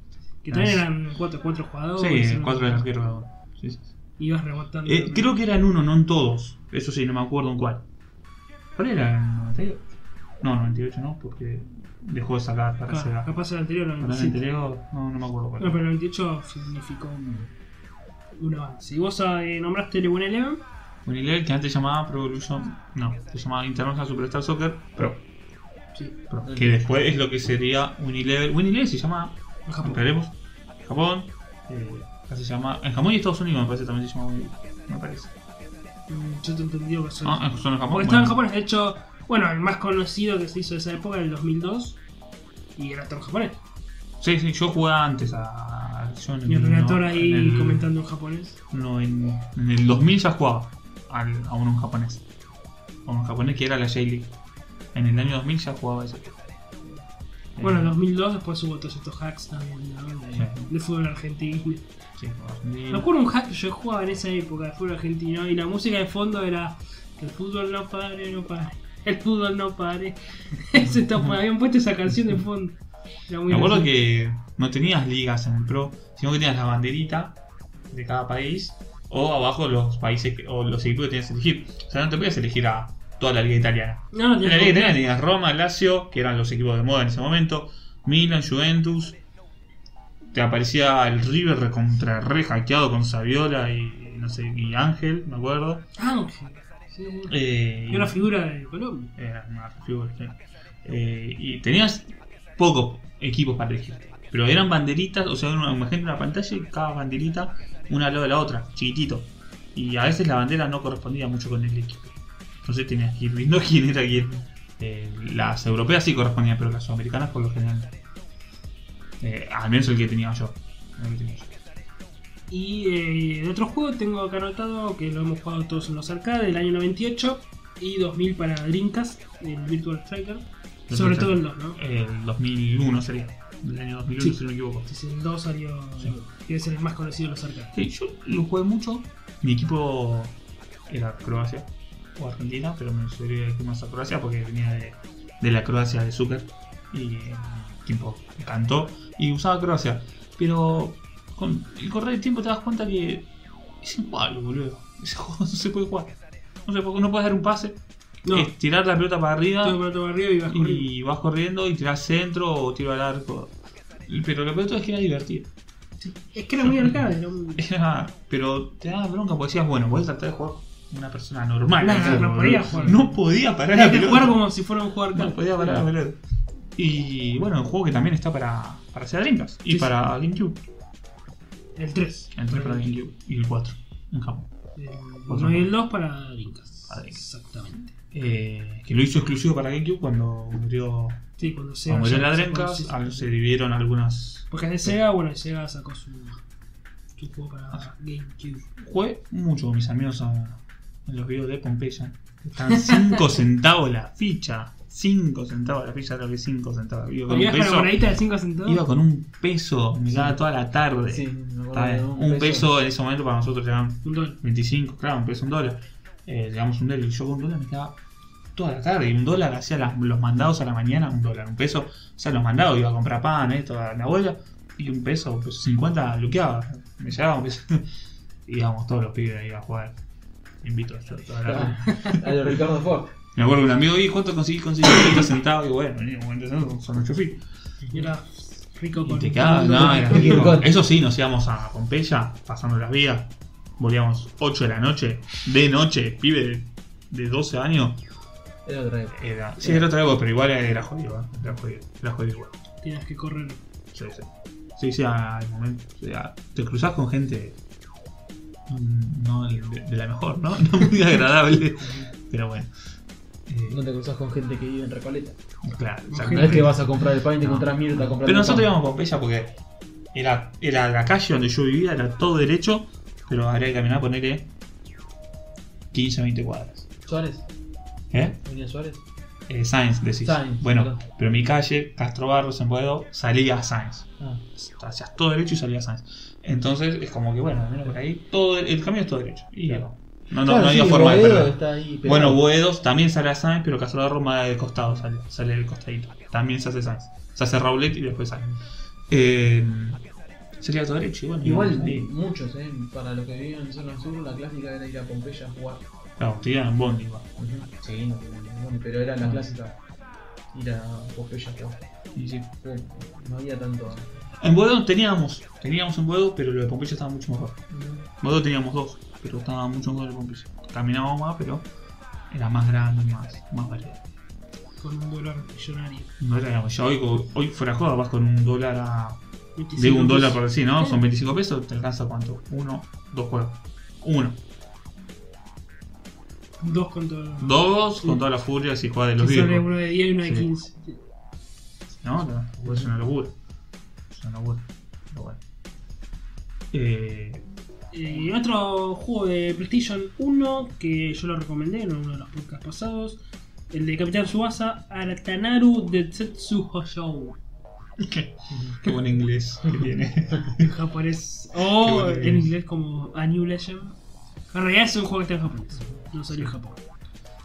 S3: Que también eran cuatro, cuatro jugadores.
S1: Sí,
S3: ¿no?
S1: cuatro del arquero cada uno. Sí, sí.
S3: Ibas rebotando.
S1: Eh, creo que eran uno, no en todos. Eso sí, no me acuerdo en cuál. ¿Cuál era? ¿98? No, 98 no, porque dejó de sacar para
S3: Ah,
S1: Sega. Para
S3: capaz el anterior, el
S1: el
S3: 97.
S1: anterior, no, no me acuerdo cuál.
S3: No, pero el 98 significó
S2: Mm.
S3: un, un avance. Y vos eh, nombraste el One Eleven.
S1: Unilever, que antes llamaba Pro Evolution. No, se llamaba International Superstar Soccer Pro.
S3: Sí,
S1: Pro, que después es lo que sería Unilever. Unilever se llama
S3: en Japón.
S1: Veremos. Japón. eh, acá se llama. En Japón y Estados Unidos me parece también se llama Unilever. Me parece.
S3: Mm, Yo te he entendido que son.
S1: Ah, son en Japón.
S3: Porque estaba
S1: bueno.
S3: en japonés. De hecho, bueno, el más conocido que se hizo de esa época, el 2002. Y era todo en japonés.
S1: Sí, sí, yo jugaba antes a. yo en
S3: Y el relator
S1: no,
S3: ahí
S1: en el-
S3: comentando en japonés.
S1: No, en, en el 2000 ya jugaba al- a uno en japonés. A uno en japonés que era la J-League. En el año 2000 ya jugaba eso.
S3: Bueno,
S1: Eh,
S3: en 2002 después hubo todos estos hacks también ¿no? de,
S1: Sí.
S3: de fútbol argentino.
S1: sí, jugaba Argentina.
S3: Me acuerdo un hack que yo jugaba en esa época de fútbol argentino y la música de fondo era El fútbol no pare, no pare, el fútbol no pare. Se tapa, habían puesto esa canción de fondo. Era muy
S1: Me acuerdo
S3: gracioso.
S1: que no tenías ligas en el pro, sino que tenías la banderita de cada país o abajo los países que- o los equipos que tenías que elegir. O sea, no te podías elegir a toda la liga italiana.
S3: No, no,
S1: En la liga
S3: tenés
S1: italiana tenías Roma, Lazio, que eran los equipos de moda en ese momento, Milan, Juventus. Te aparecía el River contra re hackeado con Saviola y no sé, y Ángel, me acuerdo.
S3: Ángel. Ah, Sí, me acuerdo.
S1: Eh,
S3: Y una figura de Colombia.
S1: era una figura, sí. Eh, y tenías pocos equipos para elegir. Pero eran banderitas, o sea, una, imagínate una pantalla y cada banderita una al lado de la otra, chiquitito. Y a veces la bandera no correspondía mucho con el equipo. Entonces tenías que ir viendo quién era quién. Eh, las europeas sí correspondían, pero las sudamericanas por lo general. no. Eh, al menos el que tenía yo. El que tenía yo.
S3: Y eh, de otro juego tengo acá anotado que lo hemos jugado todos en los arcades del año 98 y 2000 para Dreamcast, el Virtual Striker. Sobre
S1: Perfecto.
S3: todo el 2, ¿no?
S1: El 2001 sería. El año 2001,
S3: Sí.
S1: si no me equivoco.
S3: Entonces el 2 salió,
S1: Sí.
S3: debe ser el más conocido de los arcades.
S1: Sí, yo lo jugué mucho. Mi equipo era Croacia o Argentina, pero me sugería que más a Croacia porque venía de, de la Croacia de Zucker. Y eh, mi equipo me encantó y usaba Croacia. Pero con el correr del tiempo te das cuenta que es injugable, boludo. Ese juego no se puede jugar. No, se puede, no puedes dar un pase,
S3: No,
S1: es tirar la pelota para arriba
S3: todo para todo arriba y vas corriendo.
S1: Eh, y vas corriendo y tiras centro o tiro al arco. Pero lo peor de todo es que era divertido.
S3: Sí, Es que era muy arcade, era muy...
S1: Era- pero te daba bronca porque decías, bueno, voy a tratar de jugar como una persona normal.
S3: No,
S1: O sea,
S3: no podía jugar.
S1: No podía parar la
S3: Tenías que
S1: pelota.
S3: jugar como si fuera un juego arcade.
S1: No podía parar la pelota. Y bueno, un juego que también está para, para Sega Dreamcast y
S3: Sí, sí.
S1: para GameCube.
S3: El 3.
S1: pues. El 3 para GameCube y el 4 en Japón.
S3: El 1 y el 2 para Drinkas.
S1: Para Dreamcast.
S3: Exactamente.
S1: Eh, que lo hizo exclusivo para GameCube cuando murió,
S3: Sí, cuando Sega...
S1: cuando murió
S3: ya
S1: la
S3: sacó-
S1: Dreamcast.
S3: sí, sí.
S1: al- Se dividieron algunas.
S3: Porque de Sega, bueno, Sega sacó su, su juego
S1: Ah.
S3: para GameCube.
S1: Jugué mucho con mis amigos a- en los videos de Pompeya. Están 5 centavos la ficha. 5 centavos la ficha, creo que 5 centavos. Digo, con un
S3: ¿Comías con la
S1: peso-
S3: monedita de 5 centavos?
S1: Iba con un peso, me quedaba toda la tarde.
S2: Sí, me acuerdo
S1: Está bien.
S2: de
S1: un peso. en ese momento para nosotros eran
S3: Un dólar.
S1: 25, claro, un peso, un dólar. Eh, digamos un dólar, y yo con un dólar me quedaba toda la tarde. Y un dólar hacía las- los mandados a la mañana, un dólar, un peso. O sea, los mandados, iba a comprar pan, esto, a la abuela, y un peso, un peso 50, luqueaba. Me llevaba un peso. Íbamos todos los pibes ahí a jugar. Invito a esto, toda la tarde.
S2: A lo Ricardo Ford.
S1: Me acuerdo que un amigo, ¿y cuánto conseguí? Conseguí 50 centavos, y bueno, ni 50 centavos, son 8 fichas.
S3: Y era rico
S1: Y
S3: con...
S1: te quedaba,
S3: con
S1: no,
S3: dólar.
S1: era rico. Eso sí, nos íbamos a Pompeya, pasando las vías. Volvíamos 8 de la noche, de noche, pibe de de 12 años
S2: Era otra época.
S1: era. Sí, era otra época, pero igual era jodido, ¿eh? Era jodido, era jodido igual.
S3: Tenías que correr.
S1: Sí, sí. Sí, sí, al momento. o sea, te cruzás con gente. mm, No, de, de la mejor, ¿no? No muy agradable. Pero bueno. Eh,
S2: No te cruzas con gente que vive en Recoleta.
S1: claro,
S2: No es
S1: exactamente.
S2: que vas a comprar el pan y te
S1: No.
S2: encontrás mierda a comprar
S1: Pero nosotros íbamos a Pompeya porque era, era la calle donde yo vivía, era todo derecho, pero habría que caminar, ponerle 15 o 20 cuadras.
S2: Suárez.
S1: ¿Eh?
S2: Venía Suárez.
S1: Eh, Sainz, decís.
S2: Sainz,
S1: bueno,
S2: claro.
S1: pero mi calle, Castro Barros, en Boedo, salía a Sainz.
S2: Ah,
S1: Hacías todo derecho y salía a Sainz. Entonces es como que, bueno, al menos por ahí, todo el, el camino es todo derecho. Y
S2: Claro.
S1: no, no,
S2: Claro,
S1: no había
S2: sí,
S1: forma de
S2: Boedo
S1: perder.
S2: está ahí pegado.
S1: Bueno, Boedos también sale a Sainz, pero Castro Barros más del costado sale, sale del costadito. También se hace Sainz. Se hace Raulet y después Sainz. Eh, sería todo derecho, y bueno.
S2: Igual
S1: y-
S2: muchos, ¿eh? Para los que vivían en zona sur, la clásica era ir a Pompeya a jugar.
S1: Claro, te iban en Bondi, igual.
S2: Sí, no, bueno, pero era la clásica. Ir a Pompeya a jugar.
S1: Y sí.
S2: Bueno, No había tanto. eh.
S1: En Boedo teníamos, teníamos en Boedo, pero lo de Pompeya estaba mucho mejor. Nosotros teníamos dos, pero estaba mucho mejor el Pompeyo. Caminábamos más, pero era más grande, más, más variado.
S3: Con un dólar millonario.
S1: No era, digamos, ya hoy, co- hoy fuera joda, vas con un dólar a. Digo un dólar por decir, ¿no? Son 25 pesos, te alcanza cuánto? Uno, dos juegos. Uno.
S3: Dos con todo.
S1: Dos
S3: Sí.
S1: con toda la furia si juegas de
S3: Que
S1: los
S3: sale
S1: viejos.
S3: uno de 10 y uno de
S1: Sí.
S3: 15.
S1: No, no, tampoco es una locura. Es una locura. Pero bueno. Eh,
S3: Eh, otro juego de PlayStation 1 que yo lo recomendé en uno de los podcasts pasados. El de Capitán Subasa, Aratanaru de Tetsu Hoshou.
S1: qué, qué buen inglés que tiene.
S3: En japonés. O
S1: bueno que
S3: en
S1: es.
S3: inglés como A New Legend. En realidad es un juego que está en japonés. No salió en Japón.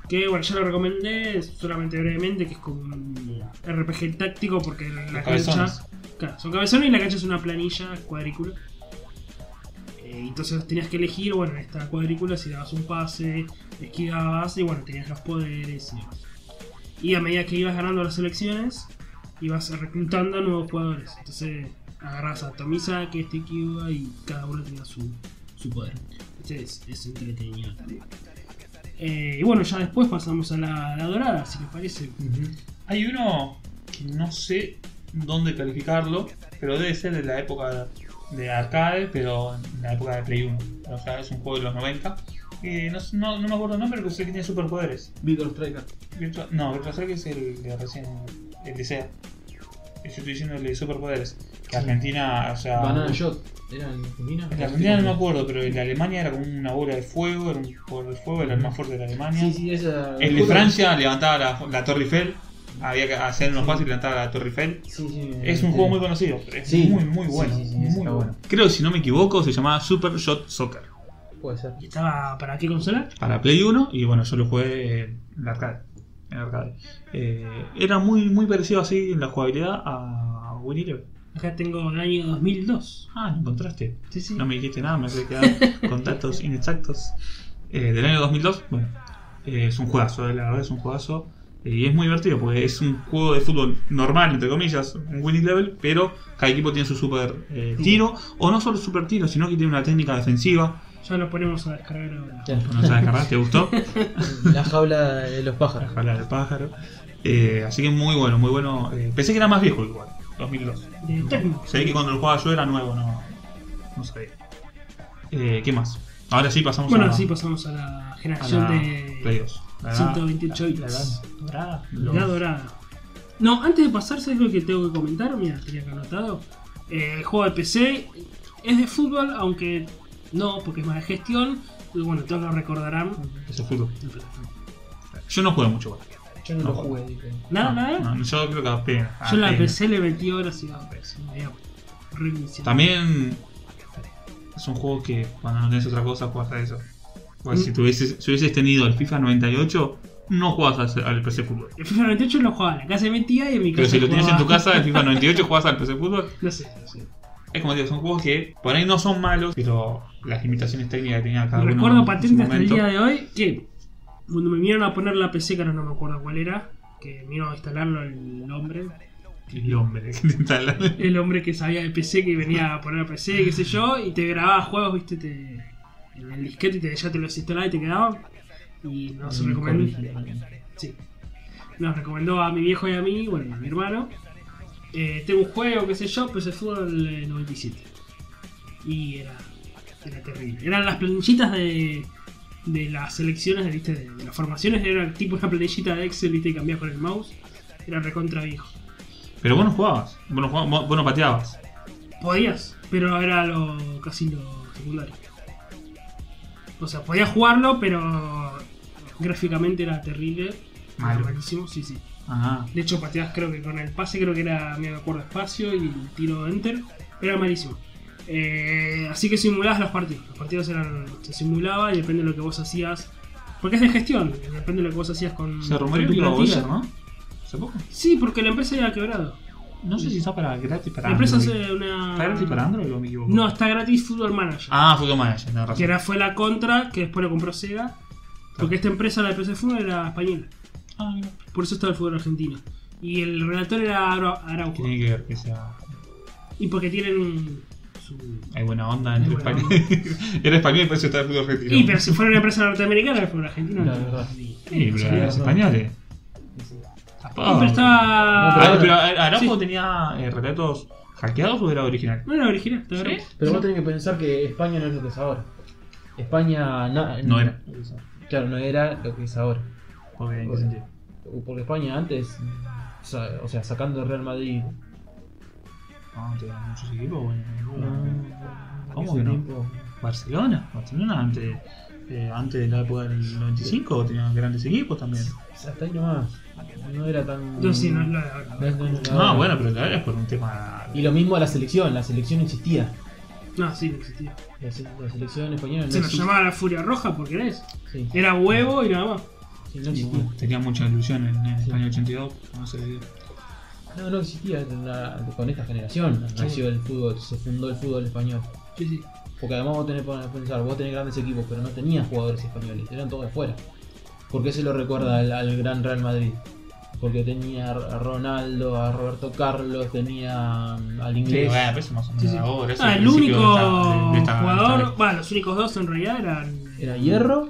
S3: Que bueno, yo lo recomendé solamente brevemente, que es como un RPG táctico porque la cancha...
S1: cabezones.
S3: Claro, son cabezones y la cancha es una planilla cuadrícula. Eh, entonces tenías que elegir, bueno, en esta cuadrícula si dabas un pase, esquivabas y bueno, tenías los poderes y demás. Y a medida que ibas ganando las elecciones, ibas reclutando a nuevos jugadores. Entonces agarras a Tomisa, que este Kiba y cada uno tenía su, su poder. Entonces es entretenido también. Eh, y bueno, ya después pasamos a la, la dorada, si les parece.
S1: Hay uno que no sé dónde calificarlo, pero debe ser de la época de arcade, pero en la época de Play 1. O sea, es un juego de los 90. que no, no- no me acuerdo el nombre, pero sé que tiene superpoderes.
S2: Víctor Striker.
S1: Virtua- no, Virtua Strike es el de recién, el de SEA. Yo estoy diciendo el de superpoderes. Que Argentina, o sea.
S2: Banana Shot. ¿Era en Argentina?
S1: En Ah. la Argentina no me acuerdo, pero en la Alemania era como una bola de fuego, era un jugador de fuego, era el más fuerte de la Alemania.
S2: Sí, sí, esa.
S1: El de Francia levantaba la, la Torre Eiffel, había que hacer unos pases y levantaba la Torre Eiffel.
S2: Sí, sí.
S1: Es un
S2: Eh, sí.
S1: juego muy conocido, pero es
S2: Sí.
S1: muy, muy
S2: Sí,
S1: bueno.
S2: sí, sí,
S1: muy
S2: está
S1: bueno.
S2: bueno.
S1: Creo, si no me equivoco, se llamaba Super Shot Soccer
S2: Puede ser.
S3: ¿Y estaba para qué consola?
S1: para Play 1 y bueno, yo lo jugué en la arcade. En la arcade. Eh, era muy, muy parecido así en la jugabilidad a Win Eleven.
S3: Acá tengo el año 2002.
S1: Ah, lo encontraste.
S3: Sí, sí.
S1: No me dijiste nada, me hace quedar con datos inexactos. Eh, del año 2002, bueno, eh, es un juegazo, eh, la verdad es un juegazo. eh, Y es muy divertido, porque es un juego de fútbol normal, entre comillas, un winning level, pero cada equipo tiene su super eh, tiro, o no solo super tiro, sino que tiene una técnica defensiva.
S3: Ya lo ponemos a descargar ahora.
S2: Ya.
S1: No sabes, Carras, ¿te gustó?
S2: La jaula de los pájaros.
S1: Hablar del pájaro. Eh, así que muy bueno, muy bueno. Eh, pensé que era más viejo igual, 2002.
S3: De Tecmo.
S1: Se ve que cuando lo jugaba yo era nuevo, no, no sabía. Eh, ¿Qué más? Ahora sí pasamos
S3: Bueno,
S1: a...
S3: así pasamos a la
S1: a
S3: generación
S1: la
S3: de
S1: Play 2. La edad-
S3: 128
S1: la edad dorada.
S3: La dorada. No, antes de pasar, ¿sabes lo que tengo que comentar? Mira, tenía que anotado. Eh, el juego de PC es de fútbol, aunque no, porque es más de gestión. Y bueno, todos lo recordarán.
S1: Eso es fútbol. Yo no juego mucho igual.
S2: Yo no,
S1: No.
S2: lo jugué, dije.
S3: Nada,
S1: No,
S3: nada.
S1: no, Ah, yo creo que apenas.
S3: Ah, Yo la
S1: apenas.
S3: PC le metí horas y horas. Me había reiniciado.
S1: También es un juego que cuando no tenés otra cosa juegas a eso. Pues
S3: Mm.
S1: si, tuvieses, si hubieses tenido el FIFA 98, no juegas al, al PC Fútbol.
S3: El FIFA 98 lo jugaba en la casa de mi tía y en mi casa.
S1: Pero si lo tienes en tu
S3: jugaba-
S1: casa, el FIFA 98, juegas al PC Fútbol.
S3: No sé, no sé.
S1: Es como digo, son juegos que por ahí no son malos, pero las limitaciones técnicas que tenía cada uno.
S3: Recuerdo
S1: en su
S3: patente hasta el
S1: momento.
S3: día de hoy que cuando me vinieron a poner la PC, que ahora no me acuerdo cuál era, que me iba a instalarlo el hombre,
S1: El hombre que te instala.
S3: el hombre que sabía de PC, que venía a poner la PC, qué sé yo, y te grababa juegos, viste, te, en el disquete y te, ya te los instalaba y te quedaban. y nos
S1: Un
S3: recomendó.
S1: corrige también.
S3: Sí. Nos recomendó a mi viejo y a mí, bueno, a mi hermano. Eh, tengo un juego, qué sé yo, pues el fútbol eh, 97. Y era, era terrible. Eran las planillitas de, de las selecciones, de, ¿viste? De, de las formaciones. Era tipo una planillita de Excel, ¿viste? Y cambiabas con el mouse. Era recontra viejo.
S1: Pero vos no jugabas, vos no, jugabas, vos- vos no pateabas.
S3: Podías, pero era lo casi lo secundario. O sea, podías jugarlo, pero gráficamente era terrible.
S1: Malo.
S3: Era malísimo, sí, sí.
S1: Ah,
S3: De hecho, pateabas creo que con el pase, creo que era, me acuerdo, espacio y el tiro enter. Era malísimo. Eh, así que simulabas los partidos. Los partidos eran, se simulaba y depende de lo que vos hacías. Porque es de gestión, depende de lo que vos hacías con...
S1: se rumoreó
S3: el
S1: que iba a volver, ¿no? ¿Hace poco?
S3: Sí, porque la empresa ya ha quebrado.
S1: No sé si está para gratis para
S3: la empresa
S1: Android.
S3: hace una...
S1: Ah, ¿Está gratis para Android o me equivoco?
S3: No, está gratis Football Manager.
S1: Ah, Football Manager, tenés razón.
S3: Que era, fue la contra que después lo compró Sega. Porque esta empresa, la empresa de fútbol, era española.
S1: Ah, mira.
S3: Por eso estaba el fútbol argentino. Y el relator era Ara- Araujo.
S1: Tiene que ver que sea.
S3: Y porque tienen su.
S1: Hay buena onda en
S3: Hay
S1: el
S3: buena
S1: español. Era español y por eso está el fútbol argentino.
S3: Y pero si fuera una empresa norteamericana, el fútbol argentino.
S2: La
S3: no.
S2: verdad.
S3: Sí,
S1: Sí, pero
S2: Sí,
S1: los
S2: sí.
S1: españoles.
S3: Y pero
S1: Ah,
S3: estaba.
S2: No,
S1: pero Araujo
S3: Sí.
S1: tenía eh, relatos hackeados o era original?
S3: No era original, estaba
S1: ¿Sí?
S3: Araujo.
S2: Pero vos tenés que pensar que España no es lo que es ahora. España na-
S1: No era.
S2: Claro, no era lo que es ahora.
S1: Porque, ¿en qué
S2: Bueno.
S1: sentido?
S2: Porque España antes, sa- o sea, sacando el Real Madrid.
S1: Ah, tenía muchos equipos. bueno,
S2: Ah.
S1: ninguno.
S3: Ah,
S2: no,
S1: ¿Cómo
S2: hace
S1: que no?
S2: tiempo.
S1: Barcelona. Barcelona antes, eh, antes de la época del 95 tenía grandes equipos también.
S2: Hasta ahí nomás. No era tan.
S3: No, sí, no es la de ahora.
S2: No es- no es-
S1: Ah, bueno, pero la verdad es por un tema.
S2: Y lo mismo a la selección, la selección existía.
S3: No, sí, no existía.
S2: La, se- la selección española no
S3: Se nos
S2: existía.
S3: llamaba la Furia Roja porque era eso.
S2: Sí,
S3: Era huevo y nada más.
S2: sí, no
S1: y
S2: existía.
S1: bueno, tenía mucha ilusión en el año 82, pues, no se le dio.
S2: No, no existía la- con esta generación. Nació el fútbol, se fundó el fútbol español.
S3: Sí, sí.
S2: Porque además vos tenés que pensar, vos tenés grandes equipos, pero no tenías jugadores españoles, eran todos de fuera. ¿Por qué se lo recuerda al, al gran Real Madrid? Porque tenía a Ronaldo, a Roberto Carlos, tenía mm, al
S1: Sí,
S2: inglés.
S1: bueno, pero eso más o menos
S3: Sí, sí.
S1: ahora, eso
S3: Ah,
S1: al
S3: el
S1: principio
S3: único
S1: de esta- de esta-
S3: jugador,
S1: esta-
S3: bueno, los únicos dos en realidad eran
S2: Era Hierro,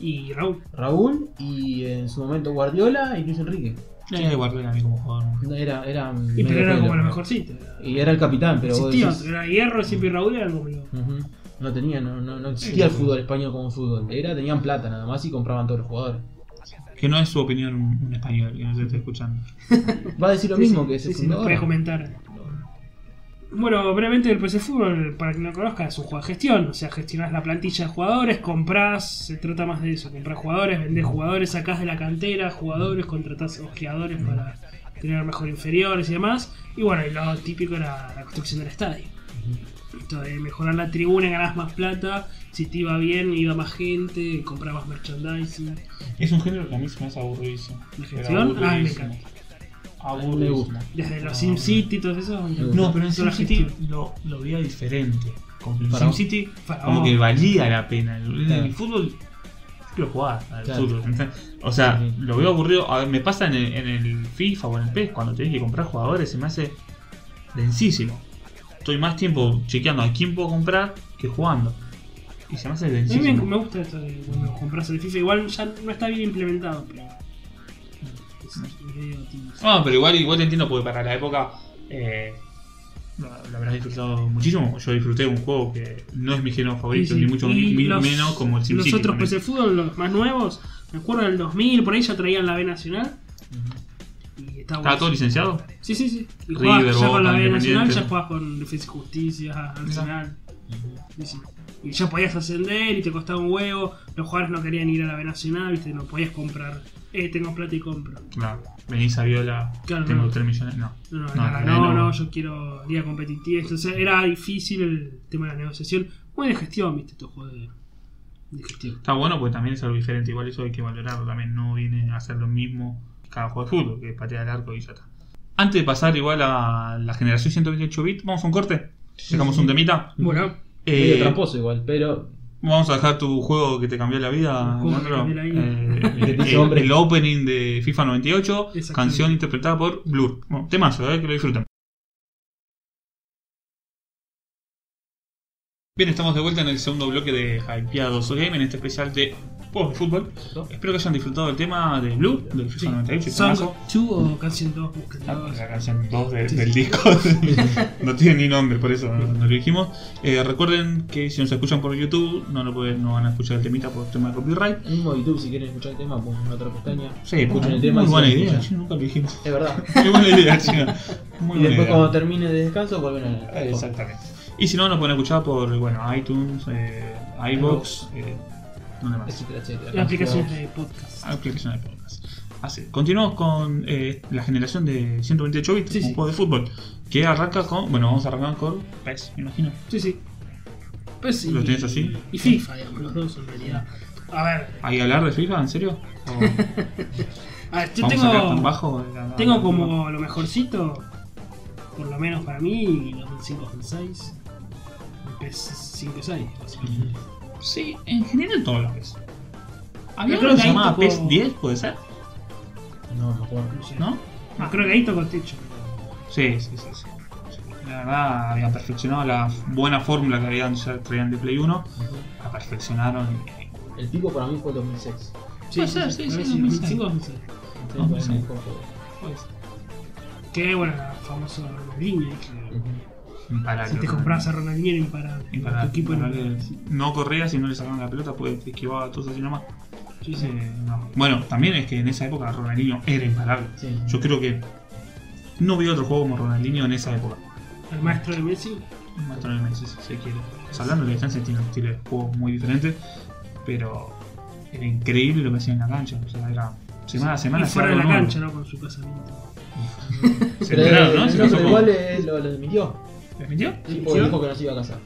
S3: y Raúl.
S2: Raúl y en su momento Guardiola y Luis Enrique.
S1: Sí, Guardiola a mí como jugador.
S2: No, Era, era
S3: Y
S2: medio
S3: pero era como
S2: pelo.
S3: lo mejorcito. era-
S2: Y era el capitán, pero vos
S3: Existía,
S2: decís-
S3: era Hierro, siempre y Raúl eran como los.
S2: Ujú. No tenía, no, no, no existía el fútbol español como fútbol. Era, tenían plata nada más y compraban todos los jugadores.
S1: Que no es su opinión un, un español, que no se esté escuchando.
S2: Va a decir lo mismo que
S3: Sí,
S2: se
S3: sí,
S2: fundó
S3: puedes
S2: ahora.
S3: comentar. Bueno, brevemente el PC Fútbol, para quien no conozca, es un juego de gestión. O sea, gestionás la plantilla de jugadores, comprás, se trata más de eso, comprás jugadores, vendés jugadores, sacás de la cantera jugadores, contratás ojeadores para tener mejor inferiores y demás. Y bueno, y lo típico era la construcción del estadio. Esto de mejorar la tribuna, ganás más plata, si te iba bien, iba más gente, comprabas merchandising.
S1: Es un género que a mí se me hace aburridísimo.
S3: ¿La
S1: Pero
S3: gestión? Ah, me
S1: aburridísimo.
S3: encanta.
S2: Me
S1: Aburridísimo.
S2: gusta.
S3: Desde
S1: No.
S3: los SimCity y todo eso.
S1: No, pero en
S3: toda la
S1: SimCity
S3: gestión.
S1: lo, lo veía diferente. Como que en
S2: Para vos.
S1: SimCity
S3: Para
S1: como
S3: vos.
S1: que valía la pena. En el,
S2: Claro.
S1: fútbol, yo quiero jugar al
S2: Claro.
S1: fútbol. O sea,
S2: Sí, sí.
S1: lo veo aburrido. A ver, me pasa en el, en el FIFA o en el PES, cuando tenés que comprar jugadores, se me hace densísimo. Estoy más tiempo chequeando a quién puedo comprar que jugando. Y se me hace
S3: A mí me,
S1: densísimo.
S3: me gusta esto de cuando compras el FIFA, igual ya no está bien implementado, pero. Es medio tibio.
S1: No, Ah, pero igual, igual te entiendo porque para la época eh, lo, lo habrás disfrutado muchísimo. Yo disfruté un juego que no es mi género favorito,
S3: Sí, sí.
S1: ni mucho
S3: Y
S1: ni-
S3: los-
S1: menos como el SimCity.
S3: Los otros
S1: ponele.
S3: PC Fútbol, los más nuevos, me acuerdo del 2000, por ahí ya traían la B Nacional. Y estaba
S1: ¿Estaba
S3: bueno.
S1: todo licenciado?
S3: Sí, sí, sí. Y
S1: River,
S3: jugabas ya
S1: Boca,
S3: con la B Nacional,
S1: Independiente.
S3: ya jugabas con Defensa y Justicia, Arsenal.
S2: Ujú.
S3: Sí, sí. Y ya podías ascender y te costaba un huevo. Los jugadores no querían ir a la B Nacional, viste, no podías comprar. Eh, tengo plata y compro.
S1: Claro. Venís a Viola,
S3: Claro,
S1: tengo
S3: no.
S1: 3 millones. No.
S3: No, no,
S1: No,
S3: era,
S1: no,
S3: no,
S1: no.
S3: no, yo quiero liga competitiva. Entonces era difícil el tema de la negociación. Muy de gestión, viste, estos juegos de, de gestión.
S1: Está bueno porque también es algo diferente. Igual eso hay que valorarlo. También no viene a ser lo mismo cada juego de fútbol, que patea el arco y ya está. Antes de pasar igual a la generación 128 bits, vamos a un corte. Dejamos
S2: sí.
S1: un temita.
S3: Bueno,
S2: Medio
S1: Eh,
S2: tramposo igual, pero
S1: Vamos a dejar tu juego que te cambió la vida,
S3: Un juego que
S1: Leandro.
S3: cambió la vida.
S1: Eh,
S2: Que te
S1: el,
S2: hizo hombre.
S1: el opening de FIFA 98,
S3: Exactamente.
S1: canción interpretada por Blur. Bueno, temazo, eh, que lo disfruten. Bien, estamos de vuelta en el segundo bloque de Hypeados Game, en este especial de juegos de fútbol. Espero que hayan disfrutado del tema de Blue, del FIFA
S3: Sí.
S1: 98.
S3: Song
S1: temazo.
S3: 2 o Canción 2, busquen
S1: Ah,
S3: dos.
S1: La canción 2 del disco. no tiene ni nombre, por eso no, no lo dijimos. Eh, recuerden que si nos escuchan por YouTube, no, lo pueden- no van a escuchar el temita por tema de copyright.
S2: Mismo YouTube, si quieren escuchar el tema, pongan otra pestaña.
S1: Sí,
S2: escuchen el
S1: muy
S2: tema. y
S1: buena
S2: se lo
S1: idea,
S2: escuchan.
S1: sí, nunca lo dijimos.
S2: Es verdad.
S1: Muy buena idea, chica. Muy
S2: Y
S1: buena
S2: después,
S1: idea.
S2: cuando termine de descanso, vuelven a.
S1: Eh, Exactamente. Y si no, nos pueden escuchar por bueno, iTunes, eh, iBox, eh, ¿dónde más? Ah,
S2: Etcétera, etcétera.
S3: Las aplicaciones de podcast.
S1: Aplicación de podcast. Así, continuamos con eh, la generación de 128 bits,
S3: Sí,
S1: un
S3: sí.
S1: juego de fútbol, que arranca con, bueno, vamos a arrancar con PES, me imagino.
S3: Sí, sí. Pues y,
S1: ¿Lo tienes así?
S3: Y FIFA, digamos, los dos en realidad. A ver,
S1: ¿Hay que hablar de FIFA? ¿En serio? ¿O
S3: a ver, yo
S1: ¿Vamos a quedar tan
S3: tengo,
S1: bajo? La- la-
S3: tengo como lo mejorcito, por lo menos para mí, 2005-2006. PS5-6, básicamente.
S1: Sí, en general todos los PES. ¿Había
S3: Yo creo
S1: uno que se
S3: que ahí
S1: llamaba
S3: tocó-
S1: PES 10, puede ser?
S2: No, me acuerdo.
S3: No sé.
S1: ¿No?
S3: Ah, creo que ahí tocó el techo.
S1: Sí, sí, sí, sí. La verdad, habían perfeccionado la buena fórmula que habían ya traían de Play 1. La perfeccionaron.
S2: El pico para mí fue 2006.
S1: Puede ser, sí,
S3: me
S1: sí,
S3: parece,
S1: 2006.
S3: 2005-2006.
S2: Entonces,
S1: No,
S2: para
S1: Ah, sí.
S2: mí fue juego.
S3: Pues. Que bueno, era famoso Ronaldinho. ahí que
S2: Ujú.
S1: Imparable.
S3: Si te compras a Ronaldinho imparable.
S1: Imparable.
S3: Tu equipo era-
S1: Imparable. No corrías y no le sacaban la pelota, pues te esquivaba todos así nomás.
S3: Sí, sí.
S1: Eh, no. Bueno, también es que en esa época Ronaldinho era imparable.
S2: Sí.
S1: Yo creo que no vi otro juego como Ronaldinho en esa época.
S3: El maestro de Messi.
S1: Mató en el Messi, si se quiere. O sea, hablando de la distancia, tiene un estilo de juego muy diferente, pero era increíble lo que hacía en la cancha. O sea, era semana a semana.
S3: Y
S1: hacía
S3: fuera de la
S1: algo nuevo.
S3: cancha, ¿no? Con su casamiento.
S1: Se
S2: Pero, eh,
S1: enteraron, ¿no? Se
S2: no,
S1: casó
S2: pero
S1: con-
S2: igual es- lo, lo desmintió.
S1: ¿Les mintió?
S2: Sí,
S3: ¿Sí?
S2: porque dijo que no se iba a casar.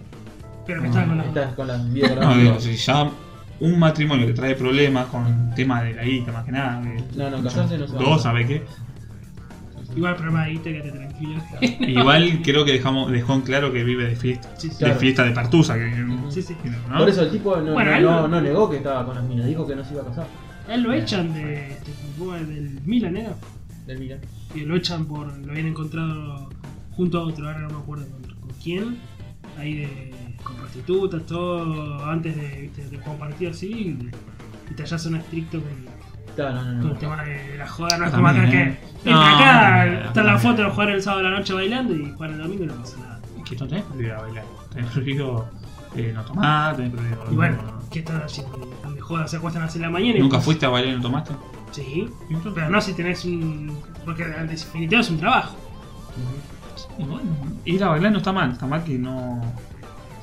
S3: Pero que
S1: Mm.
S3: estaba con la.
S2: Estás con las
S1: No, digo,
S2: videografías.
S1: si ya un matrimonio que trae problemas con tema de la guita, más que nada. de-
S2: No, no, casarse no se va a
S1: Dos,
S2: casar.
S1: ¿sabes qué?
S3: Igual el problema de Ita que te tranquilo.
S1: Igual creo que dejamos, dejó en claro que vive de fiesta.
S3: Sí, sí.
S2: Claro.
S1: De fiesta de partusa. Que,
S3: Sí, sí.
S1: ¿no?
S2: Por eso el tipo no,
S3: Bueno,
S2: no-
S3: algo-
S2: no- no negó que estaba con las minas, dijo que no se iba a casar.
S3: A Él lo echan de este fútbol del Milan, ¿era?
S2: Del Milan.
S3: Y lo echan por. Lo habían encontrado junto a otro, ahora no me acuerdo con, con quién. Ahí de. con prostitutas, todo. Antes de, viste, de jugar un partido así. Y, y ya son estrictos con.
S2: Está, no, no, no.
S3: Con el
S2: no.
S3: tema de la joda, no es como
S1: También,
S3: acá que.
S1: ¿eh?
S3: Entra
S1: No,
S3: acá,
S1: no, no, no,
S3: está la
S1: no.
S3: foto de jugar el sábado a la noche bailando y jugar el domingo y no pasa nada.
S1: Que no tenés prohibido bailar. Tenés prohibido eh, no tomar, tenés prohibido.
S3: Y bueno, ¿qué están haciendo? Están de joda, se acuestan a las seis de la mañana y. pues,
S1: ¿Nunca fuiste a bailar y no tomaste?
S3: Sí, pero no si tenés un. Porque en definitiva es un trabajo.
S2: Ujú.
S1: Y bueno, ir a bailar no está mal, está mal que no.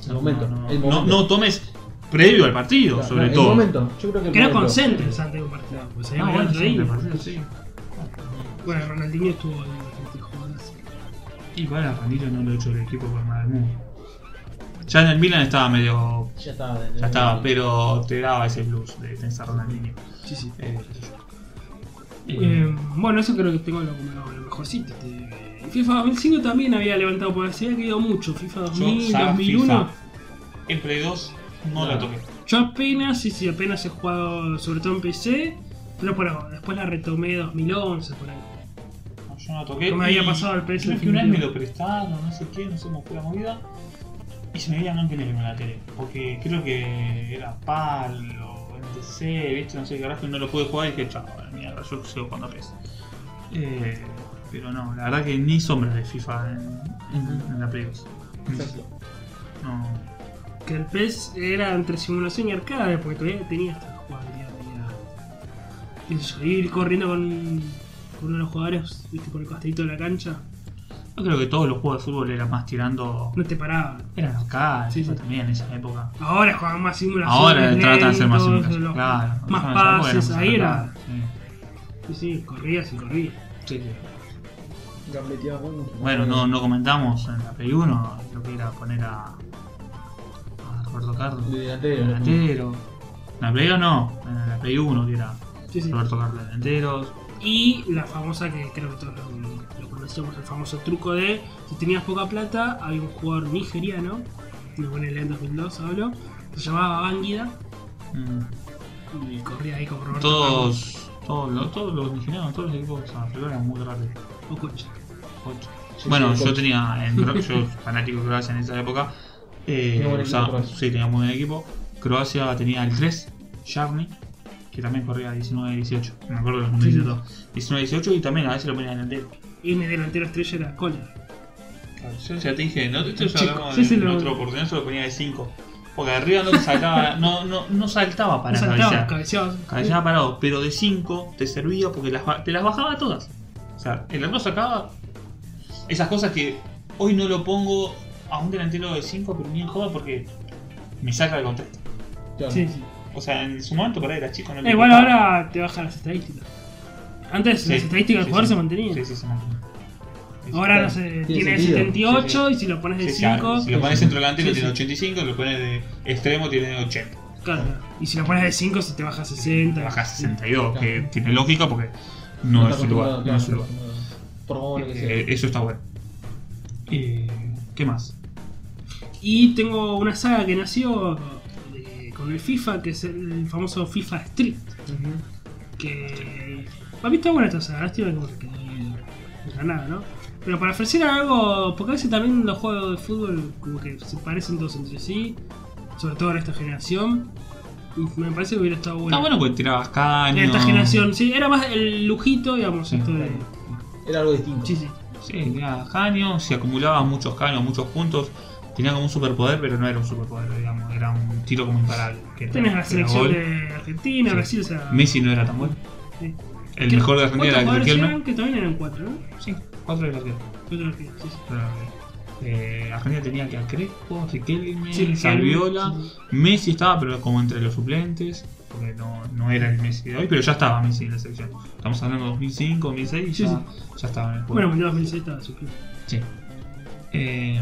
S2: El momento,
S1: No, no,
S2: el
S1: no-
S2: momento.
S1: no tomes previo al partido,
S2: Claro,
S1: sobre
S2: no,
S1: todo.
S2: El momento, yo creo que el
S3: Que no
S2: momento.
S3: concentres antes de un partido. Pues
S1: Ah,
S3: había
S1: bueno,
S3: otro
S1: sí,
S3: día.
S1: el partido, sí.
S3: Bueno, Ronaldinho estuvo ahí bastante jodas.
S1: Igual a Ramiro no lo he hecho el equipo por nada del mundo. Ya en el Milan estaba medio.
S2: Ya estaba.
S1: Ya estaba, pero te daba ese blues de tensa Ronaldinho.
S3: Sí, sí.
S1: Eh,
S3: Eh, bueno, eso creo que tengo lo, lo- lo mejorcito. Este, FIFA 2005 también había levantado porque se había querido mucho. FIFA 2000, 2001.
S1: En Play 2 no,
S2: No.
S1: la toqué.
S3: Yo apenas, sí, sí, apenas he jugado, sobre todo en PC, pero bueno, después la retomé 2011 por ahí.
S1: No, Yo no la toqué.
S3: No me había
S1: y
S3: pasado el PS
S1: Creo que una vez me
S3: definitivo.
S1: lo prestaron, no sé qué, no sé cómo fue la movida. Y se me veía blanco y negro en la tele. Porque creo que era PAL o NTC, viste, no sé qué carajo, y no lo pude jugar y dije, chao, a la mierda, yo sigo jugando a PES. Eh, pero no, la verdad que ni sombra de FIFA en, en- en la Play 2.
S2: Exacto.
S1: No.
S3: Que el PES era entre simulación y arcade, porque todavía tenía esta jugabilidad. tenía- qué sé yo, ir corriendo con, con uno de los jugadores, viste, por el costadito de la cancha,
S1: Yo creo que todos los juegos de fútbol eran más tirando.
S3: no te paraba.
S1: Eran arcades
S3: Sí, sí.
S1: también en esa época.
S3: Ahora juegan más simulación.
S1: Ahora tratan de hacer más simulación. Claro,
S3: Claro, más
S1: Yo en esa época
S3: pases,
S1: era
S3: ahí
S1: más
S3: era.
S1: arcade, sí.
S3: Sí, sí, corrías y corrías.
S1: Sí, sí.
S2: Gambeteaba mucho.
S1: Bueno, no, no comentamos en la Play 1 lo que era poner a, a Roberto Carlos.
S2: De
S1: de
S2: delantero.
S1: delantero. En la Play 2 no, en la Play 1 que era
S3: Sí, sí.
S1: Roberto Carlos de delanteros.
S3: Y la famosa que creo que todos lo, lo conocemos, el famoso truco de si tenías poca plata, había un jugador nigeriano, lo pone en 2002 hablo, se llamaba Bangida
S1: Mm,
S3: y corría ahí con Roberto Carlos
S1: Todos, todos, los, todos los nigerianos, todos los equipos de San eran muy rápidos.
S3: o Cocha.
S1: Ocho.
S2: Sí,
S1: bueno,
S2: sí,
S1: yo
S2: coach.
S1: tenía, en, Cro- yo fanático de Croacia en esa época. Eh,
S2: Tenía buen equipo
S1: usaba-
S2: Croacia.
S1: sí, tenía muy buen equipo. Croacia tenía el 3, Jarni, que también corría 19-18. Me acuerdo de los
S3: Sí,
S1: números
S3: sí.
S1: de todos. 19-18 y también a veces lo ponían delantero.
S3: Y mi delantero estrella era Cola.
S1: Yo ya te dije, ¿no? esto ya
S3: Chico,
S1: hablamos
S3: sí,
S1: en,
S3: sí,
S1: en
S3: lo-
S1: otra oportunidad, yo lo ponía de 5. Porque arriba no te sacaba, no, no, no saltaba para
S3: Saltaba,
S1: cabecear.
S3: cabeceaba.
S1: Cabeceaba parado, pero de 5 te servía porque las, ba- te las bajaba todas. O sea, el arco sacaba esas cosas que hoy no lo pongo a un delantero de 5, pero ni en joda porque me saca de contexto.
S2: Claro.
S3: Sí, sí.
S1: O sea, en su momento para era chico, no
S3: Eh, igual ahora te bajan las estadísticas. Antes
S1: Sí,
S3: las estadísticas del
S1: sí,
S3: jugador
S1: sí.
S3: se mantenían.
S1: Sí, sí, se mantenía. Sí, sí.
S3: Ahora no
S2: Sí,
S3: sé,
S2: tiene
S3: tiene
S2: sentido.
S3: 78
S1: Sí,
S3: y si lo pones de
S1: Sí, sí, ahora,
S3: 5.
S1: si lo pones centro delantero
S3: Sí,
S1: tiene
S3: sí.
S1: 85, lo pones de extremo tiene 80.
S3: Claro. Y si lo pones de 5 se te baja a 60.
S1: Baja a 62,
S2: Claro.
S1: que tiene lógica porque no,
S2: está
S1: es un lugar.
S2: acostumbrado,
S1: no
S2: claro,
S1: es un lugar.
S2: acostumbrado. Por favor, lo que sea.
S1: Eh, eso está bueno. Eh, ¿Qué más?
S3: Y tengo una saga que nació eh, con el FIFA, que es el famoso FIFA Street.
S2: Ujú.
S3: Que. Para mí está buena esta saga, lástima como se quedó ahí en la nada, ¿no? Pero para ofrecer algo, porque a veces también los juegos de fútbol como que se parecen todos entre sí, sobre todo en esta generación. Y Me parece que hubiera estado bueno.
S1: Está bueno porque tirabas
S3: En
S1: caños.
S3: esta generación, sí, era más el lujito, digamos,
S1: Sí,
S3: esto de.
S2: claro. Era algo distinto.
S3: Sí, sí.
S1: Sí, tirabas caños, si acumulabas muchos caños, muchos puntos. Tenía como un superpoder, pero no era un superpoder, digamos. Era un tiro como imparable. que era-
S3: Tenés la
S1: era
S3: selección
S1: gol.
S3: de Argentina,
S1: Sí.
S3: Brasil, o sea.
S1: Messi no era tan bueno.
S3: Sí.
S1: El
S3: ¿Qué-
S1: mejor de Argentina
S3: ¿cuántos
S1: era
S3: jugadores
S1: Riquelme.
S3: eran? Que también eran cuatro, ¿no?
S1: Sí, cuatro de los que.
S3: Cuatro argentinos, sí, sí.
S1: Pero, eh, Argentina tenía que a Crespo, Riquelme,
S3: Sí, Riquelme,
S1: Salviola.
S3: sí, sí.
S1: Messi estaba, pero como entre los suplentes, porque no, no era el Messi de hoy, pero ya estaba Messi en la selección. Estamos hablando de 2005, 2006,
S3: Sí,
S1: ya,
S3: sí.
S1: ya estaba en el
S3: Bueno,
S1: juego.
S3: Mundial 2006 estaba su club.
S1: Sí. Eh,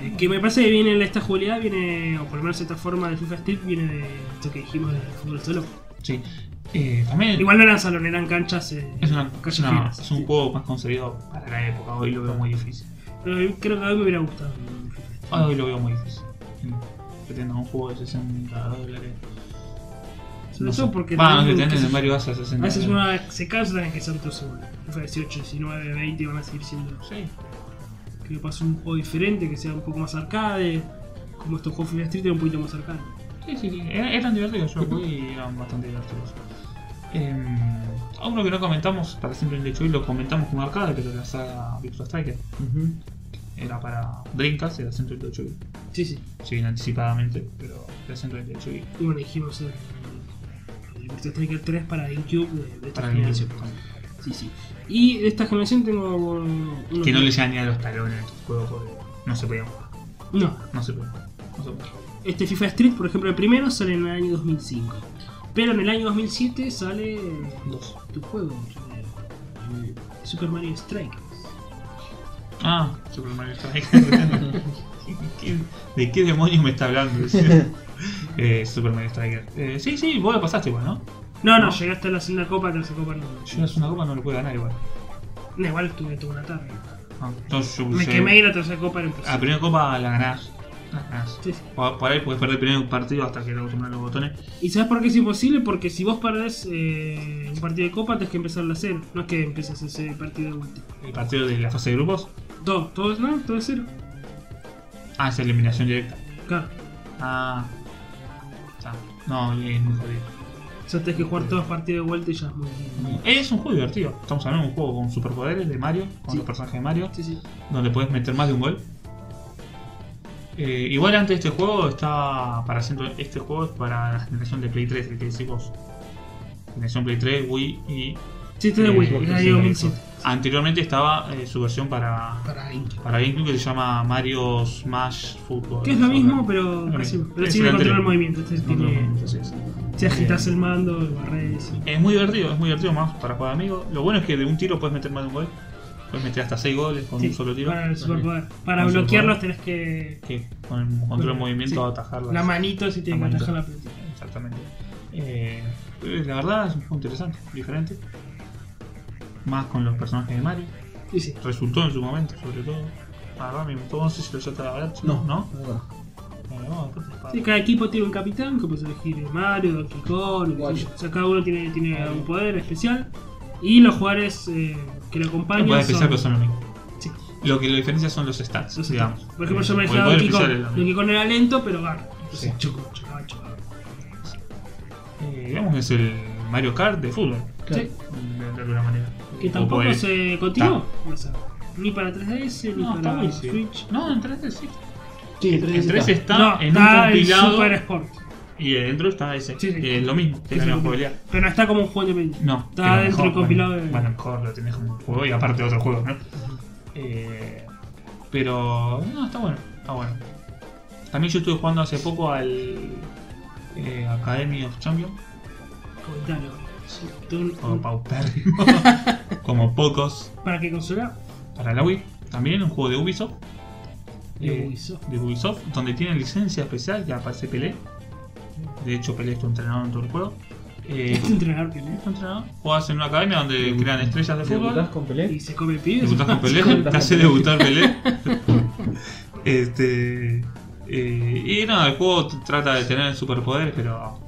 S3: Eh, que me parece que viene esta jugabilidad, viene, o por lo menos esta forma de FIFA Street, viene de esto que dijimos del fútbol solo.
S1: sí. Eh, también
S3: Igual no eran salón, eran canchas. eh,
S1: es, una, es, una-
S3: callejeras,
S1: es un
S3: sí.
S1: juego más concebido para la época, hoy lo veo muy difícil.
S3: Pero yo creo que a mí me hubiera gustado. un FIFA Street.
S1: Hoy lo veo muy difícil. Que tenga un juego de 60 dólares.
S3: Sobre todo
S1: sé.
S3: porque.
S1: Bueno, no sé,
S3: también, qué
S1: tenés
S3: sé
S1: en Mario Basa 60
S3: yo, a veces
S1: dólares.
S3: uno se cansa también que sean todos iguales. FIFA 18, 19, 20 van a seguir siendo.
S1: Sí.
S3: que le pase un juego diferente, que sea un poco más arcade, como estos juegos Final Street eran un poquito más arcade.
S1: Sí, sí, sí. Era- Eran divertidos, yo jugué y eran bastante divertidos. Em, a uno que no comentamos, para siempre en hecho y lo comentamos como arcade, pero la saga Virtua Striker
S2: Ujú.
S1: era para Dreamcast, era 128 bits.
S3: Sí, sí.
S1: Si bien anticipadamente, pero era 128 bits.
S3: Y bueno, dijimos el, el Virtua Striker 3 para GameCube de, de esta
S1: Para el
S3: generación. Sí, sí. Y de esta generación tengo uno
S1: Que no le llegan ni a los talones a estos juegos porque no se podían jugar.
S3: No,
S1: No se podían jugar. No se podían jugar.
S3: este FIFA Street, por ejemplo, el primero sale en el año 2005. Pero en el año 2007 sale eh,
S1: Dos.
S3: tu juego, eh, el Super Mario Strikers.
S1: Ah, Super Mario Striker. ¿Qué- ¿De qué demonios me está hablando? eh, Super Mario Striker. Eh, sí, sí, vos lo pasaste igual, ¿no?
S3: No, no,
S1: No.
S3: llegué hasta la segunda copa, tercera copa no.
S1: Yo es una copa no lo puedo ganar igual.
S3: No, igual estuve toda una tarde.
S1: Ah, entonces yo
S3: Me
S1: puse- Ah,
S3: quemé y la tercera copa era
S1: A la
S3: imposible.
S1: primera copa la ganás. La ganás.
S3: Sí, sí.
S1: Por, por ahí puedes perder el primer partido hasta que te acostumbran los botones.
S3: ¿Y sabes por qué es imposible? Porque si vos perdés eh, un partido de copa, tenés que empezarlo a hacer. No es que empieces ese partido de vuelta.
S1: El partido de la fase de grupos.
S3: Todo, todo es no, todo es cero.
S1: Ah, es eliminación directa.
S3: Claro.
S1: Ah. Está. No, es muy jodido.
S3: O sea, tenés que jugar todos los partidos de vuelta y ya es muy bien.
S1: Es un juego divertido. Estamos hablando de un juego con superpoderes de Mario, con
S3: Sí.
S1: los personajes de Mario,
S3: Sí, sí.
S1: donde puedes meter más de un gol. Eh, igual antes este juego está para centro, este juego es para la generación de Play 3, el que decís vos. Generación Play 3, Wii y
S3: Sí, este es de
S1: Eh,
S3: Wii,
S1: porque
S3: el
S1: sí,
S3: año 2007.
S1: Anteriormente estaba eh, su versión para,
S3: Para GameCube.
S1: para GameCube que se llama Mario Smash Football.
S3: Que es lo mismo,
S1: Lo
S3: pero casi.
S1: mismo.
S3: Pero
S1: Es
S3: sí de
S1: el
S3: controlar
S1: anterior.
S3: el movimiento. Este
S1: No, no,
S3: tiene.
S1: entonces es.
S3: Si agitas el mando, el barres. y-
S1: Es muy divertido, es muy divertido más para jugar amigos. Lo bueno es que de un tiro puedes meter más de un gol. Puedes meter hasta 6 goles con
S3: Sí,
S1: un solo tiro.
S3: Para el superpoder. Para
S1: Un
S3: bloquearlos tenés que.
S1: Que con el control de
S3: Sí.
S1: movimiento atajarlas.
S3: La manito si tiene que
S1: La manito.
S3: atajar la pelota.
S1: Exactamente. Eh, eh, la verdad es un juego interesante, diferente. Más con los personajes de Mario.
S3: Sí, sí.
S1: Resultó en su momento, sobre todo. La verdad me gustó, no sé si lo ya te lo habrá hecho,
S2: No,
S1: ¿no?
S2: no, no.
S1: Bueno, vamos, entonces, para-
S3: Sí, cada equipo tiene un capitán que puedes elegir Mario, Donkey Kong, lo que
S2: Guayo.
S3: sea. o sea, cada uno tiene, tiene un poder especial. Y los jugadores eh, que lo
S1: Los
S3: acompañan
S1: poderes
S3: son...
S1: especiales son lo mismo.
S3: Sí,
S1: Lo que lo diferencia son los stats,
S3: los
S1: digamos.
S3: Por ejemplo, yo
S1: Eh,
S3: me
S1: porque
S3: dejé a
S1: el poder
S3: Donkey Kong.
S1: especial es lo
S3: Donkey
S1: mismo.
S3: Kong era lento, pero gana.
S1: Sí.
S3: Entonces, choco, chocaba, chocaba.
S1: eh, digamos que es el Mario Kart de fútbol.
S2: Claro.
S3: Sí.
S1: De, de alguna manera.
S3: Que
S1: O pues,
S3: tampoco
S1: puede-
S3: se continuó. O sea, ni para 3DS, ni
S1: No, está
S3: para
S1: ahí, sí.
S3: Switch.
S1: No, en 3 sí.
S2: Sí, el 3DS
S1: En 3
S2: está.
S1: está
S3: no,
S1: en
S3: está
S1: un
S3: el
S1: compilado
S3: Super Sport.
S1: y adentro está ese.
S3: Sí, sí.
S1: Eh, lo mismo, tiene
S3: Sí,
S1: la misma
S3: sí.
S1: jugabilidad.
S3: Pero no está como un juego independiente.
S1: No,
S3: Está
S1: pero
S3: dentro del compilado
S1: bueno,
S3: de-
S1: Bueno, mejor lo tenés como un juego y aparte otro juego, ¿no? Eh, pero. No, está bueno. Está bueno. También yo estuve jugando hace poco al. eh, Academy of Champions.
S3: Comentario. Sí, tú-
S1: Juego paupérrimo. como pocos.
S3: ¿Para qué consola?
S1: Para la Wii. También un juego de Ubisoft.
S3: De
S1: Eh,
S3: Ubisoft.
S1: de Ubisoft, donde tiene licencia especial que aparece Pelé. De hecho, Pelé es tu entrenador en todo el juego. Eh,
S3: Este entrenador que
S1: es tu entrenador. Juegas en una academia donde crean estrellas de
S2: ¿Debutás
S1: fútbol.
S2: con
S3: le y
S2: Pelé?
S3: se come pibes.
S1: Debutas con Pelé, te hace debutar Pelé. este. eh, y nada, el juego t- trata de tener superpoderes, pero.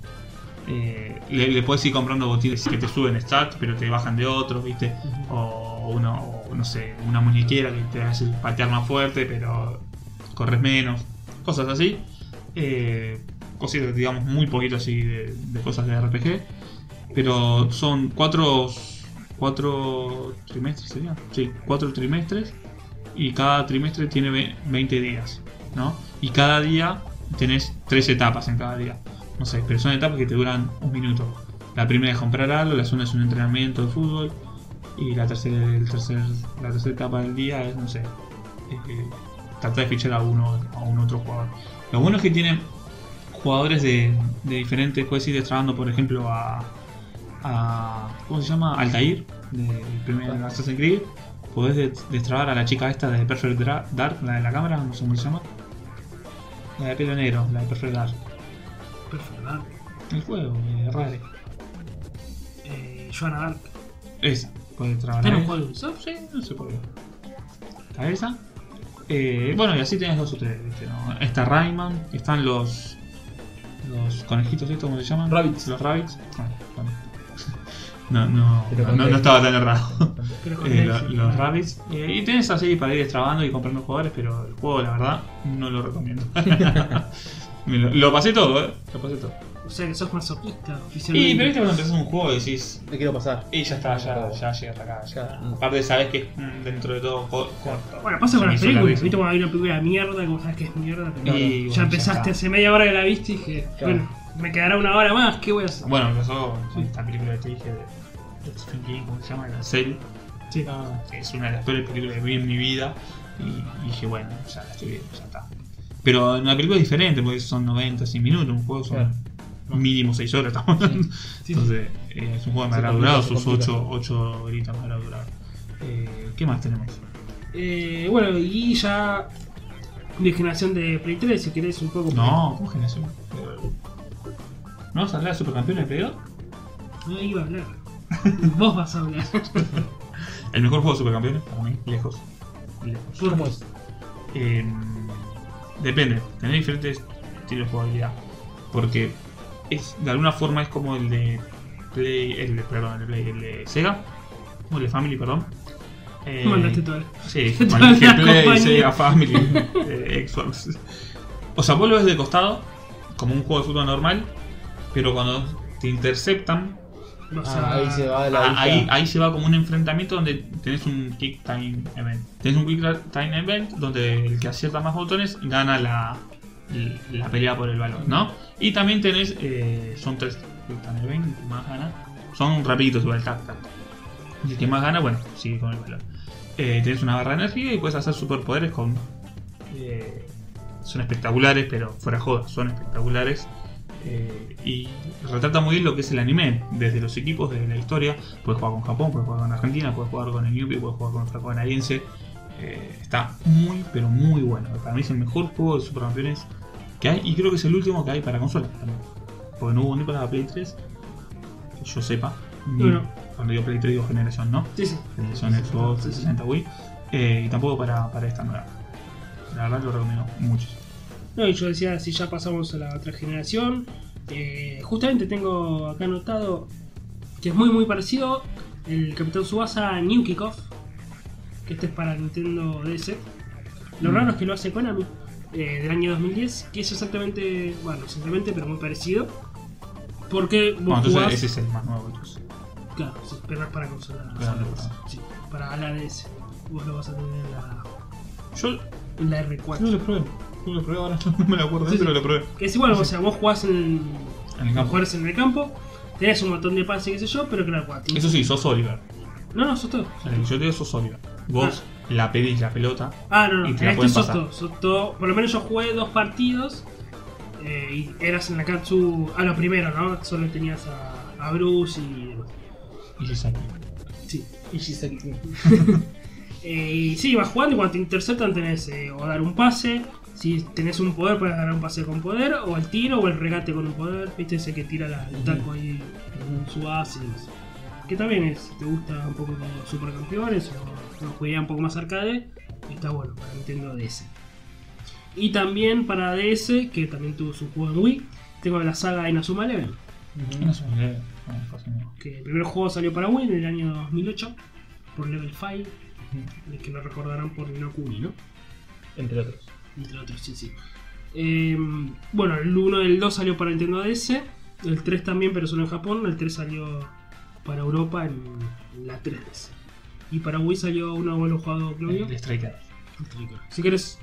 S1: eh, le, le puedes ir comprando botines que te suben stats, pero te bajan de otros, ¿viste?
S3: Ujú.
S1: O una, o, no sé, una muñequera que te hace patear más fuerte, pero corres menos, cosas así. Eh, cositas, digamos, muy poquito así de, de cosas de RPG. Pero son cuatro, cuatro trimestres, ¿sería? Sí, cuatro trimestres. Y cada trimestre tiene ve- 20 días, ¿no? Y cada día tenés tres etapas en cada día. No sé, pero son etapas que te duran un minuto. La primera es comprar algo, la segunda es un entrenamiento de fútbol. Y la tercera, el tercer, la tercera etapa del día es, no sé, eh, tratar de fichar a uno a un otro jugador. Lo bueno es que tienen jugadores de, de diferentes puedes ir destrabando, por ejemplo, a, a- ¿Cómo se llama? Altair, del primer
S2: Ah.
S1: Assassin's Creed. Podés de- destrabar a la chica esta de Perfect Dra- Dark, la de la cámara, no sé cómo se llama. La de pelo negro, la de Perfect Dark.
S3: Perfecto.
S1: El juego, eh, Rare.
S3: Eh, Joanna Dark.
S1: Esa, podés destrabar
S3: ¿Está
S1: a
S3: en un
S1: ella.
S3: juego de Ubisoft?
S1: Sí, no se puede. Está esa. Eh, bueno, y así tenés dos o tres, ¿viste? ¿no? Está Rayman, están los. Los conejitos estos, ¿cómo se llaman?
S2: Rabbits.
S1: Los rabbits. Ah, bueno. No, no,
S2: Pero
S1: no,
S2: con
S1: no
S2: D.
S1: estaba tan errado.
S3: Pero con
S1: Eh, lo-
S3: Daisy.
S1: los rabbits. Eh, y tenés así para ir extrabando y comprando jugadores, pero el juego, la verdad, no lo recomiendo. Me lo, lo pasé todo, ¿eh? Lo pasé todo.
S3: O sea que sos masoquista oficialmente.
S1: Y, pero viste cuando empezás un juego y decís,
S2: Le quiero pasar.
S1: y ya está, ya, ya llegué hasta acá. Ya.
S2: Ya.
S1: Aparte sabes que es mm, dentro de todo co- corto.
S3: Bueno, pasa con
S1: Se
S3: las
S1: me hizo
S3: películas. Viste
S1: larguísimo.
S3: cuando hay una película de mierda, como sabes que es mierda. pero
S1: Y, bueno,
S3: ya
S1: ya
S3: empezaste
S1: está.
S3: hace media hora que la viste y dije,
S2: Claro.
S3: bueno, me quedará una hora más, ¿qué voy a hacer?
S1: Bueno, empezó con esta película que te dije de de Stephen King, ¿cómo se llama? La serie.
S3: Sí.
S1: que Es una de las peores películas que vi en mi vida. Y dije, bueno, ya la estoy viendo, ya está. Pero en una película es diferente, porque son 90, 100 minutos. Un juego son
S2: Claro.
S1: mínimo 6 horas, estamos hablando.
S3: sí.
S1: Entonces, eh, es un juego que me
S2: Se
S1: habrá
S2: complica,
S1: durado
S2: se
S1: sus
S2: complica.
S1: 8, horitas, me habrá durado. Eh, ¿Qué más tenemos?
S3: Eh, bueno, y ya de generación de Play 3, si querés un poco.
S1: No, ¿cómo generación? ¿No vas a hablar de Supercampeones de Play 2?
S3: No iba a hablar. Vos vas a hablar.
S1: El mejor juego de Supercampeones, para mí, lejos. Lejos.
S2: ¿Cómo es?
S1: Eh, depende, tenés diferentes estilos de jugabilidad. Porque es, de alguna forma es como el de Play, el de, perdón, el de, Play, el de Sega, o el de Family, perdón. Eh,
S3: Mandaste todo. el-
S1: Sí,
S3: Todas
S1: bueno, dije
S3: las
S1: Play,
S3: compañías.
S1: Sega, Family, eh, Xbox. O sea, vos lo ves de costado, como un juego de fútbol normal, pero cuando te interceptan,
S3: O sea,
S2: Ah, ahí se va la
S1: a-
S2: vista.
S1: ahí, ahí se va como un enfrentamiento donde tenés un Kick Time Event. Tenés un Kick Time Event donde el que acierta más botones gana la, la pelea por el balón, ¿no? Y también tenés, eh, son tres Kick Time Event, el que más gana. Son rapiditos igual, tac, tac. Y el que más gana, bueno, sigue con el balón. Eh, tenés una barra de energía y puedes hacer superpoderes con... eh, son espectaculares, pero fuera joda, son espectaculares. Eh, y retrata muy bien lo que es el anime, desde los equipos, desde la historia. Puedes jugar con Japón, puedes jugar con Argentina, puedes jugar con el Yupi, puedes jugar con el Franco Canadiense. Eh, está muy, pero muy bueno. Para mí es el mejor juego de supercampeones que hay y creo que es el último que hay para consola también. Porque no hubo ni para Play 3, que yo sepa. ni-
S3: No, no.
S1: Cuando digo Play 3 digo generación, ¿no?
S3: sí, sí.
S1: Generación Xbox 360 Wii. eh, y tampoco para, para esta nueva. La verdad lo recomiendo mucho.
S3: No, y yo decía, si ya pasamos a la otra generación, eh, justamente tengo acá anotado que es muy muy parecido el Capitán Subasa New Kickoff, que este es para Nintendo DS. Lo
S1: Mm.
S3: raro es que lo hace Konami, eh, del año 2010, que es exactamente, bueno, no exactamente, pero muy parecido. Porque vos
S1: Bueno, Ah, entonces
S3: jugás-
S1: ese es el más nuevo. entonces.
S3: Claro, sí, pero es para consolar.
S1: Claro,
S3: Sí, para la DS. Vos lo vas a tener en la. Yo. En la R4.
S1: Yo lo probé. Yo lo probé ahora, no me lo acuerdo,
S3: Sí, sí.
S1: pero lo probé.
S3: Que es igual, o sea, vos jugás en.
S1: En el campo.
S3: Jugás en el campo, tenés un montón de pase, qué sé yo, pero claro, cuatro.
S1: Eso sí, sos Oliver.
S3: No, no, sos todo.
S1: El que yo te digo sos Oliver. Vos la pedís la pelota.
S3: Ah, no, no,
S1: Y
S3: en
S1: te la
S3: este
S1: pueden
S3: sos
S1: pasar.
S3: todo, sos todo. Por lo menos yo jugué dos partidos. eh, y eras en la Katsu. Ah, lo primero, ¿no? Solo tenías a, a Bruce y demás.
S1: Y yo saqué.
S3: Sí.
S2: Ishizaki.
S3: Eh, y sí, vas jugando y cuando te interceptan tenés eh, o dar un pase. Si tenés un poder, puedes ganar un pase con poder, o el tiro, o el regate con un poder. Viste ese que tira la, el taco ahí en su base. y demás. Que también es, si te gusta un poco como supercampeones, o una juega un poco más arcade, está bueno para Nintendo DS. Y también para DS, que también tuvo su juego en Wii, tengo la saga Inazuma Eleven.
S1: No sé, eh, bueno, casi no.
S3: Que el primer juego salió para Wii en el año 2008, por Level 5, el que lo recordarán por Ninokuni, ¿no?
S2: Entre otros.
S3: Entre otros, sí, sí. Eh, bueno, el 1 y el 2 salió para Nintendo DS. El 3 también, pero solo en Japón. El 3 salió para Europa en, en la 3DS. Y para Wii salió uno de los jugado, Claudio.
S1: El Striker.
S3: Striker. Si querés,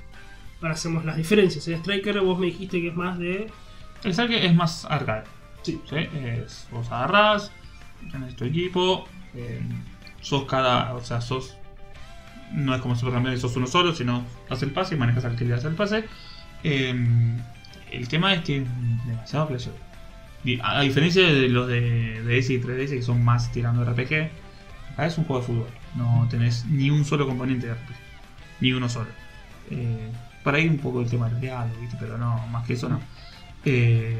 S3: ahora hacemos las diferencias. El Striker, vos me dijiste que es más de.
S1: El Striker es más arcade.
S3: Sí.
S1: ¿sí? Es, vos agarrás, tenés tu equipo, eh, sos cada. O sea, sos. No es como Super Campeones, sos uno solo, sino haces el pase y manejas al que le hace el pase. Eh, el tema es que es demasiado flashero. Di- A a diferencia de los de DS y 3DS que son más tirando RPG, acá es un juego de fútbol. No tenés ni un solo componente de RPG. Ni uno solo. Eh, por ahí un poco el tema del diálogo, ¿viste? pero no, más que eso no. Eh,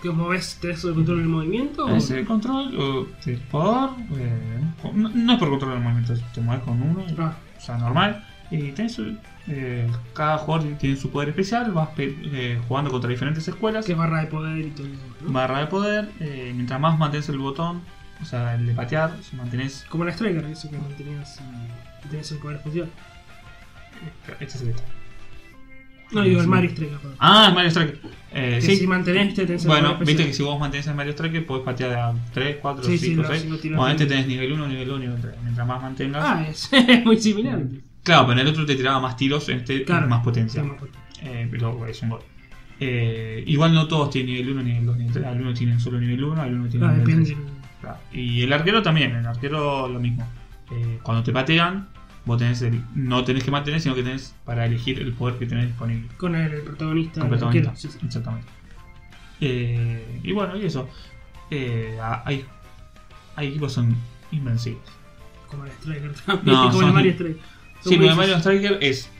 S3: ¿Qué os movés? ¿Tenés el control del movimiento?
S1: es el control o el poder. eh, no, no es por controlar el movimiento, te mueves con uno,
S3: Ah,
S1: o sea, normal. Y tenés, eh, cada jugador tiene su poder especial, vas pe- eh, jugando contra diferentes escuelas,
S3: que es barra de poder y todo eso. ¿no?
S1: barra de poder. eh, mientras más mantienes el botón, o sea, el de patear, si mantenés. mm,
S3: Como la Striker, eso que mantenías. y Tenías el poder especial.
S1: Este es el beta.
S3: No, digo el Mario Striker, perdón.
S1: Ah, el Mario Striker. Eh,
S3: Que
S1: sí.
S3: si mantenés, te tenés el
S1: Bueno,
S3: poder especial.
S1: viste que si vos mantenés el Mario Striker, podés patear a 3, 4,
S3: Sí, sí,
S1: 5,
S3: lo-
S1: 6.
S3: si no tiras
S1: Bueno, este
S3: bien.
S1: tenés nivel 1, nivel 1, nivel 3. Mientras más mantengas.
S3: Ah, es, es muy similar.
S1: Claro, pero en el otro te tiraba más tiros, en este
S3: Claro,
S1: más potencia.
S3: Sí, más potencia.
S1: Eh, pero es un gol. Eh, igual no todos tienen nivel 1, nivel 2, nivel 3. Algunos tienen solo nivel 1, algunos tienen
S3: Ah,
S1: nivel
S3: depende.
S1: tres. Claro. Y el arquero también, el arquero lo mismo. Eh, cuando te patean, vos tenés el, no tenés que mantener, sino que tenés para elegir el poder que tenés disponible.
S3: Con el, el protagonista. el
S1: Completamente.
S3: arquero, sí, sí.
S1: Exactamente. Eh, y bueno, y eso. Eh, a- hay, hay equipos que son invencibles.
S3: Como el Striker también.
S1: No,
S3: como
S1: son-
S3: el Mario Striker. Son
S1: Sí,
S3: muy
S1: lo de Mario
S3: difíciles.
S1: Striker es.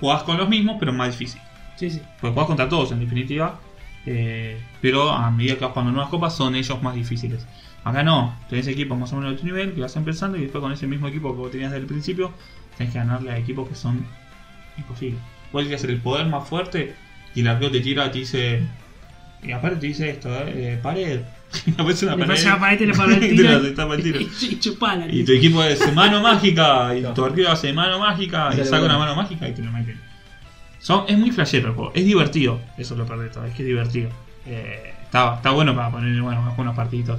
S1: Jugás con los mismos, pero más difícil.
S3: Sí, sí.
S1: Porque jugás contra todos, en definitiva. eh, pero a medida que vas jugando nuevas copas, son ellos más difíciles. Acá no, tenés equipos más o menos de tu nivel que vas empezando y después con ese mismo equipo que vos tenías desde el principio, tenés que ganarle a equipos que son imposibles. Vos que hacer el poder más fuerte y el arquero te tira, te dice. Y aparte te dice esto, eh, eh, pared. Y aparece una
S3: Le
S1: pared.
S3: pasa la pared, le para el
S1: Te
S3: tiro.
S1: la- te tapa el tiro.
S3: Y chupala.
S1: Y tu equipo es mano mágica, y tu arquero hace mano mágica, y
S2: Dale,
S1: saca
S2: bueno.
S1: una mano mágica y te lo meten. Son, es muy flashero el juego, es divertido, eso es lo perdí todo, es que es divertido. Eh, está, está bueno para poner bueno, para jugar unos partiditos.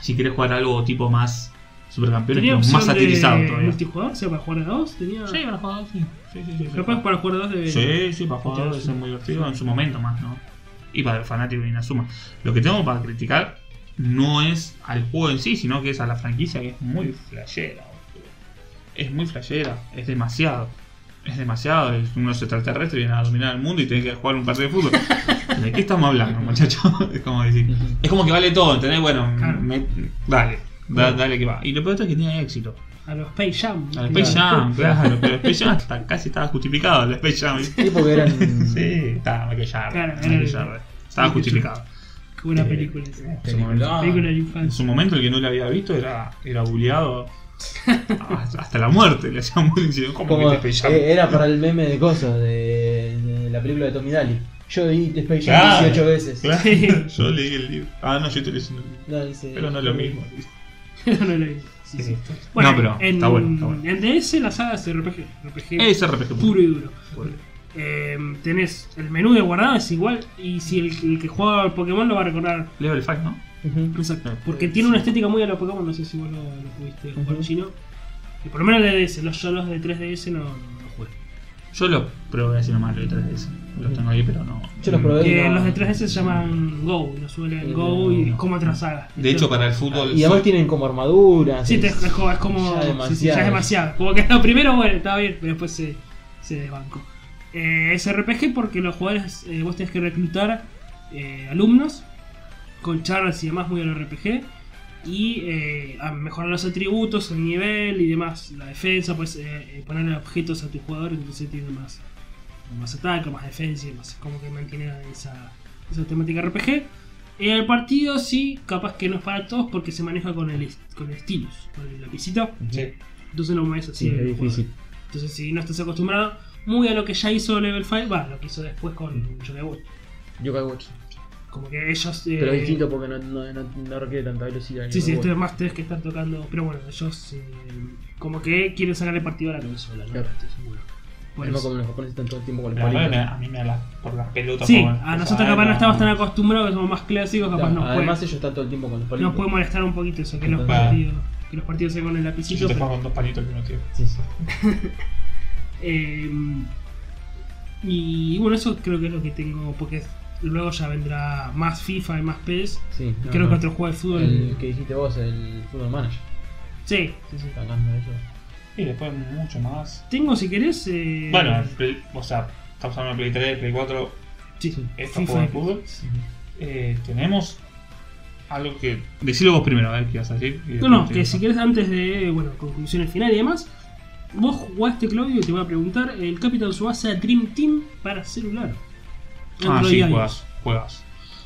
S1: Si quieres jugar algo tipo más supercampeones,
S3: Tenía
S1: pero
S3: opción
S1: más satirizado
S3: de
S1: todavía.
S3: multijugador, o sea, para jugar de dos. Tenía...
S1: Sí, para jugar, sí. Sí, sí, sí, sí.
S3: Capaz para jugar de dos de...
S1: Sí, sí, para jugar es muy divertido en su momento más, ¿no? Y para el fanático de Inazuma. Lo que tengo para criticar no es al juego en sí, sino que es a la franquicia que es muy flashera. boludo. Es muy flashera, es demasiado. Es demasiado, es unos extraterrestres vienen a dominar el mundo y tienen que jugar un partido de fútbol. ¿De qué estamos hablando, muchachos? Es como decir. Es como que vale todo, ¿entendés? Bueno,
S3: Claro.
S1: me- dale, da- dale que va. Y lo peor de todo es que tiene éxito.
S3: A los Space Jam.
S1: Al Space Jam, claro, pero el Space Jam hasta casi estaba justificado, el Space Jam. ¿viste?
S2: Sí, porque eran.
S1: Sí, estaba Michael Jarre.
S3: Claro,
S1: Michael
S3: era el-
S1: Jarre. Estaba
S3: Michael
S1: justificado.
S3: Qué buena
S1: Eh,
S3: película esa.
S1: En su momento-
S2: Ah.
S3: Película de
S1: En
S3: infancia.
S1: su momento el que no lo había visto era, era bulleado hasta hasta la muerte. Le hacían bullying. diciendo, ¿Cómo
S2: Como,
S1: viste Space Jam?
S2: eh, era para el meme de cosas de, de la película de Tommy Daly. Yo vi The Space Jam
S1: Claro.
S2: 18 veces.
S1: Claro, yo leí el libro. Ah, no, yo estoy leyendo el libro.
S2: No, dice-
S1: Pero no es lo mismo.
S3: no lo vi. Sí, sí.
S1: No, pero está bueno, está bueno.
S3: En DS la saga es RPG. RPG
S1: Es RPG.
S3: puro y duro.
S1: Puro.
S3: eh, tenés el menú de guardado es igual y si el, el que juega al Pokémon lo va a recordar
S1: Level 5, ¿no?
S3: Exacto,
S1: Ah.
S3: porque tiene una estética muy a los Pokémon, no sé si vos lo, lo pudiste jugar
S2: Ujú.
S3: chino. Que por lo menos de DS, los solos de 3DS no, no jugué.
S1: Yo lo probé así nomás, lo de 3DS. Los tengo ahí, pero no.
S2: Yo los probé.
S3: Que
S2: no.
S3: los de 3DS se llaman Go, y no suelen
S2: Eh,
S3: Go y
S1: no.
S3: es como otra saga.
S4: De hecho, para el fútbol.
S2: Y además
S4: so-
S2: tienen como armaduras.
S3: Sí, te
S2: es-
S3: es como. Es como
S2: Ya
S3: sí, sí, ya es
S2: demasiado.
S3: demasiado. Como que lo primero, bueno, estaba bien, pero después se, se desbancó. Eh, es RPG porque los jugadores, eh, vos tenés que reclutar eh, alumnos con charlas y demás muy al RPG. Y eh, a mejorar los atributos, el nivel y demás, la defensa, pues eh, eh, ponerle objetos a tus jugadores, entonces tiene más, más ataque, más defensa y demás. Como que mantiene esa, esa temática RPG. El partido sí, capaz que no es para todos porque se maneja con el, est- con el stylus, con el lapicito.
S4: Sí.
S3: Entonces no mueves así.
S2: Sí,
S3: el
S2: es difícil.
S3: juego. Entonces si no estás acostumbrado, muy a lo que ya hizo Level 5, va, lo que hizo después con Yokai Watch.
S2: Yokai Watch.
S3: Como que ellos... eh,
S2: Pero es distinto porque no, no, no, no requiere tanta velocidad.
S3: Sí, sí,
S2: Yokai
S3: esto es
S2: Watch.
S3: más tenés que estar tocando. Pero bueno, ellos eh, como que quieren sacarle partido a la consola, ¿no?
S2: Claro.
S3: Estoy seguro. Por
S2: Es más
S3: eso.
S2: como los japoneses están todo el tiempo con los
S1: Pero a mí me-
S2: palitos.
S1: a mí me da la- por las pelotas.
S3: Sí,
S1: como-
S3: a nosotros
S1: Ah,
S3: capaz no estamos tan
S1: no.
S3: acostumbrados, que somos más clásicos, capaz
S2: Claro,
S3: nos puede,
S2: Además, ellos están todo el tiempo con los palitos.
S3: nos puede molestar un poquito eso, que los
S2: Entonces-
S3: partidos, que los partidos sean con el lapicito.
S1: Yo te
S3: pero-
S1: pongo con dos palitos que no tiene.
S2: Sí, sí.
S3: Eh, y bueno, eso creo que es lo que tengo, porque luego ya vendrá más FIFA y más PES.
S2: sí no,
S3: creo
S2: no.
S3: que otro juego de fútbol.
S2: El que dijiste vos, el Football Manager.
S3: Sí, sí, sí.
S2: Están ganando ellos.
S1: Y después mucho más.
S3: Tengo, si querés. eh,
S1: Bueno, el Play- o sea, estamos hablando de Play 3, Play 4,
S3: sí,
S2: sí.
S1: estos
S3: FIFA
S1: juegos de
S3: y
S1: fútbol. Eh, tenemos algo que. Decilo vos primero, a ver qué vas a decir. y
S3: No,
S1: después
S3: no,
S1: te
S3: que
S1: digo.
S3: si querés, antes de bueno, conclusiones finales y demás, vos jugaste, Claudio, y te voy a preguntar: el Capital Suasa Dream Team para celular.
S1: Ah,
S3: Android
S1: sí,
S3: iOS.
S1: juegas. Juegas.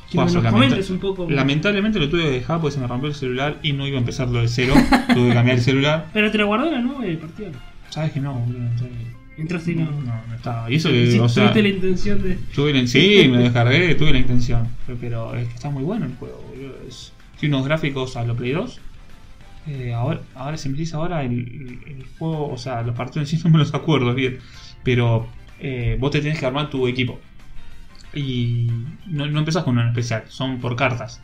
S3: Quiero que
S1: Juegas,
S3: nos
S1: lamenta-
S3: comentes un poco.
S1: Lamentablemente lo tuve que dejar porque se me rompió el celular y no iba a empezarlo de cero. tuve que cambiar el celular.
S3: Pero te lo guardó la nube del partido.
S1: Sabes que no, boludo. no sé.
S3: Entraste y
S1: No,
S3: no.
S1: no, no estaba. Y eso que,
S3: Si
S1: o sea,
S3: tuviste la intención de.
S1: tuve la, sí, me lo descargué, tuve la intención. Pero es que está muy bueno el juego, boludo. Es- tiene unos gráficos a lo Play 2. Eh, ahora, ahora se me dice ahora el, el- el juego, o sea, los partidos en sí no me los acuerdo bien. Pero eh, vos te tenés que armar tu equipo. Y no, no empezás con un especial, son por cartas.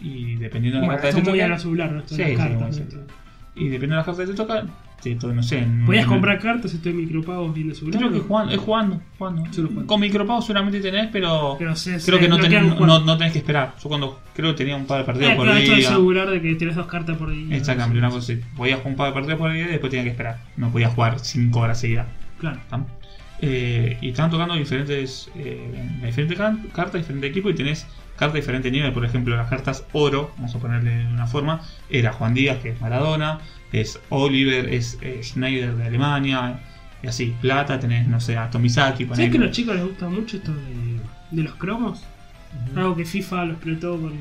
S1: Y dependiendo de la
S3: Bueno,
S1: carta
S3: esto
S1: que te
S3: muy a
S1: toque-
S3: la celular, ¿no? Esto
S1: Sí,
S3: de
S1: sí,
S3: las cartas.
S1: sí.
S3: ¿no? Esto-
S1: Y depende de las cartas que te tocan, te to- no sé. en-
S3: Podías
S1: en-
S3: comprar cartas, estoy micropagos viendo celular.
S1: Creo que jugando, es jugando, jugando.
S3: Solo jugando.
S1: Con micropagos seguramente tenés, pero,
S3: Pero se-
S1: creo
S3: se
S1: que no,
S3: bloquean
S1: tenés,
S3: jugando.
S1: no, no tenés que esperar. Yo cuando creo que tenía un par de partidos
S3: Ah,
S1: por
S3: claro, esto de
S1: día.
S3: asegurar de que tenés dos cartas por día.
S1: Exactamente, una cosa así. Podía jugar un par de partidos por día y después tenía que esperar. No podía jugar 5 horas seguidas.
S3: Claro.
S1: ¿tá? Eh, y están tocando diferentes eh, diferentes can- cartas, diferente equipo y tenés cartas de diferente nivel. Por ejemplo, las cartas oro, vamos a ponerle de una forma, era Juan Díaz, que es Maradona, es Oliver, es eh, Schneider de Alemania, y así. Plata, tenés, no sé, a Tomizaki.
S3: ¿Sabes que a los chicos les gusta mucho esto de, de los cromos? Algo que FIFA lo explotó con,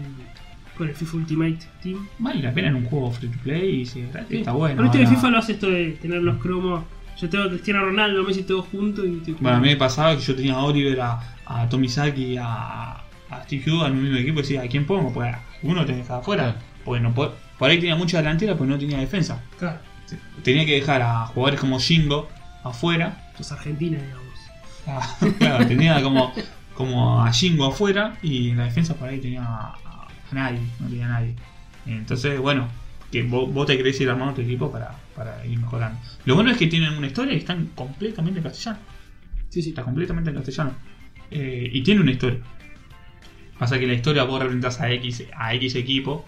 S3: con el FIFA Ultimate Team.
S1: Vale la pena en un juego free to play y si es gratis, está bueno.
S3: Pero este de
S1: ahora-
S3: FIFA lo hace esto de tener los cromos. Yo tengo a Cristiano Ronaldo, Messi, todos juntos. Y estoy
S1: Bueno, a
S3: jugando.
S1: mí me pasaba que yo tenía a Oliver, a, a Tomizaki, a, a Steve Hughes en un mismo equipo y decía, ¿a quién pongo? Pues a uno te dejaba afuera. Porque no, po- por, ahí tenía mucha delantera, pues no tenía defensa.
S3: Claro,
S1: Tenía que dejar a jugadores como Shingo afuera.
S3: los argentinos, digamos.
S1: Ah, claro, tenía como, como a Shingo afuera y en la defensa por ahí tenía a, a nadie, no tenía a nadie. Entonces, bueno, que vos, vos te querés ir armando tu equipo para, para ir mejorando. Lo bueno es que tienen una historia y están completamente en castellano.
S3: Sí, sí.
S1: Está completamente en castellano. Eh, y tiene una historia. Pasa que la historia vos representás a X, a X equipo,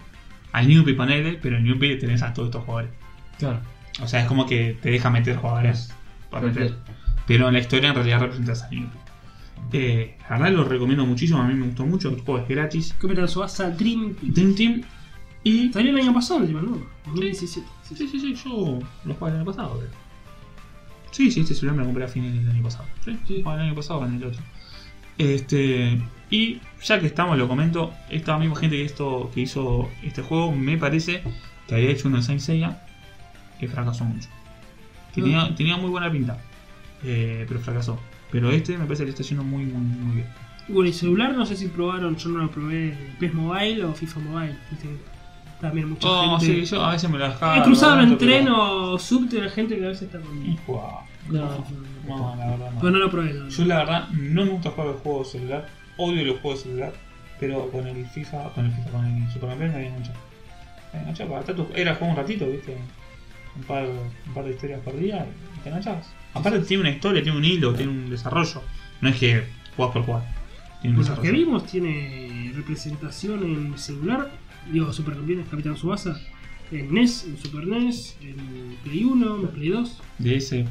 S1: al Newpie ponele, pero en Newpie tenés a todos estos jugadores.
S2: Claro.
S1: O sea, es como que te deja meter jugadores para meter. Pero en la historia en realidad representas a Newpie. Eh, la verdad lo recomiendo muchísimo, a mí me gustó mucho, el juego es gratis.
S3: Capital Suasa Dream Team.
S1: Dream Team y...
S3: Salió el año pasado, encima, ¿no? 2017. Sí,
S1: Sí,
S3: sí.
S1: sí, sí, yo los jugué el año pasado, pero... Sí, sí, este celular me lo compré a fines del año pasado. Sí, sí, jugué el año pasado con el otro. Este. Y ya que estamos, lo comento, esta misma gente que esto que hizo este juego, me parece que había hecho uno de Saint Seiya que fracasó mucho. Que
S3: Ah.
S1: tenía, tenía muy buena pinta. eh, pero fracasó. Pero este me parece que le está yendo muy, muy, muy bien.
S3: Y Bueno, y celular no sé si probaron, yo no lo probé, PES Mobile o FIFA Mobile. viste que También mucha
S1: Oh, Ah,
S3: gente.
S1: sí, yo a veces me lo dejaba.
S3: He cruzado
S1: lo
S3: el entreno subte de la gente que a veces está
S1: Y
S3: con,
S1: jugaba.
S3: No,
S1: No, la verdad no.
S3: pero no lo probé. no, no.
S1: Yo la verdad no me gusta jugar los juegos de celular, odio los juegos de celular, pero con el FIFA, con el FIFA, con el Super Mario me había enganchado. Me enganchaba, hasta tu- era jugar un ratito, viste, un par, un par de historias por día y te enganchabas. Aparte tiene una historia, tiene un hilo, tiene un desarrollo, no es que jugás por jugar, tiene un
S3: Bueno, lo que
S1: desarrollo.
S3: vimos tiene representación en celular, digo, Supercampeones Capitán Subasa, en NES, en Super NES, en Play 1, en Play 2,
S1: DS,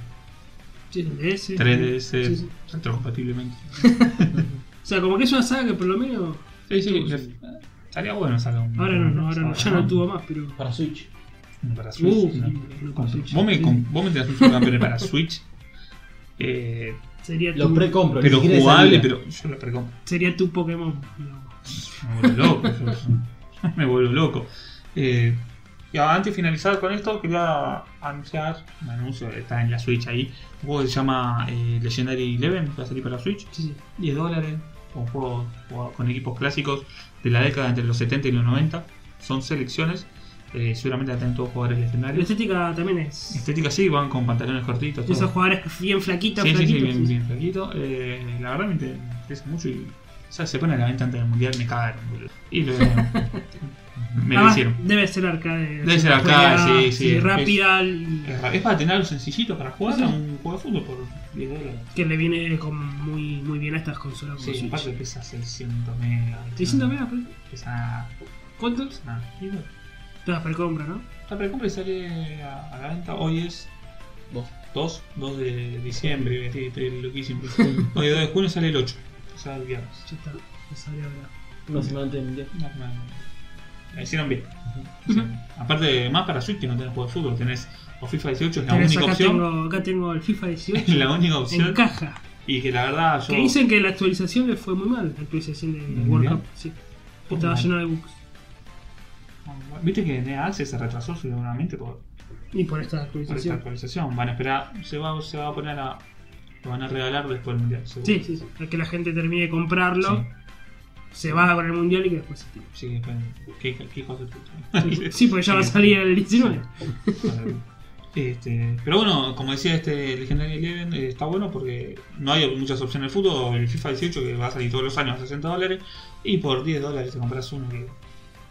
S3: sí, en DS. Sí, sí.
S1: 3DS, retrocompatiblemente.
S3: O sea, como que es una saga que por lo menos.
S1: Sí, sí,
S3: Sí,
S1: le-
S3: sí.
S1: estaría bueno sacar un.
S3: Ahora no, no, ahora no, ya
S1: Ah.
S3: no tuvo más, pero.
S2: Para Switch.
S1: Para Switch.
S3: Uh,
S1: no.
S3: no con Switch.
S1: Vos me,
S3: Sí,
S1: com- vos me tenés un supercampeón para Switch. Eh,
S3: Sería
S2: Los
S3: tu-
S2: precompro. ni
S1: pero
S2: siquiera de
S1: jugable,
S2: salida.
S1: pero yo lo precompro.
S3: Sería tu Pokémon. digamos.
S1: Me vuelvo loco. yo- yo me vuelvo loco. Eh, y antes de finalizar con esto, quería anunciar un anuncio, está en la Switch ahí. Un juego que se llama eh, Legendary Eleven, va a salir para Switch.
S3: Sí, sí.
S1: 10 dólares, con juegos jugado- con equipos clásicos de la década entre los 70 y los 90. Son selecciones, eh, seguramente la tienen todos jugadores
S3: La
S1: legendarios.
S3: estética también es.
S1: Estética sí, van con pantalones cortitos.
S3: de Esos
S1: todo.
S3: jugadores bien flaquitos,
S1: Sí, sí, sí,
S3: flaquitos.
S1: bien,
S3: sí, sí.
S1: bien flaquito. Eh, la verdad me inter- me interesa mucho y o sea, se pone a la venta antes del mundial, me cagaron, boludo. Y lo, me lo
S3: Además,
S1: hicieron.
S3: Debe ser arcade.
S1: Debe ser arcade,
S3: rápida,
S1: sí, sí.
S3: Rápida.
S1: Es ra- Es para tener algo sencillito para jugar
S3: Sí.
S1: a un juego de fútbol por 10 dólares.
S3: Que le viene con muy, muy bien a estas consolas. como
S1: Sí,
S3: Switch.
S1: aparte pesa 600 megas.
S3: 600 megas, pero-
S1: Pesa.
S3: ¿cuántos?
S1: nada, 10 dólares.
S3: Te vas precompra, ¿no?
S1: La precompra sale a, a la venta. Hoy es
S2: Vos.
S1: 2, 2 de diciembre. Estoy, estoy loquísimo. Hoy 2 de junio sale el 8. O sea, el viernes.
S3: Ya está, me sale ahora.
S2: Una semana antes del mundial.
S1: No, no, no. La hicieron bien. Sí. Aparte, más para Switch que no tenés juego de fútbol, tenés o FIFA 18, es la
S3: Tenés,
S1: única
S3: acá,
S1: opción.
S3: tengo, acá tengo el FIFA
S1: Es
S3: 18
S1: la única
S3: en
S1: opción.
S3: caja.
S1: Y que la verdad yo.
S3: Que dicen que la actualización le fue muy mal, la actualización de
S1: ¿Del
S3: World
S1: Mundial?
S3: Cup. Sí. Estaba
S1: mal.
S3: lleno de bugs.
S1: Viste que NEA Access se retrasó seguramente por,
S3: Y por esta
S1: por esta
S3: actualización.
S1: actualización. Van a esperar, se va, se va a poner a. Lo van a regalar después del mundial, seguro.
S3: Sí, sí, sí. Para que la gente termine de comprarlo,
S1: Sí.
S3: se va con el mundial y que después se tira.
S1: Sí, después. Qué, qué hijos de puta.
S3: Sí, sí, porque ya va a salir el 19.
S1: Este, pero bueno, como decía este Legendary Eleven, eh, está bueno porque no hay muchas opciones en el fútbol. El FIFA 18 que va a salir todos los años a 60 dólares y por 10 dólares te compras uno que,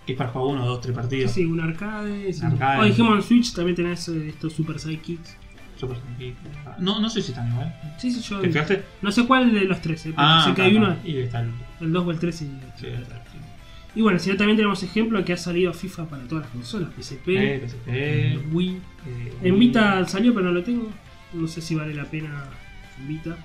S1: que es para jugar uno, dos, tres
S3: Sí,
S1: partidos.
S3: sí, un arcade. sí.
S1: Un arcade.
S3: Oh, dijimos en Switch también tenés eh, estos Super Sidekicks.
S1: Súper tranquilo. No, no sé si están igual.
S3: Sí, sí, yo.
S1: ¿Te fijaste?
S3: No sé cuál de los tres, eh, pero sé que
S1: acá,
S3: hay
S1: acá.
S3: uno,
S1: Y debe estar el-
S3: el 2 o el 3. Y,
S1: sí, debe estar, sí.
S3: y bueno, si no, también tenemos ejemplo que ha salido FIFA para todas las consolas: PSP,
S1: Eh, PSP, eh,
S3: Wii.
S1: eh,
S3: En Vita salió, pero no lo tengo. No sé si vale la pena en Vita.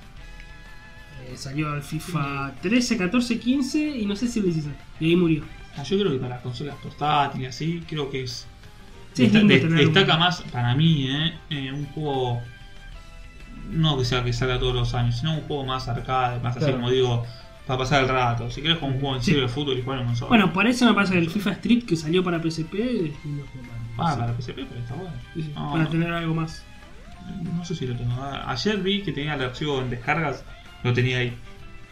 S3: Eh, salió el FIFA 13, 14, 15 y no sé si el 16. Y ahí murió.
S1: Ah, Yo creo que para las consolas portátiles así, creo que es.
S3: Sí, es
S1: desta-
S3: lindo
S1: des-
S3: tener
S1: destaca
S3: un-
S1: más para mí, eh, eh, un juego. No que sea que salga todos los años, sino un juego más arcade, más así
S2: Claro.
S1: como digo, para pasar el rato. Si quieres jugar un juego en
S3: Sí.
S1: serio de fútbol y jugar en consola.
S3: Bueno, por eso me pasa que el FIFA Street que salió para PSP es lindo juego para,
S1: ah, para PSP, pero está bueno.
S3: sí, sí,
S1: no,
S3: para
S1: no.
S3: tener algo más.
S1: No sé si lo tengo. Ah, Ayer vi que tenía el archivo en descargas, lo tenía ahí.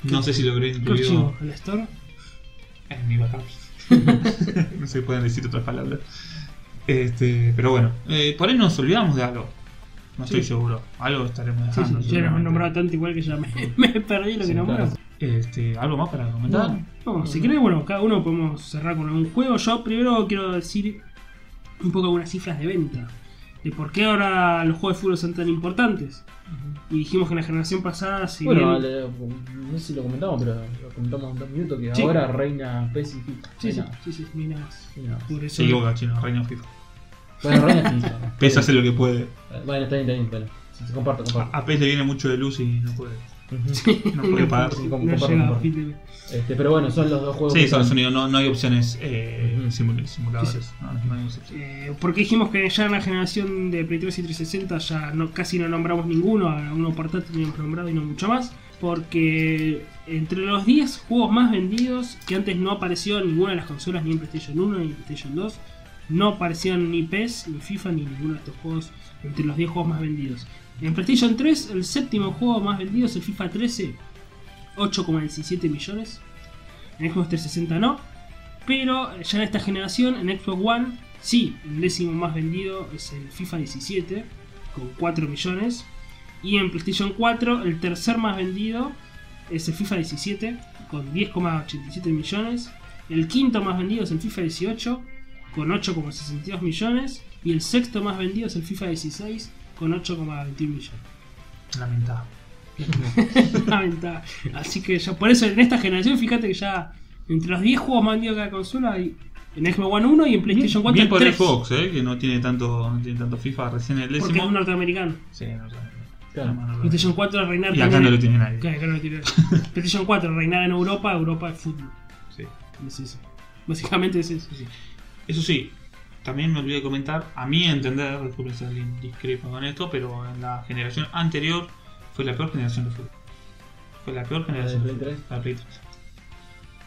S1: No sé si lo habré
S3: ¿Qué
S1: incluido
S3: archivo? ¿El Store?
S1: en mi backup. no se pueden decir otras palabras. Este, pero bueno, eh, por ahí nos olvidamos de algo. No estoy
S3: Sí.
S1: seguro. Algo estaremos
S3: Sí,
S1: dejando.
S3: sí, ya nos
S1: seguramente.
S3: han nombrado tanto igual que ya me, me perdí lo que
S2: Sí,
S3: nombramos.
S1: Este, ¿Algo más para comentar?
S3: No, no, si querés, bueno, cada uno podemos cerrar con algún juego. Yo primero quiero decir un poco algunas cifras de venta. De por qué ahora los juegos de fútbol son tan importantes. Y dijimos que en la generación pasada, si
S2: Bueno,
S3: bien...
S2: le- no sé si lo comentamos, pero lo comentamos en dos minutos que
S3: Sí.
S2: ahora reina PES y FIFA.
S3: Sí, sí,
S2: Reina-
S3: sí, sí, ni nada más.
S2: reina-
S3: Por eso...
S1: Se equivoca, chino, reino FIFA.
S2: Bueno, reina FIFA.
S1: PES hace lo que puede.
S2: Bueno, está bien, está bien, bueno. Sí, sí, comparto,
S3: Ah.
S2: comparto.
S1: A PES le viene mucho de luz y no puede.
S2: Ujú.
S1: No puede pagar.
S2: sí,
S3: no
S2: con- con-
S3: llega
S2: con-
S3: a fin de mes.
S2: Este, pero bueno, son los dos juegos.
S1: Sí,
S2: que
S1: son
S2: son-
S1: sonido, no, no hay opciones eh,
S2: Ujú.
S1: simul- simuladores.
S3: Sí, sí.
S1: No, no hay opciones.
S3: Eh, porque dijimos que ya en la generación de Play 3 y 360 ya no, casi no nombramos ninguno, a uno portátil teníamos nombrado y no mucho más. Porque entre los 10 juegos más vendidos, que antes no apareció en ninguna de las consolas, ni en PlayStation 1 ni en PlayStation 2, no aparecieron ni PES, ni FIFA, ni ninguno de estos juegos entre los 10 juegos más vendidos. En PlayStation 3, el séptimo juego más vendido es el FIFA 13, 8,17 millones. En Xbox 360 no, pero ya en esta generación, en Xbox One, sí, el décimo más vendido es el FIFA 17, con 4 millones. Y en PlayStation 4, el tercer más vendido es el FIFA 17, con 10,87 millones. El quinto más vendido es el FIFA 18, con 8,62 millones. Y el sexto más vendido es el FIFA 16, con 8,21 millones.
S1: Lamentable.
S3: Lamentable. Así que ya, por eso en esta generación, fíjate que ya entre los 10 juegos más vendidos de cada consola hay en Xbox One 1 y en PlayStation 4
S1: Bien por
S3: tres,
S1: Xbox, eh, que no tiene tanto, no tiene tanto FIFA, recién el
S3: Porque es
S1: décimo.
S3: un norteamericano.
S1: Sí, no sé.
S2: Claro.
S1: No, no, no.
S3: PlayStation 4 reinar
S1: Y acá
S3: también
S1: no lo
S3: en-
S1: tiene nadie.
S3: Claro, acá no lo tiene. PlayStation 4 reinar en Europa, Europa es fútbol.
S1: Sí.
S3: Es eso. Básicamente es eso.
S1: Eso sí, también me olvidé de comentar, a mi entender, disculpen si alguien discrepa con esto, pero en la generación anterior fue la peor generación de fútbol. Fue la peor generación.
S2: Play
S1: de fútbol.
S2: 3?
S1: La Play 3.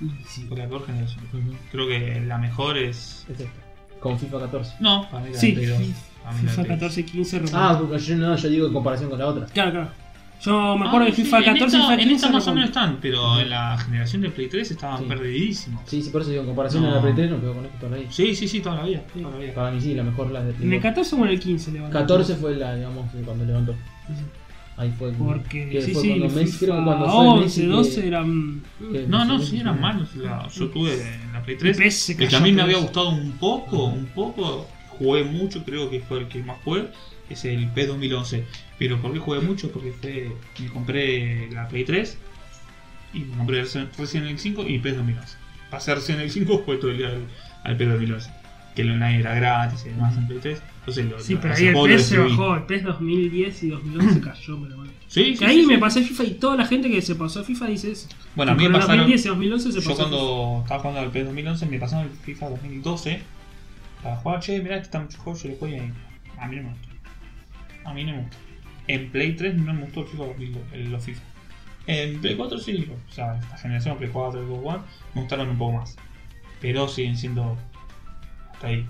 S3: Y sí.
S1: Fue la peor generación.
S2: Ujú.
S1: Creo que la mejor es.
S2: Es esta. Con FIFA 14.
S1: No, para mí la
S3: Sí,
S1: Play 2. Para mí la
S3: FIFA
S1: Play 2.
S3: 14, 15,
S2: Ah,
S3: remonta.
S2: porque yo no, yo digo en comparación con la otra.
S3: Claro, claro. Yo me acuerdo
S1: Ah,
S3: de
S1: sí,
S3: FIFA 14 y
S1: en
S3: FIFA
S1: esta, en
S3: 15.
S1: esta más o
S3: remonta.
S1: menos están, pero en la generación de Play 3 estaban
S2: Sí.
S1: perdidísimos.
S2: Sí, sí, por eso digo en comparación
S1: No.
S2: a la Play 3 no pego con esto por ahí.
S1: Sí, sí, sí, toda la vida. toda la vida.
S2: Para mí sí, la mejor la de
S3: ¿En
S2: Play
S3: el
S2: 2.
S3: 14 o en el 15 le van a-
S2: 14 fue la, digamos, que cuando levantó. Ahí fue.
S3: Porque
S2: que
S3: sí,
S2: fue
S3: sí,
S2: cuando Messi, creo que
S3: FIFA
S2: cuando fue
S3: 11,
S2: Messi.
S3: 12
S2: que-
S3: eran...
S2: que-
S1: No, no,
S2: Messi
S1: sí,
S2: que-
S1: eran malos. la- yo tuve en la Play
S3: El
S1: 3.
S3: PS se
S1: El que
S3: cayó
S1: a mí me
S3: todo
S1: había
S3: eso.
S1: gustado un poco, un poco, jugué mucho, creo que fue el que más jugué, es el P2011. Pero ¿por qué jugué mucho? Porque fue, me compré la Play 3 y me compré reci- recién el 5 y P2011. Pasé recién el 5 jugué todo el día al, al P2011. Que el online era gratis y demás en Play 3. Entonces lo,
S3: Sí,
S1: lo-
S3: pero
S1: ese
S3: ahí el
S1: juego lo
S3: PES se
S1: destruí.
S3: bajó. El PES 2010 y 2011 cayó, pero bueno.
S1: Sí,
S3: Que
S1: sí,
S3: ahí
S1: sí,
S3: me
S1: sí.
S3: pasé FIFA y toda la gente que se pasó a FIFA dice eso.
S1: Bueno, a mí
S3: Con
S1: me
S3: el
S1: pasaron...
S3: 2010 y 2011 se pasó.
S1: Yo cuando estaba jugando al PS 2011 me pasaron el FIFA 2012 para jugar, che, mirá, este está mucho juego, yo lo juego y ahí. A mí no me gustó. A mí no me gustó. En Play 3 no me gustó el FIFA 2012, el- los FIFA. En Play 4 sí, o sea, esta generación, Play 4, Xbox One, me gustaron un poco más. Pero siguen siendo hasta ahí.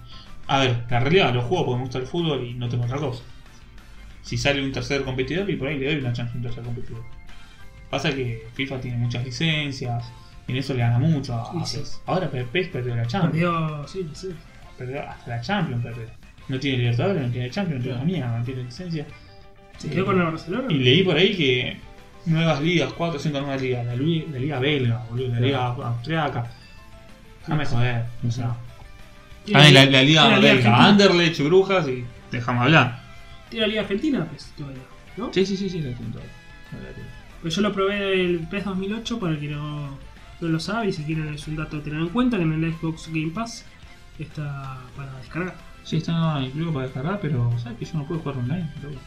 S1: A ver, la realidad, los juego porque me gusta el fútbol y no tengo otra cosa. Si sale un tercer competidor y por ahí le doy una chance a un tercer competidor. Pasa que FIFA tiene muchas licencias, y en eso le gana mucho a, a
S3: Sí, sí.
S1: PES. Ahora pe- PES perdió la Champions,
S3: Perdió, Ah, sí, no sé.
S1: perdió hasta la Champions perdió. No tiene Libertadores, no tiene Champions, no tiene la mierda, no tiene licencia.
S3: Se
S1: Eh,
S3: quedó con el Barcelona.
S1: y leí por ahí que nuevas ligas, 4 o 5 nuevas ligas, la, li- la liga belga, boludo, la liga austriaca. Déjame joder, o sea.
S3: Tiene
S1: Ah, y la, la liga
S3: tiene
S1: belga,
S3: Argentina.
S1: Anderlecht, Brujas y. Déjame hablar.
S3: Tiene la Liga Argentina, PES todavía. ¿No?
S1: Sí, sí, sí, sí, la tiene todo.
S3: Pues yo lo probé del PES 2008 para el que no, no lo sabe y si quieren es un dato a tener en cuenta que en el Xbox Game Pass está para descargar.
S1: Sí, está incluido para descargar, pero ¿sabes que yo no puedo jugar online? boludo?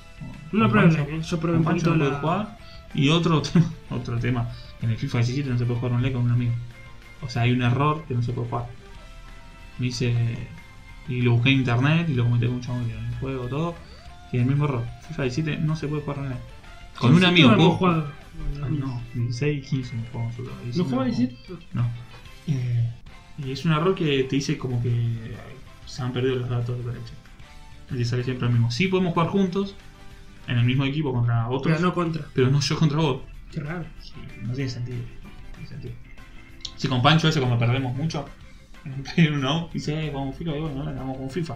S3: No
S1: Con
S3: lo probé,
S1: Pancho-
S3: online, ¿eh? yo probé
S1: Con
S3: un
S1: Pancho
S3: poquito
S1: no puedo
S3: la...
S1: jugar. Y otro tema, otro tema, en el FIFA 17 no se puede jugar online con un amigo. O sea, hay un error que no se puede jugar. Me hice. Y lo busqué en internet y lo comenté con un chabón que en el juego, todo. Y el mismo error. FIFA 17 no se puede jugar online. Con un amigo,
S3: No hemos
S1: puedo-
S3: jugado.
S1: Ah, No, 16, 15 no jugamos nosotros.
S3: ¿No
S1: 19
S3: jugaba
S1: jugamos.
S3: 17?
S1: No. Eh, y es un error que te dice como que se han perdido los datos de derecho. Y te sale siempre lo mismo. Sí podemos jugar juntos, en el mismo equipo contra otros,
S3: Pero no contra.
S1: pero no yo contra vos.
S3: Qué raro.
S1: Sí, no tiene sentido. No tiene sentido. Si con Pancho ese cuando perdemos mucho, en un Player Uno, dice, eh, vamos FIFA, y bueno, ahora vamos con FIFA.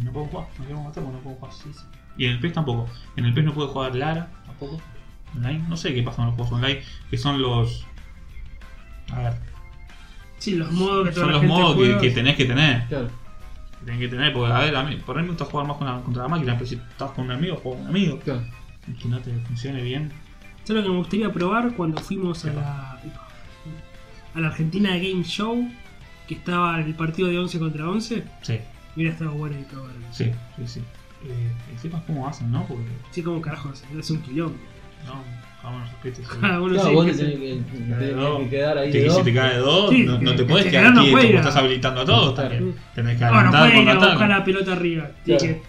S1: Y no podemos jugar, nos queremos matar porque no podemos jugar. Sí, sí. Y en el PES tampoco. En el PES no puede jugar Lara, tampoco. Online, no sé qué pasa con los juegos online, que son los... A ver,
S3: Sí, los modos que
S1: son
S3: toda la
S1: los
S3: gente
S1: modos que,
S3: juega.
S1: que tenés que tener.
S2: Claro.
S1: Que tenés que tener, porque a ver, a mí, por ahí me gusta jugar más con la- contra la máquina, pero si estás con un amigo, juega con un amigo.
S2: Claro.
S1: Y que no te funcione bien.
S3: ¿Sabes lo que me gustaría probar cuando fuimos a la, a la Argentina Game Show? Que estaba el partido de 11 contra 11.
S1: Sí,
S3: Mira, estaba bueno y probar.
S1: sí, sí, sí. Eh, y sepas cómo hacen, ¿no? Porque
S3: Sí, como carajo, es un quilombo.
S1: no, vámonos, respeto.
S3: Cada uno
S2: Claro,
S3: sabe
S2: vos
S3: qué
S2: te tenés
S3: hacer.
S2: que,
S1: Cae de
S2: te tenés
S1: dos.
S2: que quedar ahí.
S1: Te-
S2: de
S1: si
S2: dos.
S1: te cae de dos,
S3: Sí,
S1: no, no
S3: que-
S1: te puedes
S3: que
S1: quedar
S3: ganar no
S1: quieto,
S3: puede
S1: porque
S3: ir a-
S1: estás habilitando a todos
S2: Claro.
S1: también. Tenés que
S3: Ahora
S1: adelantar
S3: puede ir
S1: cuando
S3: a buscar
S1: atacan.
S3: la pelota arriba.
S2: Claro.
S3: Sí, que-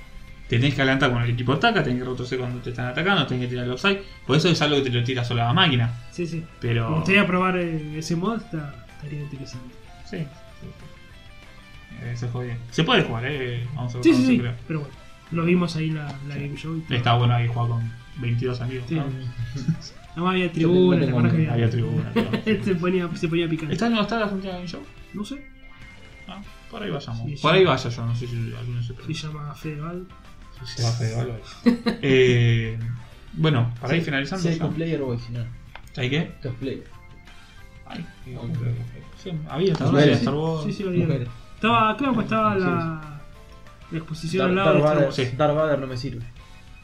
S1: Tenés que adelantar cuando el equipo ataca, tenés que retroceder cuando te están atacando, tenés que tirar el offside. Por eso es algo que te lo tira sola la máquina.
S3: sí, sí. Me
S1: Pero.
S3: gustaría probar eh, ese mod, está- estaría interesante.
S1: Sí, sí, sí. Eh, se jodió. Se puede jugar, eh. Vamos a ver
S3: Sí,
S1: cómo
S3: sí,
S1: se
S3: sí.
S1: creo.
S3: Pero bueno, lo vimos ahí en la, la Game Show. y todo.
S1: Está bueno ahí jugar con 22 amigos.
S3: Sí.
S1: ¿no?
S3: Además había tribuna,
S2: Yo
S3: ¿te acuerdas que
S2: tengo-
S3: había?
S1: Había tribuna. todo.
S3: se, ponía, se ponía picante.
S1: ¿Está no está la Argentina Game Show?
S3: No sé,
S1: No, por ahí vayamos.
S3: Sí,
S1: por
S3: sí.
S1: ahí vaya yo, no sé si alguno se
S3: se llama Fedeval.
S1: Se va Fede Valverde. Eh, bueno, para ir
S2: Sí,
S1: finalizando.
S2: Si hay
S1: ya.
S2: cosplayer o original.
S1: ¿Hay qué?
S2: Cosplayer.
S1: Ay, qué hombre. Sí, había Star Wars,
S2: Mujeres.
S1: Star Wars.
S3: Sí, sí, lo digo.
S2: Mujeres.
S3: Estaba, creo que estaba la, la exposición
S2: Dar-
S3: al
S2: Darth
S3: lado. de Star
S2: Vader-
S3: Wars.
S1: sí.
S2: Darth Vader no me sirve.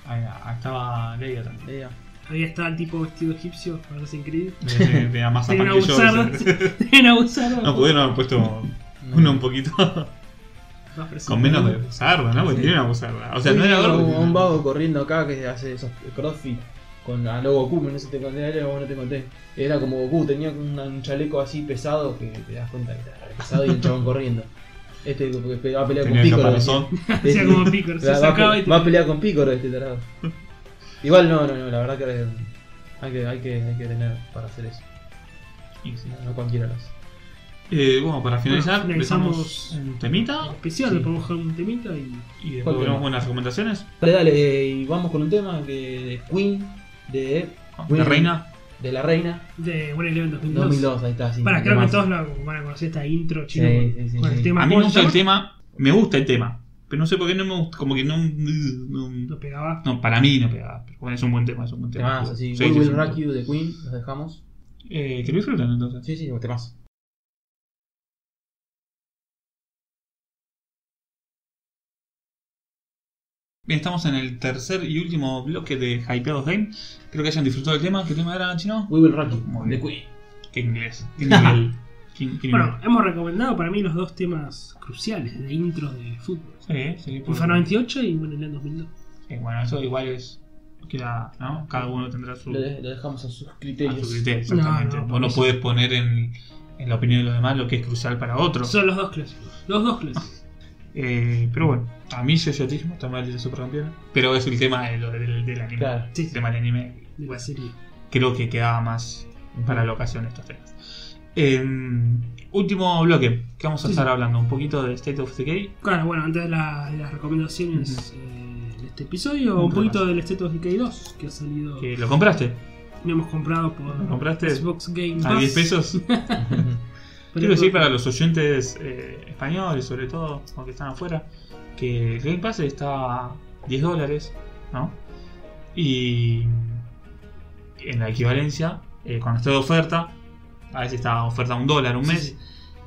S1: Ahí, ahí estaba Leia también.
S2: Leia.
S3: Ahí está el tipo vestido egipcio, para sin creer.
S1: De, de, de Amazon
S3: Tienen
S1: Monkey
S3: abusado.
S1: Show.
S3: Tienen abusado.
S1: No pudieron haber puesto uno un poquito
S3: Más presente.
S1: con menos de abusarla, ¿no? Porque
S2: Sí.
S1: tienen abusarla. O sea, no
S2: Uy,
S1: era
S2: un-
S1: gordo.
S2: un vago corriendo acá que hace esos crossfit con a lo Goku, no sé si te conté, era vos no te conté. Era como Goku, tenía un, un chaleco así pesado que te das cuenta que era pesado y el chabón corriendo. Este que pe- va a pelear
S1: Tenía
S2: con
S1: el
S2: Piccolo.
S1: caparazón.
S2: decía.
S3: Hacía como Piccolo, se
S2: Va- va, a
S3: sacaba
S2: pe-
S3: y te-
S2: va a pelear con Piccolo este tarado. Igual no, no, no, la verdad que hay que, hay que, hay que tener para hacer eso.
S1: Y sí.
S2: No cualquiera lo hace.
S1: Eh, bueno, para finalizar,
S3: Bueno,
S1: empezamos
S3: finalizamos-
S1: un temita
S3: Especial,
S2: Sí.
S3: le podemos dejar un temita y.
S1: y
S2: ¿Cuál
S1: después volvemos
S2: tema?
S1: con las recomendaciones.
S2: Dale, dale, y vamos con un tema que de Queen, de,
S1: La
S2: Bueno.
S1: reina.
S2: de la reina,
S3: De One Eleven 2002.
S2: 2002, ahí está. Sí,
S3: Para,
S2: un
S3: creo que todos
S2: temazo.
S3: lo van a conocer esta intro chino
S2: Sí,
S3: con-
S2: sí, sí,
S3: con el
S2: sí.
S3: tema.
S1: A mí me
S3: ¿Cómo
S1: gusta
S3: se
S1: el
S3: llama?
S1: tema. Me gusta el tema. Pero no sé por qué no me gusta. Como que no. No,
S3: Lo pegaba.
S1: no, para mí no pegaba. Pero bueno, es un buen tema. Es un buen tema.
S2: Temazo, sí.
S1: Sí,
S2: We
S1: sí,
S2: Will
S1: sí.
S2: Rock You de Queen, los dejamos.
S1: Eh, que lo disfruten entonces.
S2: Sí, sí, un temazo.
S1: Bien, estamos en el tercer y último bloque de Hypeados Game. Creo que hayan disfrutado del tema. ¿Qué tema era, chino?
S2: We Will Rock You
S1: Muy
S2: de
S1: bien.
S2: Queen.
S1: Qué inglés. Qué nivel.
S2: Ah,
S1: Qué- qué
S3: Bueno, hemos recomendado para mí los dos temas cruciales de intros de fútbol:
S1: nivel. Sí, sí. por-
S3: FIFA 98 y One Eleven 2002.
S1: Sí, bueno, eso igual es. Queda, ¿no? Cada uno tendrá su.
S2: Lo, de- lo dejamos a sus
S1: a
S2: criterios.
S1: su criterio, exactamente.
S3: No, no,
S1: Vos no
S3: eso-
S1: puedes poner en, en la opinión de los demás lo que es crucial para otro.
S3: Son los dos clásicos. Los dos clásicos.
S1: Eh, pero bueno, a mí yo yotismo está mal de supercampeón. Pero es el tema de lo- del, del anime.
S2: Claro.
S3: Sí,
S1: El tema del anime.
S3: de la serie.
S1: Creo que quedaba más para la ocasión estos temas. Eh, último bloque, que vamos a
S3: Sí,
S1: estar
S3: sí.
S1: hablando un poquito de State of Decay.
S3: Claro, bueno, antes de, la- de las recomendaciones eh, de este episodio,
S1: Un
S3: un poquito del State of Decay 2 que ha salido.
S1: Que lo compraste
S3: Lo hemos comprado por
S1: ¿Lo compraste?
S3: Xbox Game
S1: a
S3: Pass.
S1: 10 pesos.
S3: Pero
S1: Quiero decir para los oyentes eh, españoles, sobre todo, aunque están afuera, que el Game Pass está a 10 dólares, ¿no? Y en la equivalencia, eh, cuando está de oferta, a veces está a oferta a un dólar un
S3: Sí,
S1: mes.
S3: sí.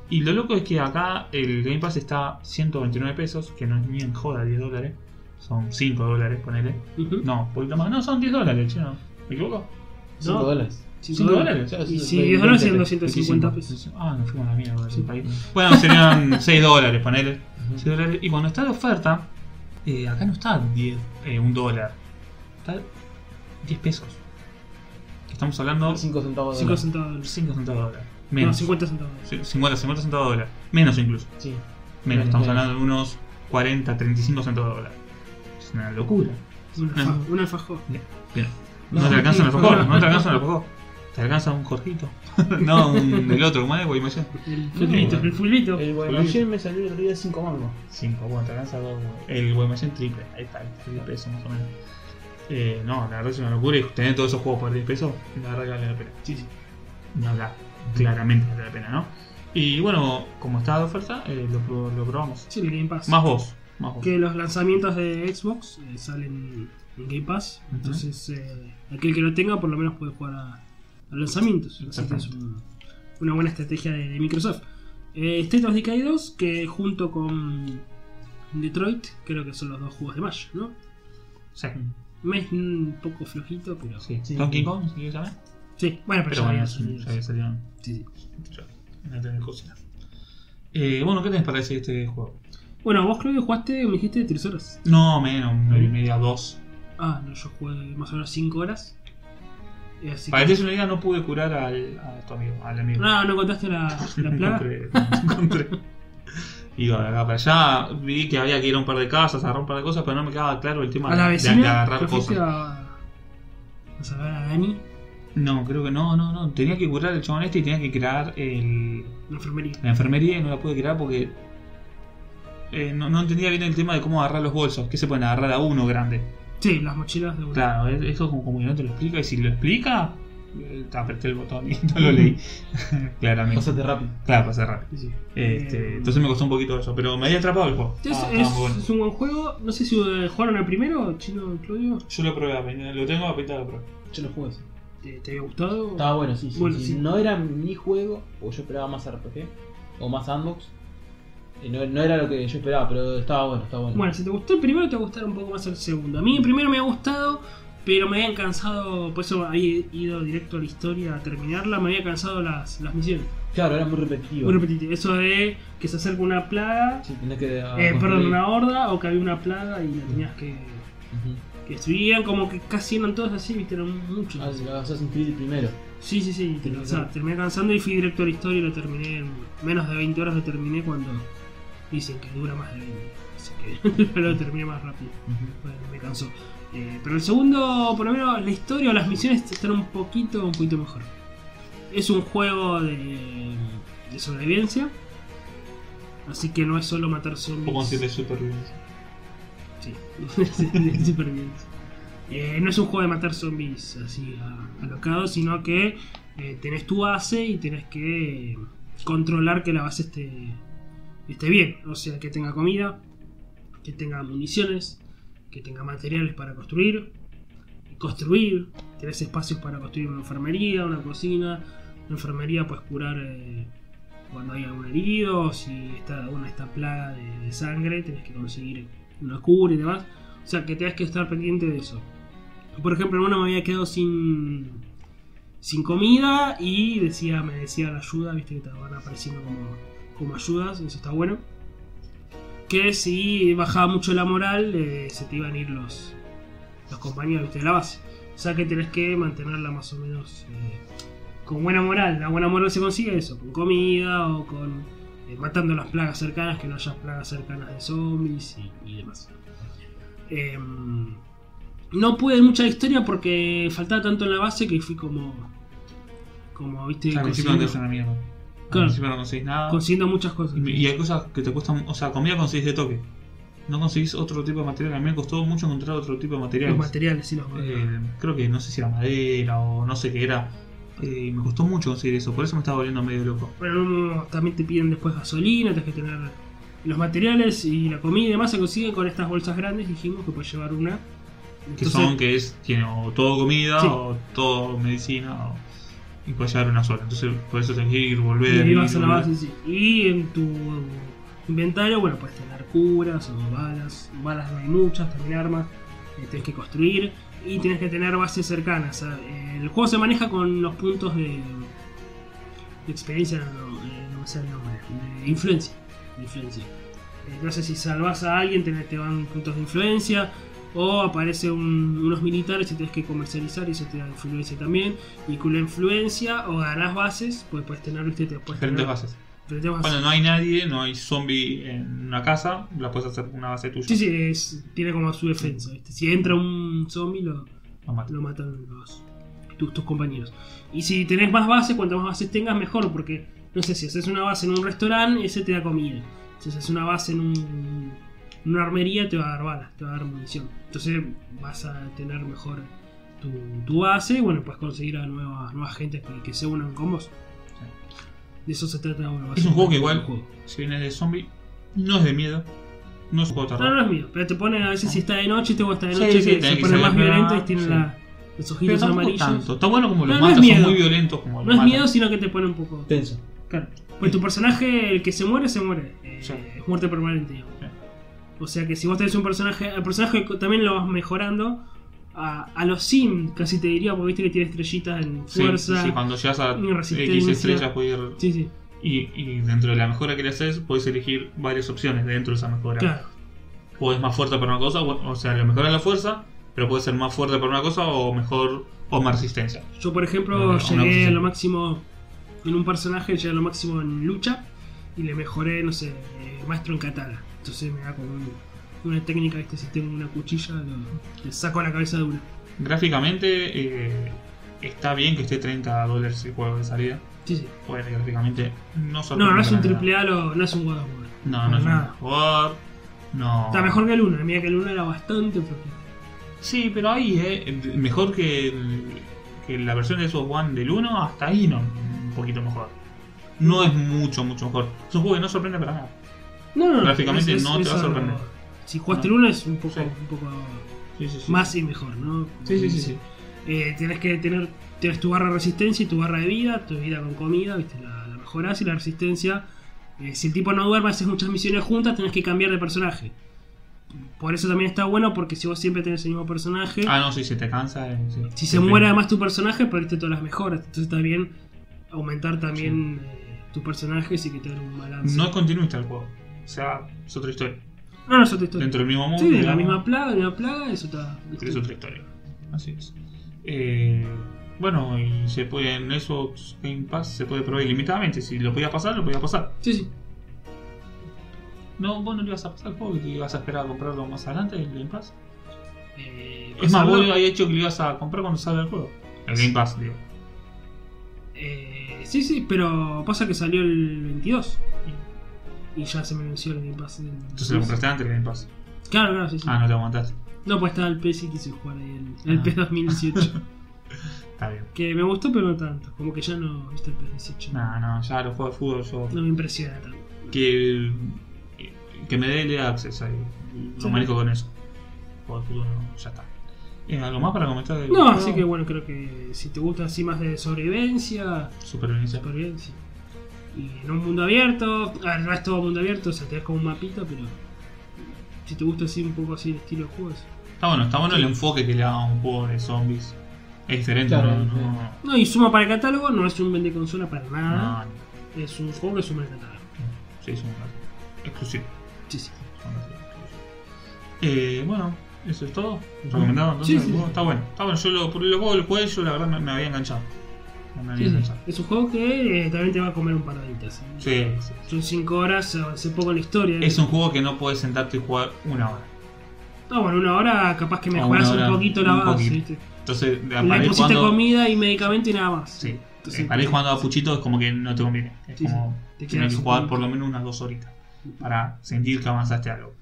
S1: Y lo loco es que acá el Game Pass está a 129 pesos, que no es ni en joda 10 dólares, son 5 dólares, ponele.
S3: Ujú.
S1: No, un poquito más, no, son 10 dólares, chino. ¿Me equivoco?
S2: 5 dólares.
S3: Cinco
S1: 5
S3: dólares.
S1: dólares.
S3: Y si 10 dólares serían 250 pesos.
S1: 25. Ah, nos fuimos a la mierda ese país. Bueno, serían 6 dólares, ponele. 6 dólares. Y cuando está de oferta, eh, acá no está 10, eh, un dólar. Está 10 pesos. Estamos hablando
S2: 5 centavos de
S3: 5
S2: dólar.
S3: centavos de dólar.
S1: 5 centavos de dólar.
S3: No,
S1: Menos.
S3: 50 centavos de dólar.
S1: Sí, 50, 50 centavos de dólar. Menos incluso.
S2: Sí.
S1: Menos.
S2: Menos,
S1: Estamos
S2: menos.
S1: hablando de unos 40, 35 centavos de dólar. Es una locura.
S3: Un
S1: Ah, No.
S3: alfajor. Un alfajor.
S1: Pero no,
S2: No,
S1: te alcanza el
S3: no.
S1: alfajor, no te alcanza el alfajor. Te alcanza un jorjito. no, un, el otro, ¿cómo es? Guaymallén.
S3: El fulbito. El fulbito.
S2: El Guaymallén me salió el otro día 5 mangos.
S1: 5, bueno, te alcanza dos. El Guaymallén triple, ahí está, el 10 pesos más o menos. Eh, no, la verdad es una locura y tener todos esos juegos por 10 pesos, la verdad que vale la pena.
S3: Sí, sí.
S1: No, la, claramente vale la pena, ¿no? Y bueno, como está de oferta, eh, lo, pro- lo probamos.
S3: Sí, el Game Pass.
S1: Más vos, más vos.
S3: Que los lanzamientos de Xbox eh, salen en Game Pass.
S1: Ujú.
S3: Entonces, eh, aquel que lo tenga, por lo menos puede jugar a, a lanzamientos. Así que es
S1: Exactamente.
S3: un- una buena estrategia de, de Microsoft. Eh, State of Decay 2, que junto con Detroit, creo que son los dos juegos de mayo, ¿no?
S1: Sí,
S3: Mes un poco flojito, pero. Sí,
S1: sí.
S2: Sí.
S1: Donkey Kong, si quieres saber.
S3: bueno, pero,
S1: Pero
S3: ya había
S1: bueno,
S3: salido.
S1: ya había salido.
S3: Sí, sí.
S1: Yo, no tengo cosas. Eh, bueno, ¿qué tenés para decir de este juego?
S3: Bueno, vos creo que jugaste, me dijiste, 3 horas.
S1: No, menos,
S3: ¿Mm?
S1: una hora y media, dos.
S3: Ah, no, yo jugué más o menos 5 horas. Eh, Así
S1: Para
S3: que...
S1: que te des una idea, no pude curar al, a tu amigo, al amigo.
S3: No, no contaste la, la plaga.
S1: encontré, encontré. Iba de acá para allá, vi que había que ir a un par de casas, agarrar un par de cosas, pero no me quedaba claro el tema
S3: a la
S1: de,
S3: vecina.
S1: de agarrar
S3: ¿Te fuiste
S1: cosas.
S3: A... a salvar a Dani,
S1: No, creo que no, no, no. Tenía que curar el chabón este y tenía que crear el,
S3: la enfermería.
S1: la enfermería y no la pude crear porque eh, no, no entendía bien el tema de cómo agarrar los bolsos, que se pueden agarrar a uno grande.
S3: Sí, las mochilas de uno.
S1: Claro, eh, eso como, como que no te lo explica y si lo explica, eh, apreté el botón y no lo leí. Claramente.
S2: Pasate rápido.
S1: Claro, pasé rápido.
S3: Sí, sí.
S1: Este,
S3: Eh,
S1: entonces me costó un poquito eso, pero me había atrapado el juego.
S3: entonces
S2: Ah,
S3: es,
S1: está bueno.
S3: es un buen juego. No sé si eh, jugaron al primero, Chino Claudio.
S1: Yo lo probé, apenas- lo tengo apenas lo probé.
S2: Yo lo jugué. ese.
S3: ¿Te, te había gustado?
S2: Estaba bueno, sí, sí,
S3: Bueno,
S2: sí.
S3: sí.
S2: No era mi juego, o yo esperaba más RPG, o más sandbox. Y No, no era lo que yo esperaba, pero estaba bueno, estaba bueno.
S3: Bueno, si te gustó el primero, te va a gustar un poco más el segundo. A mí el primero me ha gustado, pero me habían cansado, por eso había ido directo a la historia a terminarla, me había cansado las, las misiones.
S2: Claro, era muy repetitivo.
S3: Muy repetitivo. Eso de que se acerca una plaga,
S2: Sí, tenés que. ah,
S3: eh, perdón,
S2: construir.
S3: una horda, o que había una plaga y la tenías que,
S2: Ujú.
S3: que destruían, como que casi eran todos así, viste, eran muchos.
S2: Ah, sí, Assassin's Creed primero.
S3: Sí, sí, sí, te
S2: Sí,
S3: cansa-
S2: claro.
S3: terminé cansando y fui directo a la historia y lo terminé en menos de 20 horas, lo terminé cuando dicen que dura más de 20. Así que lo terminé más rápido. Bueno, me cansó. Eh, pero el segundo, por lo menos la historia o las misiones están un poquito, un poquito mejor. Es un juego de, de sobrevivencia. Así que no es solo matar
S1: Un
S3: zombies.
S1: poco así de supervivencia.
S3: Sí, de supervivencia. Eh, no es un juego de matar zombies así a- alocados, sino que eh, tenés tu base y tenés que eh, controlar que la base esté, esté bien. O sea, que tenga comida, que tenga municiones, que tenga materiales para construir. y Construir, tenés espacios para construir una enfermería, una cocina. La enfermería puedes curar eh, cuando hay algún herido, o si está, una está plaga de, de sangre, tenés que conseguir una cura y demás. O sea, que tenés que estar pendiente de eso. Por ejemplo, en una me había quedado sin sin comida y decía me decía la ayuda, viste que te van apareciendo como, como ayudas, eso está bueno. Que si bajaba mucho la moral, eh, se te iban a ir los, los compañeros viste, de la base. O sea que tenés que mantenerla más o menos eh, con buena moral. La buena moral se consigue eso, con comida o con eh, matando las plagas cercanas, que no haya plagas cercanas de zombies y, y demás. Eh, no pude ver mucha historia porque faltaba tanto en la base que fui como. Como, viste,
S1: Al principio no te hace
S3: consiguiendo,
S1: una mierda. Al
S3: Claro.
S1: principio no conseguís nada.
S3: consiguiendo muchas cosas.
S1: Y hay cosas que te cuestan. O sea, comida conseguís de toque. No conseguís otro tipo de material. A mí me costó mucho encontrar otro tipo de material.
S3: Los materiales, sí, los materiales.
S1: Eh, creo que no sé si era madera o no sé qué era. Eh, me costó mucho conseguir eso, por eso me estaba volviendo medio loco.
S3: Bueno, no, también te piden después gasolina, tienes que tener los materiales y la comida y demás se consigue con estas bolsas grandes. Dijimos que puedes llevar una.
S1: Que
S3: Entonces,
S1: son que es, tiene o todo comida
S3: Sí.
S1: o todo medicina o, y puedes llevar una sola. Entonces por eso tenés que ir, volver.
S3: y
S1: ir,
S3: vas a la
S1: volver.
S3: base, sí. Y en tu inventario, bueno, puedes tener curas o balas. Balas no hay muchas, también armas. eh, tenés que construir y tenés que tener bases cercanas. ¿sabes? Eh, El juego se maneja con los puntos de, de experiencia, no, eh, no me sale el nombre, de influencia. de influencia. Eh, no sé si salvas a alguien, te, te van puntos de influencia. O aparecen un- unos militares y tenés que comercializar y eso te da influencia también. Y con la influencia o ganás bases, pues puedes tener, viste, te puedes
S1: Diferentes
S3: tener-
S1: bases.
S3: diferentes bases.
S1: Cuando no hay nadie, no hay zombie en una casa, la puedes hacer una base tuya.
S3: Sí, sí, es- tiene como su defensa. ¿viste? Si entra un zombie, lo,
S1: No mata.
S3: lo matan los, tus, tus compañeros. Y si tenés más bases, cuanto más bases tengas, mejor, porque no sé, si haces una base en un restaurante, ese te da comida. Si haces una base en, un- en una armería, te va a dar balas, te va a dar munición. Entonces vas a tener mejor tu, tu base y bueno, puedes conseguir a nueva, nueva gente que, que se unan con vos. De eso se trata bueno,
S1: Es un juego que igual-
S3: básicamente, un juego.
S1: Si viene de zombie, no es de miedo, no es un juego de
S3: No,
S1: terror.
S3: no es mío, pero te pone a veces si está de noche, te gusta de
S1: Sí,
S3: noche,
S1: sí,
S3: que
S1: tenés
S3: se
S1: que
S3: pone
S1: saber
S3: más
S1: esperar,
S3: violento y tiene
S1: sí.
S3: la- los
S1: Pero
S3: ojitos
S1: tampoco
S3: amarillos.
S1: tanto. Está bueno como los
S3: No, no es
S1: matan, son
S3: miedo.
S1: muy violentos como
S3: No
S1: los
S3: es
S1: matan.
S3: miedo, sino que te pone un poco.
S2: Tenso.
S3: Claro. Pues tu personaje, el que se muere, se muere. Eh,
S1: Sí.
S3: Es muerte permanente, digamos.
S1: Sí.
S3: O sea que si vos tenés un personaje, el personaje co- también lo vas mejorando. A, a los sim, casi te diría, porque viste que tiene estrellitas en
S1: Sí,
S3: fuerza.
S1: sí, cuando llegas a X
S3: resistencia.
S1: estrellas puedes ir
S3: Sí, sí,
S1: Y, y dentro de la mejora que le haces, puedes elegir varias opciones dentro de esa mejora.
S3: claro.
S1: Puedes más fuerte para una cosa, o o sea, le mejora la fuerza, pero puede ser más fuerte para una cosa o mejor o más resistencia.
S3: Yo, por ejemplo,
S1: Bueno, una
S3: llegué a
S1: posición.
S3: lo máximo en un personaje, llegué a lo máximo en lucha y le mejoré, no sé, eh, maestro en katana. Entonces me da como un- una técnica, este, si tengo una cuchilla, lo- le saco la cabeza de una.
S1: Gráficamente, eh, está bien que esté 30 dólares el juego de salida.
S3: Sí, sí.
S1: Porque gráficamente no sorprende
S3: No, no es un
S1: para nada.
S3: triple A, lo- no es un God of War.
S1: No, no es
S3: Nada.
S1: un jugador. No.
S3: Está mejor que el 1, mira que el 1 era bastante flojo.
S1: Sí, pero ahí, eh, mejor que el, que la versión de Xbox One del 1 hasta ahí no, un poquito mejor. No es mucho, mucho mejor. Es un juego que no sorprende para nada.
S3: No, no, no.
S1: Gráficamente
S3: es- Ah.
S1: no
S3: es-
S1: te va a
S3: eso
S1: sorprender.
S3: Si jugaste
S1: No.
S3: el 1 es un poco,
S1: Sí.
S3: un poco
S1: Sí, sí, sí.
S3: más y mejor, ¿no?
S1: Sí, sí, sí, sí.
S3: Eh, tenés que tener tenés tu barra de resistencia y tu barra de vida, tu vida con comida, ¿viste? La, la mejorás y la resistencia. eh, si el tipo no duerme, haces muchas misiones juntas, tenés que cambiar de personaje. Por eso también está bueno, porque si vos siempre tenés el mismo personaje,
S1: Ah, no, si se te cansa. eh, sí.
S3: si se
S1: Sí,
S3: muere
S1: sí.
S3: además tu personaje, perdiste todas las mejoras. Entonces está bien aumentar también eh, tu personaje y que tener un balance.
S1: No es continuista el juego. O sea, es otra historia.
S3: no, no, eso te estoy-
S1: Dentro del mismo mundo.
S3: Sí, de la
S1: digamos,
S3: misma plaga, de la plaga, eso está.
S1: pero es otra historia. Así es. Eh, bueno, y se puede en Xbox Game Pass se puede probar ilimitadamente. Si lo podías pasar, lo podías pasar.
S3: Sí, sí.
S1: No, vos no le ibas a pasar el juego y te ibas a esperar a comprarlo más adelante el Game Pass.
S3: Eh,
S1: Es más, vos
S3: pasarlo,
S1: habías hecho que lo ibas a comprar cuando salga el juego. El Game Pass, digo.
S3: eh, sí, sí, pero pasa que salió el 22. Y ya se me venció el Game Pass. del-
S1: Entonces lo compraste antes del Game Pass.
S3: Claro, claro, sí, sí.
S1: Ah, no te aguantaste.
S3: No, pues estaba el PS y quise jugar ahí el, el
S1: Ah.
S3: PS 2018.
S1: Está bien.
S3: que me gustó, pero no tanto. Como que ya no viste el PS 18.
S1: No, no, ya los juegos de fútbol yo.
S3: No me impresiona tanto.
S1: Que, que me dé el access ahí.
S3: Sí.
S1: Lo manejo con eso. Juegos de fútbol no, ya está. Eh, ¿Algo más para comentar? del
S3: No,
S1: juego?
S3: así que bueno, creo que si te gusta así más de sobrevivencia,
S1: Supervivencia.
S3: supervivencia. Y en un mundo abierto, ah, no es todo mundo abierto, o sea, te das como un mapita, pero si te gusta así un poco así el estilo de juegos.
S1: Está bueno, está bueno el enfoque que le da a un juego de zombies. Es diferente,
S2: Claro,
S1: ¿no?
S2: sí.
S1: No,
S3: No, y suma para el catálogo, no es un vende consola para nada,
S1: no, no.
S3: es un juego que suma el catálogo.
S1: Sí, es un exclusivo.
S3: Sí, sí.
S1: Eh, bueno, eso es todo. Recomendado entonces.
S3: Sí, sí,
S1: el juego?
S3: sí.
S1: Está bueno. Está bueno. Yo lo, por el juego del juego, yo la verdad me, me había enganchado. Me había
S3: Sí, sí.
S1: enganchado.
S3: Es un juego que eh, también te va a comer un par de horitas. ¿eh?
S1: Sí, sí.
S3: Son 5 horas, avancé poco en la historia.
S1: Es un juego que no puedes sentarte y jugar una hora.
S3: No, bueno, una hora capaz que
S1: Ah,
S3: mejoras
S1: una hora,
S3: un poquito la
S1: un
S3: base.
S1: poquito.
S3: ¿viste?
S1: Entonces, de
S3: Le
S1: aparece
S3: pusiste
S1: jugando.
S3: comida y medicamento y nada más.
S1: Sí.
S3: Entonces,
S1: eh, para ir jugando a puchitos es como que no te conviene. Es
S3: Sí, sí.
S1: como
S3: Te
S1: tienes
S3: quedas
S1: que
S3: un
S1: jugar
S3: poquito.
S1: por lo menos unas dos horitas para sentir que avanzaste algo.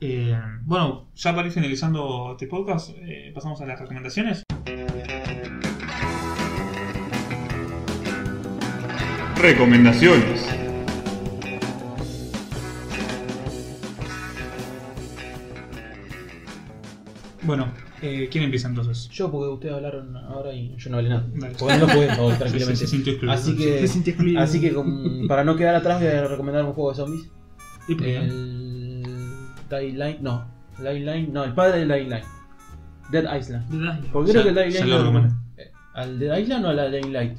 S1: Eh, bueno, ya para ir finalizando este podcast, eh, pasamos a las recomendaciones.
S4: Recomendaciones.
S1: Bueno, eh, ¿quién empieza entonces?
S2: Yo, porque ustedes hablaron ahora y yo no hablé nada.
S1: Dale.
S2: Porque no pude no,
S1: Se- se-
S2: tranquilamente.
S1: se sintió excluido.
S2: Así que,
S3: Te sientes excluido.
S2: así que con- para no quedar atrás, voy a recomendar un juego de zombies.
S3: Y-
S2: eh,
S1: Bien.
S2: El. Dying Light, no. Dying Light, no, el padre de Dying Light. Dead Island.
S3: te das-
S2: Porque
S1: Ya-
S2: creo que el Dying
S1: ya
S2: Light.
S1: lo
S2: no-
S1: recomendé.
S2: eh, ¿Al Dead Island o al Dying Light?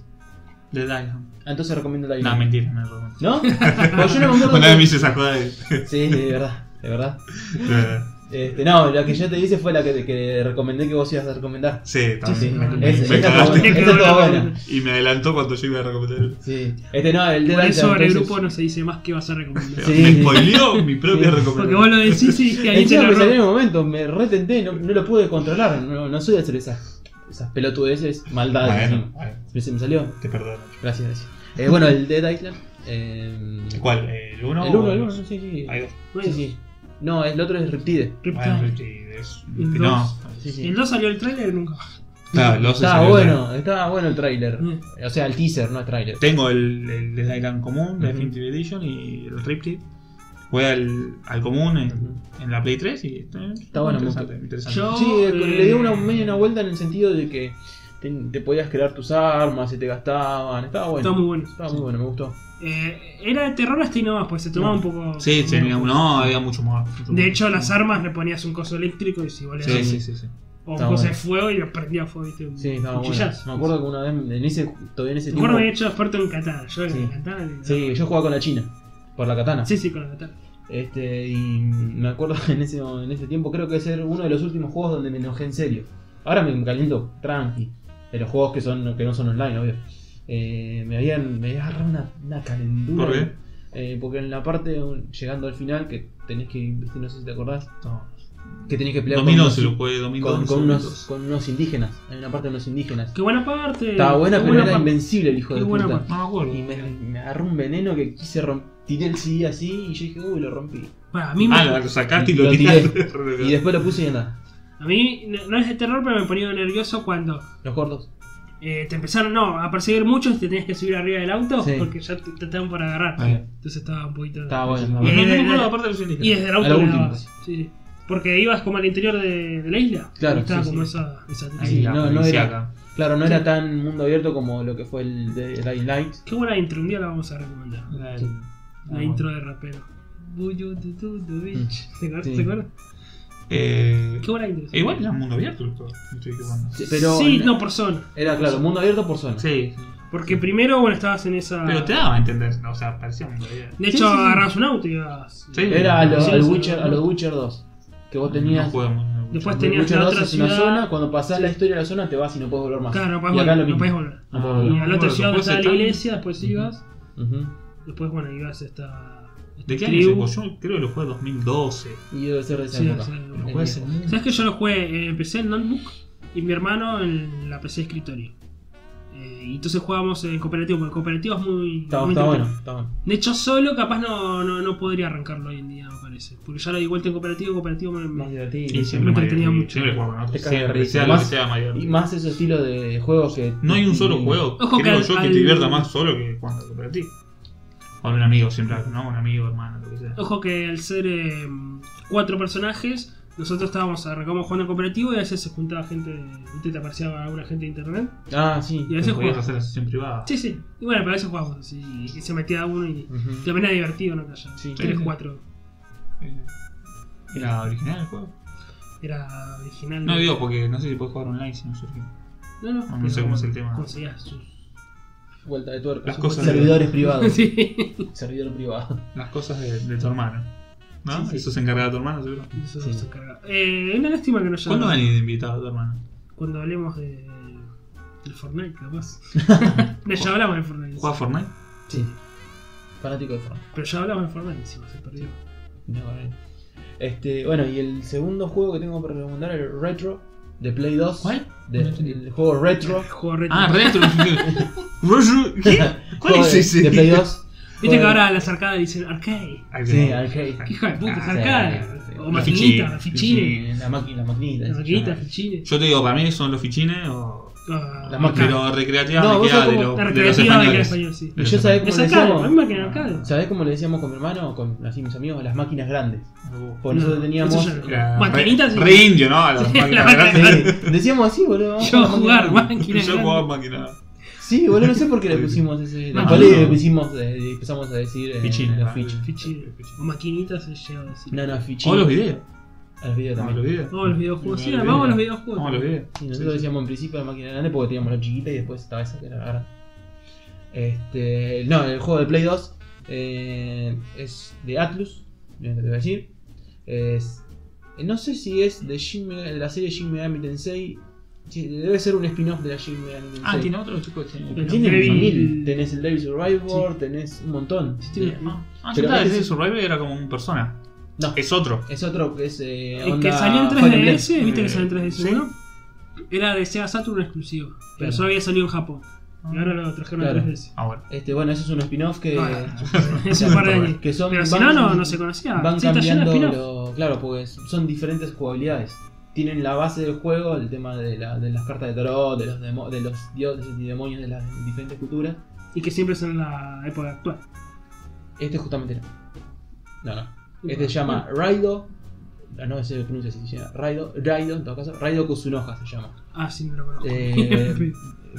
S1: De Dylan.
S2: Ah, Entonces recomiendo Dying
S1: No,
S2: Light.
S1: mentira, me recomiendo.
S2: ¿No? Porque yo no me acuerdo.
S1: Una
S2: que-
S1: vez me hice esa joda de.
S2: Sí, de verdad, de verdad.
S1: de-
S2: Este, no, la que yo te hice fue la que, que recomendé que vos ibas a recomendar.
S1: Sí, también.
S2: Sí, sí.
S1: Me, me-
S2: Esa-
S1: me
S2: esa
S1: cagaste.
S2: estuvo- esa estuvo buena.
S1: Y me adelantó cuando yo iba a recomendar.
S2: Sí. Este no, el Dead
S3: Por eso
S2: Island.
S3: en el
S2: entonces-
S3: grupo no se dice más que vas a recomendar.
S2: Sí.
S1: Me spoileó mi propia
S2: Sí.
S1: recomendación.
S3: Porque vos lo decís y dije, ahí te
S2: Encima
S3: lo
S2: me salió en
S3: robo.
S2: el momento, me retenté, no, no lo pude controlar. No, no soy de hacer esas, esas pelotudeces, maldades.
S1: Bueno,
S2: encima.
S1: bueno,
S2: Pero Se me salió.
S1: te perdono.
S2: Gracias, gracias. Eh, bueno, el Dead Island. eh,
S1: ¿Cuál? ¿El 1?
S2: el 1, el 1, sí, sí.
S1: Hay dos.
S2: Sí, sí. No, el otro es Reptile.
S1: Bueno,
S3: Riptide.
S1: sí, es- este,
S3: El
S1: No.
S3: dos.
S2: Sí, sí.
S3: El 2 salió el trailer nunca.
S1: Claro, el dos
S2: Estaba
S1: es el
S2: bueno, estaba bueno el tráiler.
S3: Mm.
S2: O sea, el teaser, no el tráiler.
S1: Tengo el, el Dead Island común,
S2: Ujú.
S1: Definitive Edition y el Riptide. Juega al, al común en,
S2: Ujú.
S1: en la Play 3 y está, está
S2: bueno,
S1: interesante. interesante.
S3: Yo-
S2: Sí, eh,
S3: eh,
S2: le dio una media una vuelta en el sentido de que te, te podías crear tus armas, se te gastaban. Estaba bueno.
S3: Estaba muy bueno.
S2: Estaba muy bueno, me gustó.
S3: Eh, era de terror hasta y no más, pues se tomaba
S2: No.
S3: un poco.
S1: Sí,
S3: un
S1: tenía,
S3: poco.
S1: no, había mucho más. mucho
S3: De
S1: más.
S3: hecho, a las armas le ponías un coso eléctrico y si volvías
S1: Sí, sí, sí. sí.
S3: o un
S2: Está
S3: coso de
S2: bueno.
S3: fuego y lo prendía fuego, viste. un
S2: Sí, estaba bueno.
S3: cuchillazo.
S2: Me acuerdo que una vez, en ese, todavía en ese
S3: Me acuerdo que había
S2: tiempo.
S3: hecho experto en katana. Yo
S2: Sí.
S3: en katana. le-
S2: Sí, yo jugaba con la China, por la katana.
S3: sí, sí, con la katana.
S2: Este, y me acuerdo en ese, en ese tiempo, creo que es uno de los últimos juegos donde me enojé en serio. Ahora me caliento tranqui, de los juegos que son que no son online, obvio. Eh, me habían me había agarrado una, una calentura.
S1: ¿Por qué?
S2: Eh, porque en la parte, un- llegando al final, que tenés que, viste, no sé si te acordás,
S1: No.
S2: que tenés que pelear con
S1: 2011 lo
S2: unos,
S1: jugué, 2012.
S2: con, con unos, con unos indígenas. Hay una parte de unos indígenas.
S3: Qué buena parte.
S2: Estaba buena,
S3: qué
S2: pero era
S3: parte.
S2: invencible el hijo
S3: Qué
S2: de
S3: buena
S2: puta.
S3: parte.
S1: No me acuerdo.
S2: Y me, me agarró un veneno que quise romper. Tiré el CD así y yo dije, uy, lo rompí.
S3: Bueno, a mí, me-
S1: Ah, lo, lo sacaste y
S2: Lo
S1: lo
S2: tiré.
S1: tiraste.
S2: Y después lo puse y nada.
S3: a mí no no es de terror, pero me ponía nervioso cuando
S2: Los gordos.
S3: eh, te empezaron no, a perseguir muchos y te tenías que subir arriba del auto
S2: Sí. Ah,
S3: porque ya te trataban por agarrar.
S1: Vale.
S3: Entonces estaba un poquito.
S2: Estaba ah, bueno. la
S1: No,
S2: verdad.
S1: no me
S3: eh,
S1: acuerdo
S3: eh,
S1: la parte de los indígenas.
S3: Y desde el
S2: A
S3: auto
S2: lo
S3: le
S2: último,
S3: dabas, sí, sí. Porque ibas como al interior de, de la isla.
S2: Claro,
S3: y estaba
S2: sí,
S3: como
S2: sí.
S3: esa, esa
S1: Ahí
S2: Sí,
S1: la
S2: no, no era-
S1: policíaca.
S2: Claro, no era tan mundo abierto como lo que fue el de Dying Light.
S3: Qué buena intro, un día la vamos a recomendar.
S1: Era el-
S2: Sí.
S1: Ah,
S3: La
S1: bueno.
S3: intro de rapero. Buyu, tu, tu, tu, bitch. ¿Te acuerdas?
S2: Mm. Sí.
S3: ¿Te acuerdas?
S1: Eh,
S3: Qué buena intro.
S1: e igual era un mundo abierto esto. Me estoy equivocando.
S2: Sí, Pero
S3: sí, no por zona.
S2: era claro, mundo abierto por zona.
S1: Sí.
S3: Porque primero, bueno, estabas en esa.
S1: Pero te daba a entender. no, O sea, parecía un mundo abierto.
S3: De
S2: Sí,
S3: hecho,
S2: sí, sí.
S3: agarrabas un auto y ibas.
S1: Sí.
S2: Era a, lo-
S3: Sí,
S2: al
S3: sí,
S2: Witcher,
S3: sí.
S2: a los Witcher 2. Que vos
S1: No
S2: tenías.
S1: juguemos.
S3: Después
S2: el
S3: tenías
S2: Witcher
S3: la
S2: 2
S3: otra
S2: es una
S3: ciudad.
S2: zona, cuando pasás la historia de la zona te vas y no puedes volver más.
S3: Claro, pues no
S2: y
S3: podés
S2: acá
S3: volver.
S2: lo
S3: No podés
S2: mismo.
S3: volver.
S2: No podés volver.
S3: Y a la otra
S1: Bueno,
S3: ciudad donde
S1: después
S3: estaba la
S1: están-
S3: iglesia, después
S2: Ujú.
S3: ibas.
S2: Ujú.
S3: Después, bueno, ibas a esta.
S1: ¿De qué año es el
S3: tribu.
S1: juego? Yo creo que lo jugué en 2012.
S2: Y debe ser de esa
S3: Sí,
S2: época.
S3: sí,
S1: Lo
S3: Lo
S1: jugué hace mucho.
S3: ¿Sabes que yo lo jugué? eh, empecé en notebook y mi hermano en la PC de escritorio. Eh, y entonces jugábamos en cooperativo, porque cooperativo es muy.
S2: Está,
S3: muy
S2: está bueno,
S3: entretenido.
S2: está bueno.
S3: De hecho, solo capaz no, no, no podría arrancarlo hoy en día, me parece. Porque ya lo di vuelta en cooperativo, cooperativo me.
S2: Más
S3: me-
S2: divertido.
S3: sí. siempre
S1: Mario-
S3: entretenía mucho.
S1: Siempre jugaba con otros.
S2: Te cagas de
S1: Siempre,
S2: risa.
S1: sea lo que
S2: Más-
S1: sea Mario.
S2: Y más ese estilo de juegos que.
S1: No hay un solo juego,
S3: Ojo que
S1: creo
S3: al-
S1: yo, que
S3: al-
S1: te divierta más solo que cuando cooperativo. Con un amigo, siempre, ¿no? Un amigo, hermano, lo que sea.
S3: Ojo que al ser eh, cuatro personajes, nosotros estábamos arrancamos jugando en cooperativo y a veces se juntaba gente. ¿Viste? Te aparecía alguna gente de internet.
S2: Ah, sí.
S3: Y a
S1: Lo
S3: veces
S1: podías
S3: jugábamos.
S1: hacer la sesión privada.
S3: Sí, sí. Y bueno, pero a veces jugábamos así. Y se metía uno y.
S2: Ujú.
S3: También era divertido, ¿no? Que haya
S2: Sí.
S3: tres,
S1: Sí.
S3: cuatro.
S1: Eh, ¿Era original el juego?
S3: Era original.
S1: No digo, porque no sé si puedes jugar online si no surge.
S3: No, no,
S1: No, no
S3: pero
S1: sé cómo es el tema.
S3: Conseguías sus.
S2: Vuelta de tuerca.
S1: Las cosas de-
S2: Servidores privados.
S3: Sí.
S2: Servidor privado.
S1: Las cosas de, de tu hermano. ¿No?
S2: Sí, sí.
S1: Eso se encarga tu hermano, seguro.
S3: Eso
S2: Sí.
S3: se carga. Eh, una lástima que no haya.
S1: ¿Cuándo van a ir de invitado a tu hermano?
S3: Cuando hablemos de. del Fortnite, capaz. no, ya hablamos de Fortnite.
S1: ¿Juega Fortnite?
S2: Sí. Fanático de Fortnite.
S3: Pero ya hablamos de Fortnite, encima se perdió.
S2: No, eh. Este, bueno, y el segundo juego que tengo para recomendar es el Retro de Play 2.
S1: ¿Cuál?
S2: De-
S1: No entendí.
S2: el juego Retro.
S3: Juego retro.
S1: Ah, retro. Retro- ¿Qué? ¿Cuál
S2: Juego
S1: es
S2: de-
S1: ese?
S2: De Play 2.
S3: Viste
S2: Juego
S3: que
S2: de-
S3: ahora las arcadas dicen arcade.
S1: Arcade.
S2: Sí, arcade.
S3: ¿Qué hija de puta es
S1: Ah,
S3: arcade?
S2: sí, sí.
S3: O
S1: La
S3: maquinita,
S1: fichine.
S3: la fichine.
S2: Sí, La máquina, la maquinita.
S3: Las
S2: esa.
S3: maquinitas, fichines.
S1: Yo te digo, para mí son los fichines o.
S3: Ah,
S2: La máquina.
S1: Pero recreativa
S2: No,
S1: me
S2: vos
S1: queda
S2: sabés
S1: de,
S2: cómo-
S1: los-
S3: La
S1: de los
S3: recreativa de que era
S1: españoles.
S3: español, sí.
S1: De
S2: Y
S1: los
S2: yo sabés
S1: españoles.
S2: cómo
S3: Es
S2: le
S3: arcade, a mí
S2: decíamos.
S3: me queda arcade.
S2: ¿Sabés cómo le decíamos con mi hermano? Con, así mis amigos, las máquinas grandes.
S1: Uh,
S2: Porque nosotros
S3: No,
S2: teníamos.
S3: eso ya
S1: era
S3: Maquinitas
S1: re,
S3: y-
S1: re indio, ¿no? A las
S3: Sí,
S1: máquinas
S3: la
S1: grandes.
S3: máquina.
S2: Sí, decíamos así, boludo. vamos
S3: Yo a
S2: las
S3: jugar,
S2: máquinas.
S3: máquina.
S1: Yo
S3: grande.
S1: jugaba máquina.
S2: Sí, boludo, no sé por qué le pusimos ese.
S3: No,
S2: ¿Cuál es
S1: no.
S2: le pusimos, eh, empezamos a decir. eh,
S1: Fichines,
S2: los
S1: ah,
S2: fichines.
S3: Fichines. O maquinitas se llega a decir.
S2: No, no, fichines.
S1: O los videos.
S2: A los videos
S1: No,
S2: también.
S1: los videos.
S3: Vamos a los videojuegos. Sí,
S1: No,
S3: vamos a los
S1: No,
S3: videojuegos.
S1: los videos.
S2: Sí, nosotros decíamos en principio la máquina grande porque teníamos la chiquita y después estaba esa que era la grande. Este, no, el juego de Play 2 eh, es de Atlus, es lo que te voy a decir. Es- eh, no sé si es de, Shin Megami- de la serie Shin Megami Tensei. Sí, debe ser un spin-off de la Shin Megami Tensei.
S1: Ah, tiene otro chico. tiene-
S3: Pero
S2: Tiene
S3: Devil-
S2: mil. Tenés el Devil Survivor, tenés un montón.
S3: Sí, tiene-
S1: Ah, ah, yo
S2: Pero
S1: estaba
S2: este
S1: desde
S2: es-
S1: Survivor era como un persona.
S2: No, es,
S1: Es otro.
S2: otro que es. eh,
S3: El que
S2: onda
S3: salió en
S2: Fire Emblem.
S3: 3DS, viste que salió en 3DS,
S1: Sí.
S3: ¿no? Era de Sega Saturn exclusivo. Pero
S2: Claro.
S3: solo había salido en Japón. Y ahora lo trajeron
S2: Claro. Eh,
S3: a 3DS.
S1: Ah, bueno.
S2: Este, bueno, eso es un spin-off que.
S3: Ah, Ese par de años.
S2: que son
S3: Pero si
S2: van-
S3: no, no, no se conocía.
S2: van
S3: Sí, está lleno de
S2: cambiando
S3: spin-off.
S2: lo- claro porque son diferentes jugabilidades tienen la base del juego el tema de, la- de las cartas de tarot de los demo- de los dioses y demonios de las diferentes culturas
S3: Y que siempre son en la época actual.
S2: este justamente no no no este se llama Raido ah, no sé pronuncia así se llama Raido Raido en todo caso Raido Kusunoha se llama
S3: Ah, sí, no lo conozco.
S2: Eh,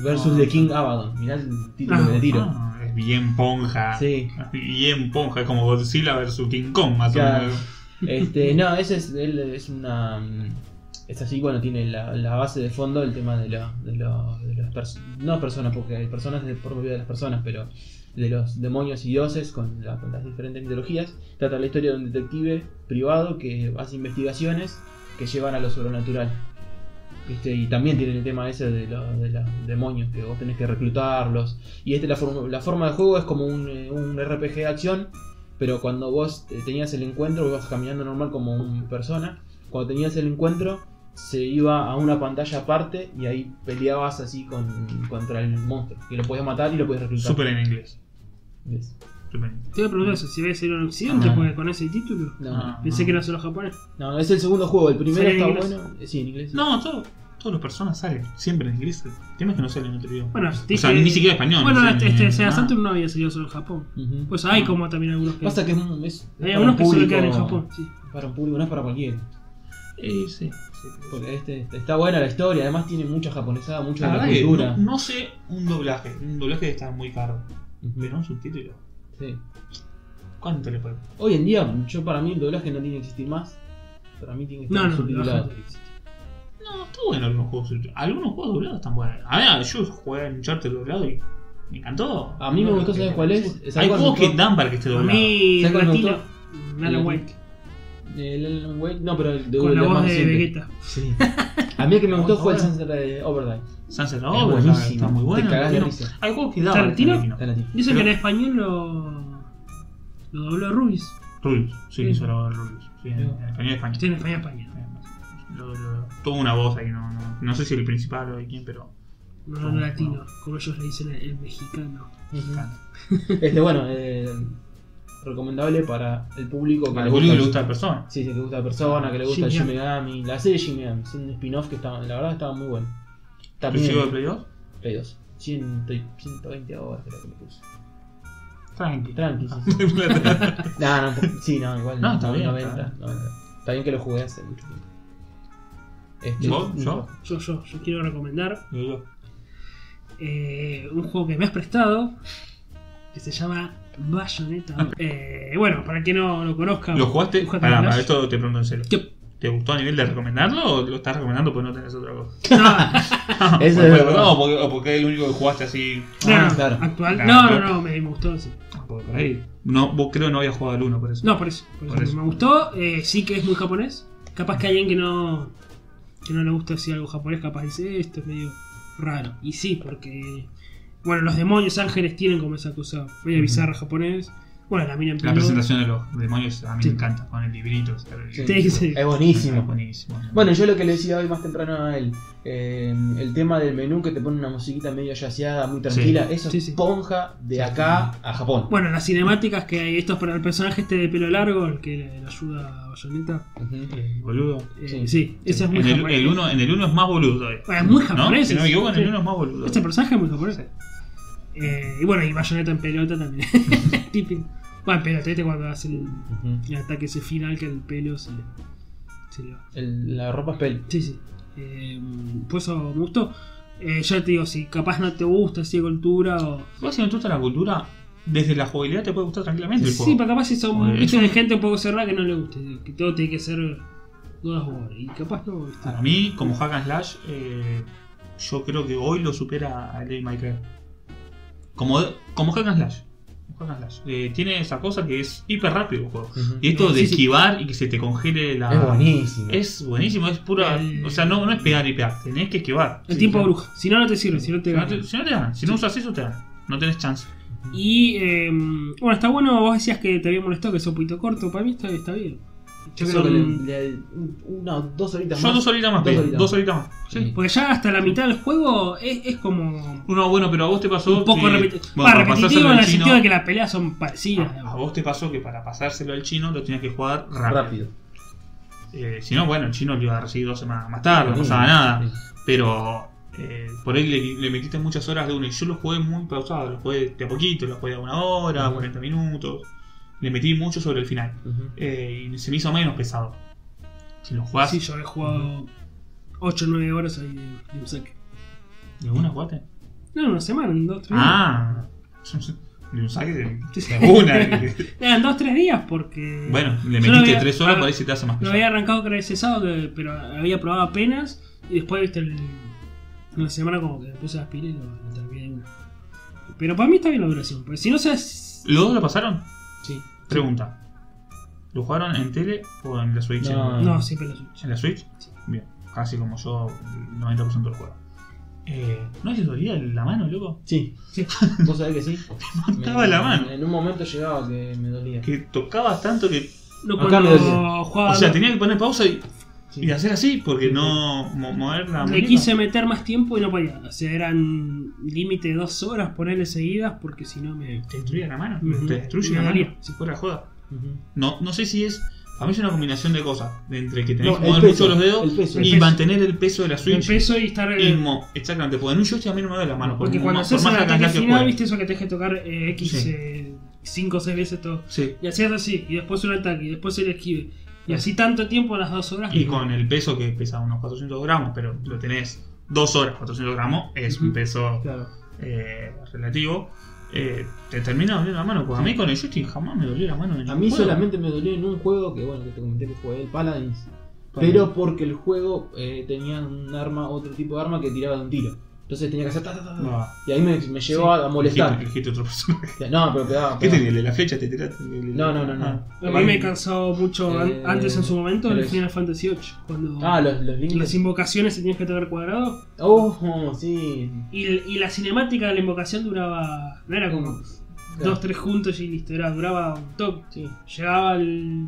S2: versus
S1: Ah.
S2: The King Abaddon mirá el título
S3: Ah,
S2: del tiro
S1: Ah, es bien ponja.
S2: sí
S1: Bien ponja. Es como Godzilla vs King Kong, más
S2: Claro.
S1: o menos.
S2: Este, no, ese es, él es una. mm, Es así, bueno, tiene la, la base de fondo el tema de, lo- de, lo- de las personas. No personas, porque hay personas de por medio de las personas, pero de los demonios y dioses con, la- con las diferentes mitologías. Trata la historia de un detective privado que hace investigaciones que llevan a lo sobrenatural. Este, y también tiene el tema ese de, lo- de los demonios, que vos tenés que reclutarlos. Y este, la, forma- la forma de juego es como un, eh, un RPG de acción, pero cuando vos eh, tenías el encuentro, vos ibas caminando normal como una persona. Cuando tenías el encuentro, se iba a una pantalla aparte y ahí peleabas así con, contra el monstruo. Que lo podías matar y lo podías reclutar.
S1: Súper en inglés.
S2: ¿Ves?
S1: Súper en inglés.
S3: Te voy a preguntar eso, si ves en Occidente,
S2: Ah.
S3: porque con ese título.
S2: No, no.
S1: Ah,
S3: Pensé
S1: no.
S3: que era solo japonés.
S2: No, no, es el segundo juego. El primero
S3: ¿Sale en
S2: está
S3: inglés?
S2: bueno. eh, Sí, en inglés.
S1: No, todo. todo todos los personas salen, siempre en inglés. El tema es que no sale en otro idioma.
S3: Bueno,
S1: o sea, ni siquiera español.
S3: Bueno,
S1: no sale
S3: este,
S1: en-
S3: este, Sega
S1: nada.
S3: Saturn no había salido solo en Japón.
S2: Ujú.
S3: Pues hay
S1: Ah.
S3: como también algunos que.
S2: Pasa que es un- es-
S3: hay
S2: para un
S3: algunos que solo quedan en
S2: público-
S3: Japón, sí.
S2: Para un público, no es para cualquiera.
S1: Eh, sí.
S2: Porque este, este- está buena la historia, además tiene mucha japonesada, mucho
S1: La
S2: de la
S1: verdad que
S2: cultura.
S1: no, no sé un doblaje. Un doblaje está muy caro.
S2: Ujú.
S1: Pero un subtítulo.
S2: Sí.
S1: ¿Cuánto le puede?
S2: Hoy en día, yo para mí el doblaje no tiene que existir más. Para mí tiene que
S3: No,
S2: estar
S3: no, no.
S2: subtitulado.
S1: No, está bueno algunos juegos subtitulados. Algunos juegos doblados están buenos. A ver, yo jugué en Charter doblado y me encantó.
S2: A mí me
S1: No,
S2: gustó,
S1: que-
S2: ¿sabes cuál es?
S1: Hay juegos que
S2: dan
S1: dan para que esté
S3: A
S1: doblado.
S3: mí,
S2: ¿Sabes cuál me
S3: Latino.
S2: gustó?
S3: Alan
S2: El-
S3: Wake.
S2: El Alan Wake, no, pero el de
S3: Con la
S2: el
S3: voz
S2: más
S3: de
S2: reciente.
S3: Vegeta.
S2: Sí. A mí el que me gustó fue el
S1: Ahora-
S2: Sunset eh, Overdrive.
S1: Sunset
S2: Es
S1: Overdrive
S2: buenísimo.
S1: está muy
S2: Te
S1: bueno.
S2: cagás de
S1: No,
S2: risa.
S1: Hay juegos que dan
S3: ¿Tarantino?
S2: Está en latín.
S3: Dicen
S1: Pero-
S3: que en español lo. Lo dobló Rubius.
S1: Rubius, sí,
S3: Sí.
S1: hizo la voz de Rubius. Sí, en, en español de España.
S3: Estoy en España, España.
S1: Lo- lo- Tuvo una voz ahí, no, no, no sé si el principal o de quién, pero.
S2: Mm.
S3: No, no, no latino. Como ellos le dicen el, el mexicano.
S1: encanta.
S2: Este, bueno, eh, recomendable para el público que
S1: Al
S2: le
S1: público le gusta
S2: gusta.
S1: la persona.
S2: Sí, sí, que gusta la persona, que le gusta
S3: Shin
S2: Shin Megami. La serie Shin Megami, es un spin-off que estaba, la verdad estaba muy bueno.
S1: Exclusivo de
S2: También
S1: Play 2,
S2: Play 2. 100 y- 120 horas creo que le puse.
S1: tranqui.
S2: Tranqui, sí. No, no, un poco- sí, no, igual.
S1: Ah, No, está bien,
S2: 90,
S1: está
S2: 90. Está bien que lo jugué hace mucho tiempo. Este,
S1: ¿Yo? ¿Yo?
S3: Yo, yo, yo quiero recomendar
S1: Yo, yo.
S3: eh, un juego que me has prestado. Que se llama
S1: Ah.
S3: Bayonetta. Eh, bueno, para quien no lo conozca.
S1: ¿Lo jugaste?
S3: buscate
S1: Pará,
S3: en
S1: para
S3: Flash.
S1: esto te pregunto en serio.
S3: ¿Qué?
S1: ¿Te gustó a nivel de recomendarlo o lo estás recomendando porque no tenés otra cosa?
S3: No,
S1: Ah,
S2: Eso
S1: Porque-
S2: es verdad.
S1: no, porque, o porque es el único que jugaste así.
S3: claro,
S2: Ah, claro.
S3: actual.
S1: Claro,
S3: no,
S1: claro.
S3: no, no, me, me gustó. sí.
S1: Por ahí. No, vos creo no había jugado al 1 por eso.
S3: No, por eso. Por
S1: Por
S3: eso
S1: eso.
S3: Me gustó. eh, sí que es muy japonés. Capaz que hay alguien que no, que no le gusta decir algo japonés, capaz dice "Eh, esto es medio raro. Y sí, porque. Bueno, los demonios ángeles tienen como esa cosa medio
S1: Ujú.
S3: bizarra japonés. Bueno, la mina en
S1: La
S3: pelotas.
S1: presentación de los demonios a mí
S3: Sí.
S1: me encanta, con el librito. etcétera.
S3: Sí, sí, sí.
S2: Es buenísimo.
S1: Buenísimo.
S2: Bueno, yo lo que le decía hoy más temprano a él, eh, el tema del menú que te pone una musiquita medio yaceada, muy tranquila, eso
S3: Sí, sí.
S2: esponja de acá a Japón.
S3: Bueno, las cinemáticas que hay, esto es para el personaje este de pelo largo, el que le, le ayuda a Bayonetta.
S2: Ujú.
S1: Eh, boludo.
S3: Eh,
S2: Sí.
S3: sí, ese es muy
S1: En el,
S3: japonés.
S1: el uno, en el 1 es más boludo todavía.
S3: Bueno, es muy
S1: ¿No?
S3: japonés.
S1: Si no me
S3: sí.
S1: equivoco, en
S3: Sí.
S1: el 1 es más boludo.
S3: Este personaje es muy japonés. Eh, y bueno, y Bayonetta en pelota también. Típico. Bueno, en pelota, ¿viste? cuando hace el,
S2: Ujú.
S3: el ataque ese final que el pelo se le, se le va.
S2: El- la ropa es peli.
S3: Sí, sí. Eh, por eso me gustó. Eh, ya te digo, si capaz no te gusta así de cultura o.
S1: Vos si no te gusta la cultura, desde la jugabilidad te puede gustar tranquilamente el
S3: Sí,
S1: juego.
S3: pero capaz si son
S1: Eh,
S3: viste, de gente un poco cerrada que no le guste. Que todo tiene que ser God of War. Y capaz no. ¿viste?
S1: Para mí, como hack and slash, eh, yo creo que hoy lo supera a Devil May Cry. Como, como hack and slash. Como Hack and slash. Eh, tiene esa cosa que es hiper rápido el juego.
S2: Ujú.
S1: Y esto de
S3: Sí, sí.
S1: esquivar y que se te congele la...
S2: Es buenísimo.
S1: Es buenísimo, es pura...
S3: El-
S1: O sea, no, no es pegar y pegar, tenés que esquivar.
S3: El
S1: Sí,
S3: tiempo
S1: claro.
S3: bruja. Si no, no te sirve. Si no te
S1: Si no
S3: gana.
S1: te, si no te dan, si no usas eso te dan. No tenés chance.
S3: Y eh, bueno, está bueno, vos decías que te había molestado que es un poquito corto, para mí está, está bien.
S2: Yo creo que
S3: Son-
S2: le- le- un- una, dos horitas
S1: Yo
S2: más.
S1: dos horitas más,
S2: Dos
S1: pedí,
S2: horitas.
S1: dos horitas más. Sí.
S3: Porque ya hasta la mitad del juego es, es como
S1: No, bueno, pero a vos te pasó.
S3: un poco
S1: que-
S3: repeti-
S1: Bueno,
S3: va,
S1: para
S3: repetitivo
S1: pasárselo
S3: en
S1: al
S3: el
S1: chino.
S3: sentido de que las peleas son parecidas.
S1: A vos te pasó que para pasárselo al chino lo tenías que jugar rápido.
S2: Rápido.
S1: Eh, si no, bueno, el chino lo iba a recibir dos semanas más tarde, no
S2: Sí.
S1: pasaba nada.
S2: Sí.
S1: Pero eh, por ahí le, le metiste muchas horas de uno. Y yo lo jugué muy pausado, lo jugué de a poquito, lo jugué de a una hora,
S2: Ujú.
S1: 40 minutos. Le metí mucho sobre el final.
S2: Ujú.
S1: Eh, y se me hizo menos pesado. Si lo jugás.
S3: Sí, yo he jugado 8 o 9 horas ahí de, de un saque.
S1: ¿De una jugaste?
S3: No, en una semana, en 2 3
S1: Ah. De un saque de,
S3: Sí, sí.
S1: de una.
S3: días. En 2 3 días porque.
S1: bueno, le
S3: yo lo
S1: metiste
S3: había-
S1: tres horas,
S3: ah,
S1: por ahí se te hace más
S3: Lo
S1: pesado.
S3: había arrancado creo ese sábado, que- pero había probado apenas. Y después, viste, el, en la semana como que me puse las pilas y lo, lo terminé de una. Pero para mí está bien la duración, porque si no seas.
S1: ¿Los dos lo pasaron?
S3: Sí.
S1: Pregunta. ¿Lo jugaron en tele o en la Switch?
S2: No.
S1: ¿En,
S3: No, siempre lo suyo.
S1: en la Switch?
S3: Sí.
S1: Bien. Casi como yo, el 90% del juego. Eh, ¿No les dolía la mano, loco?
S2: Sí.
S3: Sí.
S2: ¿Vos sabés que sí?
S1: mataba la mano.
S2: En un momento llegaba que me dolía.
S1: Que tocabas tanto que...
S3: No,
S2: Acá
S3: cuando
S2: me decía.
S3: jugaba.
S1: O sea, tenía que poner pausa y,
S2: Sí.
S1: y hacer así porque no mo- mover la
S3: Le
S1: muñeca.
S3: quise meter más tiempo y no podía. O sea, eran límite de dos horas ponerle seguidas porque si no me.
S1: Te destruía la mano.
S3: Ujú.
S1: Te destruye
S3: Me
S1: la
S3: dolía.
S1: mano. Si fuera joda.
S2: Ujú.
S1: No, no sé si es Para mí es una combinación de cosas. De entre que tenés
S3: No,
S1: que
S2: el
S1: mover
S2: peso,
S1: mucho los dedos
S2: el peso.
S1: y
S3: El peso.
S1: mantener el peso de la
S3: El
S1: Switch.
S3: peso y estar. eh,
S1: Inmo, exactamente, porque en un joystick a mí no me da la mano.
S3: porque cuando
S1: más-
S3: haces
S1: más
S3: el
S1: que
S3: ataque
S1: hagas el
S3: final,
S1: juego.
S3: viste eso que tenés que tocar eh, X
S1: Sí.
S3: 5 o 6 veces todo.
S1: Sí.
S3: Y hacías así, y después un ataque, y después el esquive. Y así tanto tiempo las dos horas.
S1: Y
S3: que-
S1: con el peso que pesa unos 400 gramos, pero lo tenés dos horas, 400 gramos, es un
S3: Ujú.
S1: peso
S3: Claro.
S1: eh, relativo. Eh, te termina doliendo la mano, porque a mí con el joystick jamás me dolió la mano. en
S2: A
S1: ningún
S2: mí
S1: juego.
S2: solamente me dolió en un juego que, bueno, que te comenté que jugué, el Paladins.
S1: Paladins.
S2: Pero porque el juego eh, tenía un arma, otro tipo de arma que tiraba de un tiro. Entonces tenía que hacer ta, ta, ta, ta.
S1: No,
S2: Y ahí me, me llevó a molestar.
S1: elegiste, elegiste otro personaje.
S2: No, pero
S1: ¿Qué
S2: pegaba. pegaba.
S1: tenía? ¿El de ¿La flecha te tiraste? ¿El de-
S2: No, no, no, no.
S1: Ah.
S3: A mí me cansó mucho an-
S2: Eh,
S3: antes en su momento el
S2: pero es-
S3: Final Fantasy VIII. Cuando
S2: Ah, los, los links.
S3: las invocaciones se tenían que tocar cuadrado.
S2: Oh, sí.
S3: Y, y la cinemática de la invocación duraba. No era como dos, tres juntos y listo, era, duraba un toque.
S2: Sí.
S3: Llegaba el,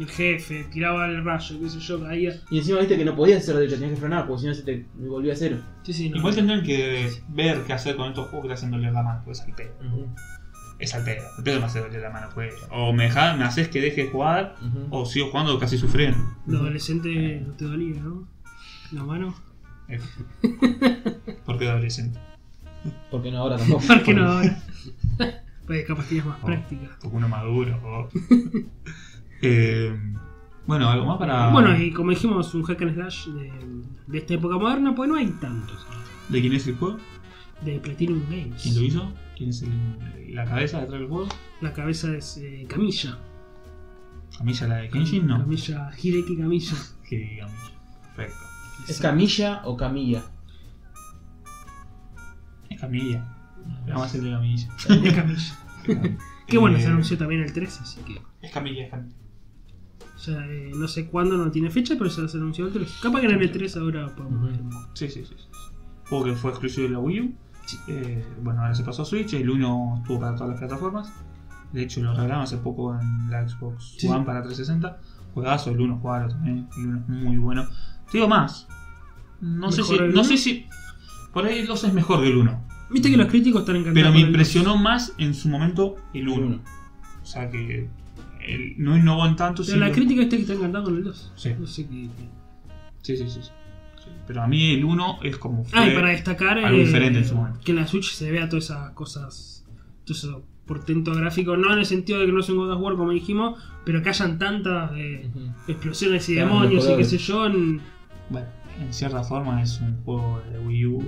S3: el jefe, tiraba el rayo, qué sé yo, caía.
S2: Y encima viste que no podías hacer derecha, tenías que frenar, porque si no se te volvía a cero.
S3: Sí, sí, no.
S1: Igual tendrían que ver qué hacer con estos juegos que te hacen doler la mano, porque es al pedo. Es al pedo. El pedo me hace doler la mano, pues. O me, deja- me haces que deje de jugar, o sigo jugando casi sufriendo.
S3: Lo adolescente no te dolía, ¿no? La mano.
S1: Eh, Porque de adolescente.
S2: Porque no ahora tampoco.
S3: ¿Por qué no ahora? Pues capaz tienes más práctica.
S1: Porque uno maduro. o- Eh, bueno, algo más para.
S3: Bueno, y como dijimos, un hack and slash de, de esta época moderna, pues no hay tantos.
S1: ¿De quién es el juego?
S3: De Platinum
S1: ¿Quién lo
S3: Games.
S1: hizo? ¿Quién es el- la cabeza detrás del juego?
S3: La cabeza es eh, Camilla.
S1: ¿Camilla la de Kenshin? No.
S3: Camilla, Hideki Camilla.
S1: Que digamos. Perfecto.
S2: ¿Es Camilla o Camilla?
S1: Es Camilla. Vamos a hacerle Camilla.
S3: Es Camilla. Qué bueno,
S1: Eh,
S3: se anunció también el 13, así que.
S1: Es Camilla, es Camilla.
S3: Ya, eh, no sé cuándo, no tiene fecha, pero ya se anunció el 3. Capaz que en el 3 ahora podemos ver.
S1: Sí, sí, sí. sí. Juego que fue exclusivo de la Wii U. Eh, bueno, ahora se pasó a Switch. El 1 estuvo para todas las plataformas. De hecho, lo regalaron hace poco en la Xbox
S3: Sí,
S1: One
S3: sí.
S1: para 360. Juegazo, el 1 jugarlo también. El 1 es muy bueno. Te digo más. No sé
S3: ¿Mejor
S1: si.
S3: el
S1: No
S3: uno?
S1: sé si. Por ahí el 2 es mejor que el 1.
S3: Viste que los críticos están encantados.
S1: Pero me
S3: con el
S1: impresionó más en su momento el 1. O sea que. el- no innovó en tanto.
S3: 2. Pero
S1: sí,
S3: la
S1: lo-
S3: crítica está que está encantada con el 2.
S1: Sí.
S3: No sé qué. qué-
S1: Sí, sí, sí. sí. Sí, Pero a mí el 1 es como.
S3: Ah, y
S1: fue-
S3: para destacar.
S1: algo diferente en su momento.
S3: Que en la Switch se vea todas esas cosas. Todo eso portento gráfico. No en el sentido de que no sea un God of War, como dijimos, pero que hayan tantas eh, explosiones y
S2: Claro,
S3: demonios
S2: los
S3: y qué
S2: colores.
S3: sé yo. en-
S1: Bueno, en cierta forma es un juego de Wii U.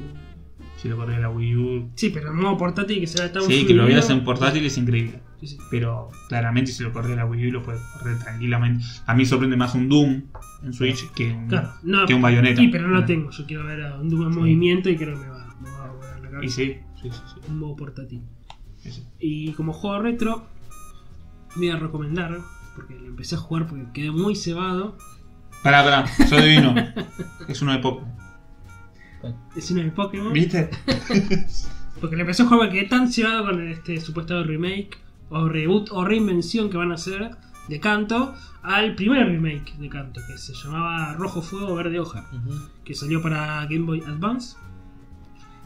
S1: Si lo corría la Wii U.
S3: Sí, pero en modo portátil que se vea tan
S1: Sí, que lo
S3: fluido.
S1: veas en portátil es increíble.
S3: Sí, sí.
S1: Pero claramente si lo corría la Wii U lo puedes correr tranquilamente. A mí sorprende más un Doom en Switch que un,
S3: Claro, no.
S1: que un Bayonetta.
S3: Sí, pero no
S1: Claro.
S3: lo tengo. Yo quiero ver a un Doom en
S1: Sí.
S3: movimiento y creo que me va, me va a volar la cabeza.
S1: Y sí, sí, sí, sí,
S3: Un modo portátil.
S1: sí, sí.
S3: Y como juego retro, voy a recomendar, porque lo empecé a jugar porque quedé muy cebado.
S1: Pará, pará, soy divino. es uno de Pokémon.
S3: Es uno de Pokémon.
S1: ¿Viste?
S3: Porque lo empecé a jugar porque quedé tan cebado con este supuesto remake, o reboot, o reinvención que van a hacer de Canto al primer remake de Canto, que se llamaba Rojo Fuego Verde Hoja. que salió para Game Boy Advance,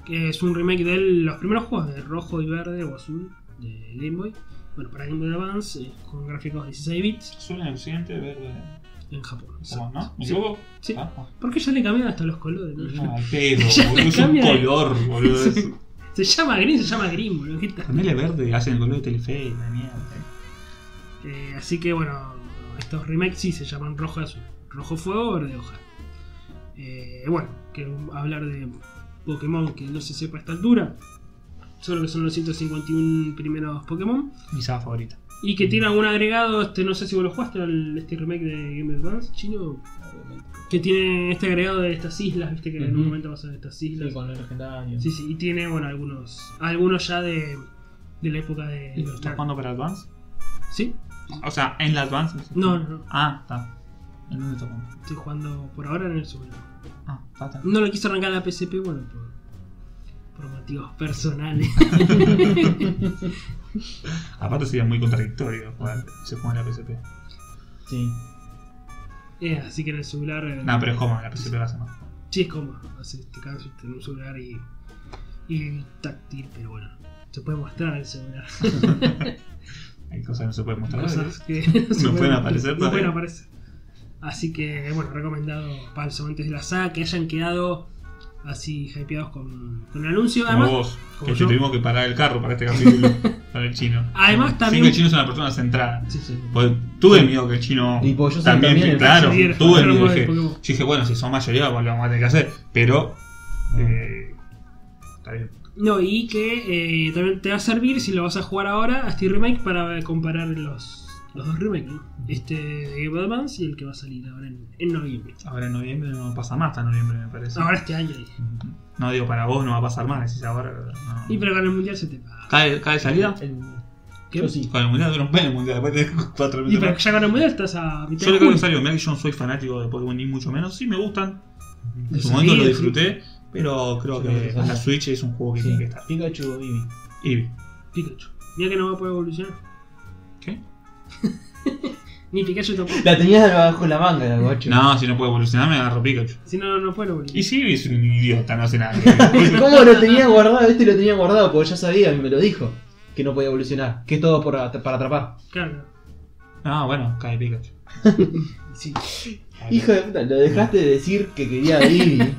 S3: que es un remake de los primeros juegos de rojo y verde o azul de Game Boy. Bueno, para Game Boy Advance, eh, con gráficos 16 bits
S1: Suena en Occidente verde.
S3: en Japón.
S1: Pokémon, ¿no? ¿Me
S3: Sí.
S1: equivoco?
S3: Sí.
S1: Ah, ah.
S3: ¿Por qué ya le cambiaron hasta los colores? no?
S1: No, al pedo,
S3: Ya le
S1: boludo. Es un
S3: cambia de-
S1: color, boludo.
S3: Sí.
S1: eso.
S3: Se llama Green, se llama Green, boludo. ¿qué tal?
S1: Ponele verde, hacen el color de Telefe, la mierda.
S3: Eh, así que bueno, estos remakes sí se llaman rojo y azul. Rojo fuego, verde hoja. Eh, bueno, que hablar de Pokémon que no se sepa a esta altura. Solo que son los 151 primeros Pokémon.
S1: Mi saga favorita.
S3: Y que tiene algún agregado, este, no sé si vos lo jugaste al este remake de Game Boy Advance chino, que tiene este agregado de estas islas, viste que en
S2: Ujú.
S3: un momento pasan estas islas.
S2: Sí, con el legendario.
S3: Sí, sí, y tiene, bueno, algunos algunos ya de, de la época de...
S1: ¿Y lo estás jugando para Advance?
S3: Sí,
S1: O sea, en la Advance.
S3: No, no, no.
S1: Ah, está. ¿En dónde está jugando?
S3: estoy jugando por ahora en el Super.
S1: Ah, está, está.
S3: No lo quiso arrancar la PSP, bueno, por, por motivos personales.
S1: Aparte sería muy contradictorio jugar, se juega en la PSP.
S2: Sí.
S3: Eh, así que en el celular... eh,
S1: No, pero es como, la PSP va a ser más.
S3: Sí, es cómodo. Hace este caso en un celular y,
S1: Ah,
S3: y táctil, pero bueno, se puede mostrar el celular.
S1: Hay cosas que no se pueden mostrar.
S3: cosas que
S1: No pueden aparecer
S3: No
S1: todavía.
S3: pueden aparecer. Así que, bueno, recomendado para los amantes de la saga que hayan quedado así hypeados con, con el anuncio.
S1: Como
S3: Además,
S1: vos,
S3: como
S1: que
S3: yo.
S1: te tuvimos que parar el carro para este capítulo, para el chino.
S3: Además,
S1: Sí,
S3: también-
S1: que el chino es una persona centrada.
S2: Sí, sí.
S1: Pues, tuve miedo que el chino
S2: Y pues yo soy
S1: Oh. también,
S2: también el
S1: claro,
S3: que se
S1: tuve
S3: diera-
S1: miedo.
S3: se
S1: Dije,
S3: diera-
S1: yo dije, bueno, si son mayoría, pues lo vamos a tener que hacer. Pero, eh, está bien.
S3: no, y que eh, también te va a servir si lo vas a jugar ahora a este remake para comparar los, los dos remakes, ¿no? Este de Game Boy Advance y el que va a salir ahora en, en noviembre.
S1: Ahora en noviembre no pasa más, hasta noviembre me parece.
S3: Ahora este año. dije.
S1: No digo para vos, no va a pasar más, decís ahora. no.
S3: Y pero con el mundial se te paga.
S1: ¿Cae, cae salida?
S2: El-
S3: ¿Qué?
S2: Yo sí.
S1: Con el mundial dura un pene el mundial, después de cuatro
S3: Y
S1: meses.
S3: pero
S1: más.
S3: ya con el mundial estás a
S1: Yo
S3: mitad de
S1: le creo que
S3: junio.
S1: salió, mira que yo no soy fanático de Pokémon ni mucho menos, sí me gustan. En su
S3: Sí,
S1: momento lo
S3: sí.
S1: disfruté, pero creo
S2: Sí,
S1: que
S2: sí,
S1: para
S2: sí.
S1: Switch es un juego que
S2: Sí,
S1: tiene que estar.
S2: Pikachu o Eevee.
S1: Eevee.
S3: Pikachu. Mira que no va a poder evolucionar.
S1: ¿Qué?
S3: Ni Pikachu tampoco.
S2: La tenías bajo la manga, la guacho.
S1: No, si no puede evolucionar, me agarro Pikachu.
S3: Si no, no puede evolucionar.
S1: Y si Eevee es un idiota, no hace nada.
S2: ¿Cómo lo tenía guardado? Este lo tenía guardado porque ya sabía y me lo dijo. Que no podía evolucionar. Que es todo por at- para atrapar.
S3: Claro.
S1: ah, bueno, cae Pikachu.
S3: Sí.
S2: Hijo de puta, lo dejaste de decir que quería Eevee.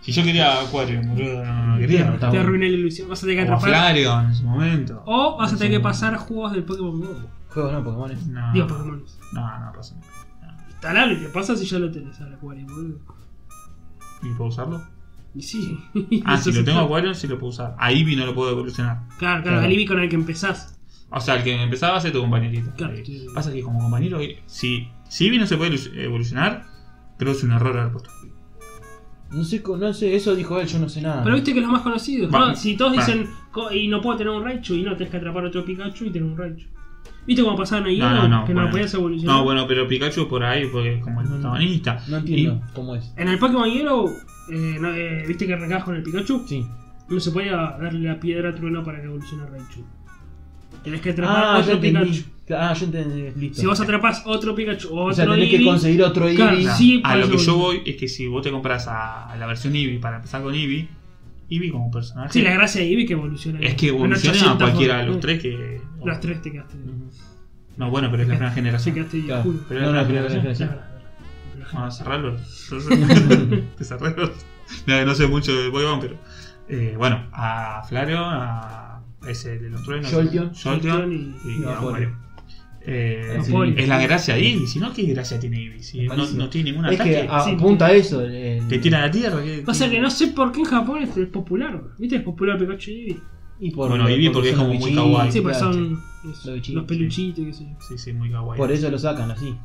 S1: Si yo quería Aquarium, boludo, no, no quería.
S2: Está
S3: Te
S2: bueno.
S3: arruiné la ilusión. Vas a tener que
S1: O a
S3: atrapar.
S1: Flareon en su momento.
S3: O vas a tener que pasar juegos del Pokémon Go.
S2: Juegos no, Pokémon es.
S1: No,
S3: Digo, Pokémon.
S1: no, no pasa nada.
S3: Instalable, te pasa si ya lo tenés al acuario, boludo.
S1: ¿Y puedo usarlo?
S3: Y sí.
S1: Ah,
S3: Eso
S1: si lo
S3: se
S1: tengo
S3: puede.
S1: Aquarium, sí lo puedo usar. A Eevee no lo puedo evolucionar.
S3: Claro, claro,
S2: Claro.
S3: el Eevee con el que empezás.
S1: O sea, el que empezaba a ser tu compañerito.
S3: Claro,
S1: Eh,
S3: sí.
S1: Pasa que como compañero, eh, si, si Eevee no se puede elu- evolucionar, creo que es un error haber puesto.
S2: No sé, co- no sé, eso dijo él, yo no sé nada.
S3: Pero viste que es lo más conocido.
S1: Ah. Va.
S3: ¿no? Si todos
S1: Va.
S3: dicen, co- y no puedo tener un Raichu, y no, tenés que atrapar otro Pikachu y tener un Raichu. ¿Viste cómo pasaba en el
S1: No, no, no,
S3: Que
S1: bueno.
S3: no podías evolucionar.
S1: No, bueno, pero Pikachu por ahí, porque es como el protagonista.
S2: No entiendo cómo es.
S3: En el Pokémon Yellow, eh, no, eh, viste que arrancabas con el Pikachu.
S2: Sí.
S3: No se podía darle la piedra a Trueno para que evolucione Raichu. Tenés que atrapar
S2: Ah, yo
S3: otro
S2: entendí.
S3: Pikachu.
S2: Ah, yo entendí. Listo.
S3: Si vos atrapás otro Pikachu o
S2: o sea,
S3: otro
S2: tenés que
S3: Eevee,
S2: conseguir otro Eevee.
S3: Claro.
S1: No,
S3: Sí,
S1: a
S3: por
S1: lo
S3: eso
S1: que yo
S3: voy.
S1: voy es que si vos te compras a, a la versión Eevee para empezar con Eevee, Eevee como personaje.
S3: Sí, la gracia de Eevee que evoluciona.
S1: es que
S3: En
S1: evoluciona
S3: 800
S1: a cualquiera de
S3: formas.
S1: los tres que.
S3: Los tres te quedaste.
S1: No, bueno, pero es la primera
S3: Te
S1: generación.
S3: quedaste y
S2: Claro.
S3: oscuro.
S1: Pero
S2: No,
S1: es la
S2: no,
S1: primera
S2: no,
S1: generación.
S2: no,
S3: La
S2: sí.
S3: verdad, la verdad.
S1: Vamos a cerrarlo. Ah, Te cerrarlo. No, no sé mucho de Pokémon, pero. eh, bueno, a Flareon, a ese de los truenos.
S2: Jolteon.
S1: Jolteon y,
S2: y
S1: a
S2: Vaporeon.
S1: Vaporeon. Eh,
S2: Ah,
S1: sí.
S3: Vaporeon.
S1: es la gracia de Eevee, si no, ¿qué gracia tiene Eevee? Si no,
S2: Malísimo.
S1: no tiene ningún
S2: Es
S1: ataque,
S2: que a-
S3: sí.
S2: apunta a eso. el- el-
S1: te tira a la tierra. ¿qué-
S3: Pasa
S1: qué-
S3: que no sé por qué en Japón este es popular. ¿Viste? Es popular Pikachu y Eevee.
S2: Y por,
S1: Bueno, Eevee porque es
S2: son
S1: como
S2: los
S1: muy
S2: bichitos,
S1: kawaii.
S3: Sí,
S1: Ahí,
S3: pues
S2: claro,
S3: son los,
S2: Los bichitos,
S3: los peluchitos, qué sé yo.
S1: Sí, sí, muy kawaii.
S3: e-
S2: Por eso lo sacan así.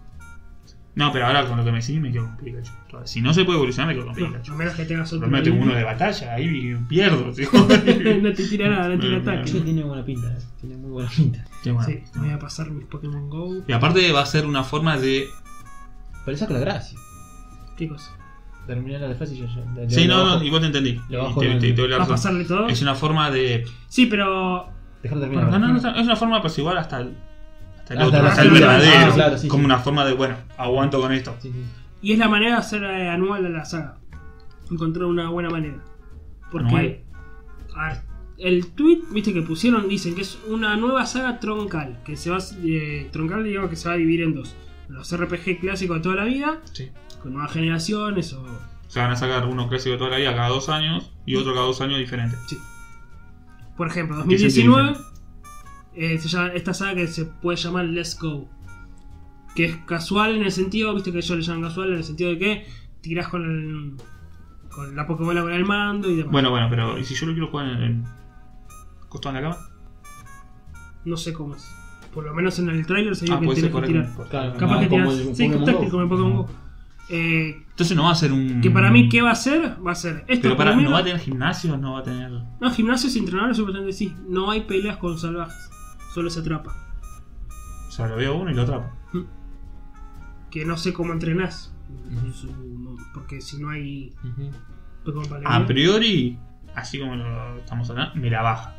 S1: No, pero ahora con lo que me decís me quedo con Pikachu. Si no se puede evolucionar, me quedo con
S3: No,
S1: Pikachu.
S3: a menos que tengas otro.
S1: Lo meto
S3: Eevee.
S1: uno de batalla, ahí pierdo. tío.
S3: no te tira nada, no te tira
S1: Bueno,
S3: ataque.
S2: Sí, tiene buena pinta, eh, tiene muy buena pinta.
S1: Sí, bueno.
S3: Sí, me voy a pasar mis Pokémon Go.
S1: Y aparte va a ser una forma de
S2: Pero saca la gracia.
S3: ¿Qué cosa?
S2: Terminar la frase y yo ya. le-
S1: Sí,
S2: le
S1: no,
S2: bajo.
S1: no, igual te entendí.
S2: Le
S1: Y
S2: bajo
S1: te-
S2: el-
S1: te- te doy la
S3: ¿Vas a
S1: razón.
S3: pasarle todo?
S1: Es una forma de.
S3: Sí, pero.
S2: Dejar de
S1: No,
S2: terminar.
S1: no, no, es una forma de apaciguar hasta el. Hasta el
S2: Hasta
S1: otro,
S2: la
S1: hasta el
S2: fibra.
S1: verdadero.
S2: Ah, claro, sí,
S1: como
S2: sí.
S1: una forma de, bueno, aguanto con esto.
S2: Sí, sí.
S3: Y es la manera de hacer eh, anual a la saga. Encontrar una buena manera.
S1: Anual.
S3: Porque. A ver, el tweet, viste, que pusieron, dicen que es una nueva saga troncal. Que se va. a- eh, troncal, digamos, que se va a dividir en dos: los RPG clásicos de toda la vida,
S1: Sí.
S3: con nuevas generaciones o.
S1: Se van a sacar uno clásico de toda la vida cada dos años y otro cada dos años diferente.
S3: Por ejemplo,
S1: ¿Qué se
S3: 2019, eh, se llama- esta saga que se puede llamar Let's Go. Que es casual en el sentido, viste que yo le llamo casual en el sentido de que tirás con el. con la Pokébola con el mando y demás.
S1: Bueno, bueno, pero ¿y si yo lo quiero jugar en. en- costado en la cama?
S3: No sé cómo es. Por lo menos en el trailer se vio
S1: Ah,
S3: que
S1: puede ser
S3: tenés que
S1: correcto.
S3: tirar.
S1: Correcto.
S2: Capaz
S3: Capaz
S2: Ah,
S3: que
S2: como
S3: tirás.
S2: el
S3: Sí,
S2: Pokémon
S3: táctil
S2: Go.
S3: como el Pokémon Go. Eh,
S1: Entonces no va a ser un.
S3: que para mí, ¿qué va a ser? Va a ser esto.
S1: Mm. Pero para,
S3: primero.
S1: no va a tener gimnasios, no va a tener.
S3: No, gimnasios y entrenadores, supuestamente sí. No hay peleas con salvajes. Solo se atrapa.
S1: O sea, lo veo uno y lo atrapo.
S3: que no sé cómo entrenás.
S2: Ujú.
S3: Su- Porque si no hay Pokémon para
S1: A
S3: leer.
S1: priori, así como lo estamos hablando, me la baja.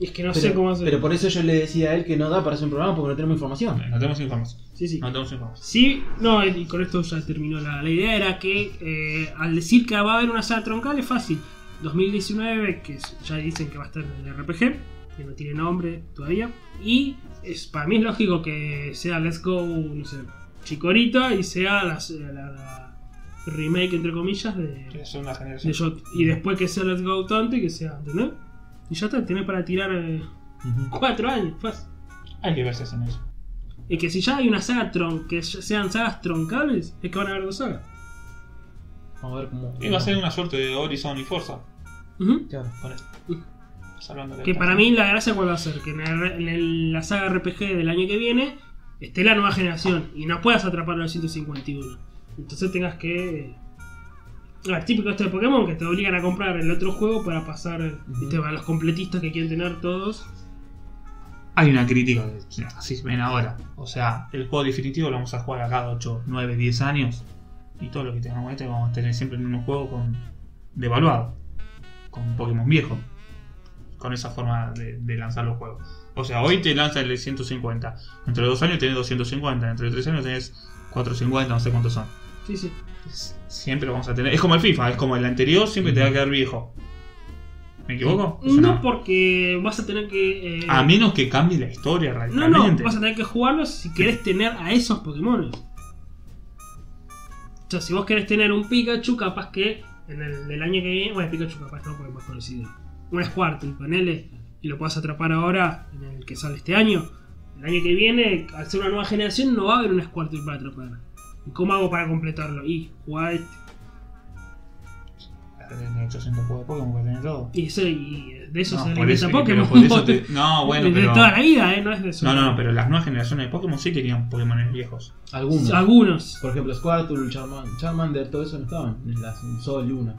S3: Es que no
S2: pero,
S3: sé cómo hacer.
S2: pero por eso yo le decía a él que no da para hacer un programa porque no tenemos información.
S1: No tenemos información.
S3: Sí, sí.
S1: No tenemos información.
S3: Sí, no, y con esto ya terminó la, la idea. Era que eh, al decir que va a haber una saga troncal es fácil. 2019, que es- ya dicen que va a estar en el RPG, que no tiene nombre todavía. Y es, para mí es lógico que sea Let's Go, no sé, Chikorita y sea la, la- la remake, entre comillas, de,
S1: Es una
S3: de
S1: generación.
S3: Shot. Y después que sea Let's Go Tante y que sea, ¿entendés? Y ya está, tenés para tirar eh, cuatro años, fácil.
S1: Hay que verse en eso.
S3: Y que si ya hay una saga tron que ya sean sagas troncables, es que van a haber dos sagas.
S2: Vamos a ver cómo.
S1: Y va a ser una suerte de Horizon y Forza.
S3: Ujú.
S2: Claro.
S1: Con esto. Salvando la
S3: Que para
S1: distancia.
S3: mí la gracia cuál va a ser, que en, el- en el- la saga RPG del año que viene esté la nueva generación y no puedas atrapar los 151. Entonces tengas que... A ver, típico esto de Pokémon, que te obligan a comprar el otro juego para pasar viste, a los completistas que quieren tener todos.
S1: Hay una crítica, o sea, así se ven ahora. O sea, el juego definitivo lo vamos a jugar a cada 8, 9, 10 años. Y todo lo que tengamos este lo vamos a tener siempre el mismo juego con devaluado. Con Pokémon viejo. Con esa forma de, de lanzar los juegos. O sea, hoy te lanza el 150. Entre los dos años tenés 250. Entre los tres años tenés 450, no sé cuántos son.
S3: Sí, sí.
S1: S- pues, Siempre lo vamos a tener. Es como el FIFA, es como el anterior, siempre te va a quedar viejo. ¿Me equivoco? Eso
S3: No porque vas a tener que... eh,
S1: A menos que cambie la historia
S3: No, no,
S1: radicalmente.
S3: vas a tener que jugarlos si querés tener a esos Pokémon. O sea, si vos querés tener un Pikachu, capaz que en el, el año que viene. Bueno, Pikachu capaz no, porque es más conocido. Un Squirtle, ponele, y lo puedas atrapar ahora, en el que sale este año. El año que viene, al ser una nueva generación, no va a haber un Squirtle para atrapar. ¿Y cómo hago para completarlo? Y jugar este.
S1: Tiene 800 juegos de Pokémon que tiene todo.
S3: Y eso, y de eso
S1: No,
S3: se
S1: por
S3: alimenta
S1: eso-
S3: Pokémon.
S1: pero por eso te- no, bueno,
S3: de
S1: pero-
S3: toda la vida, ¿eh? No es de eso.
S1: No, no, no, pero las nuevas generaciones de Pokémon sí tenían Pokémon viejos.
S2: Algunos.
S3: Algunos.
S2: Por ejemplo, Squirtle, Charman- Charmander, todo eso no estaban en las Sol Luna.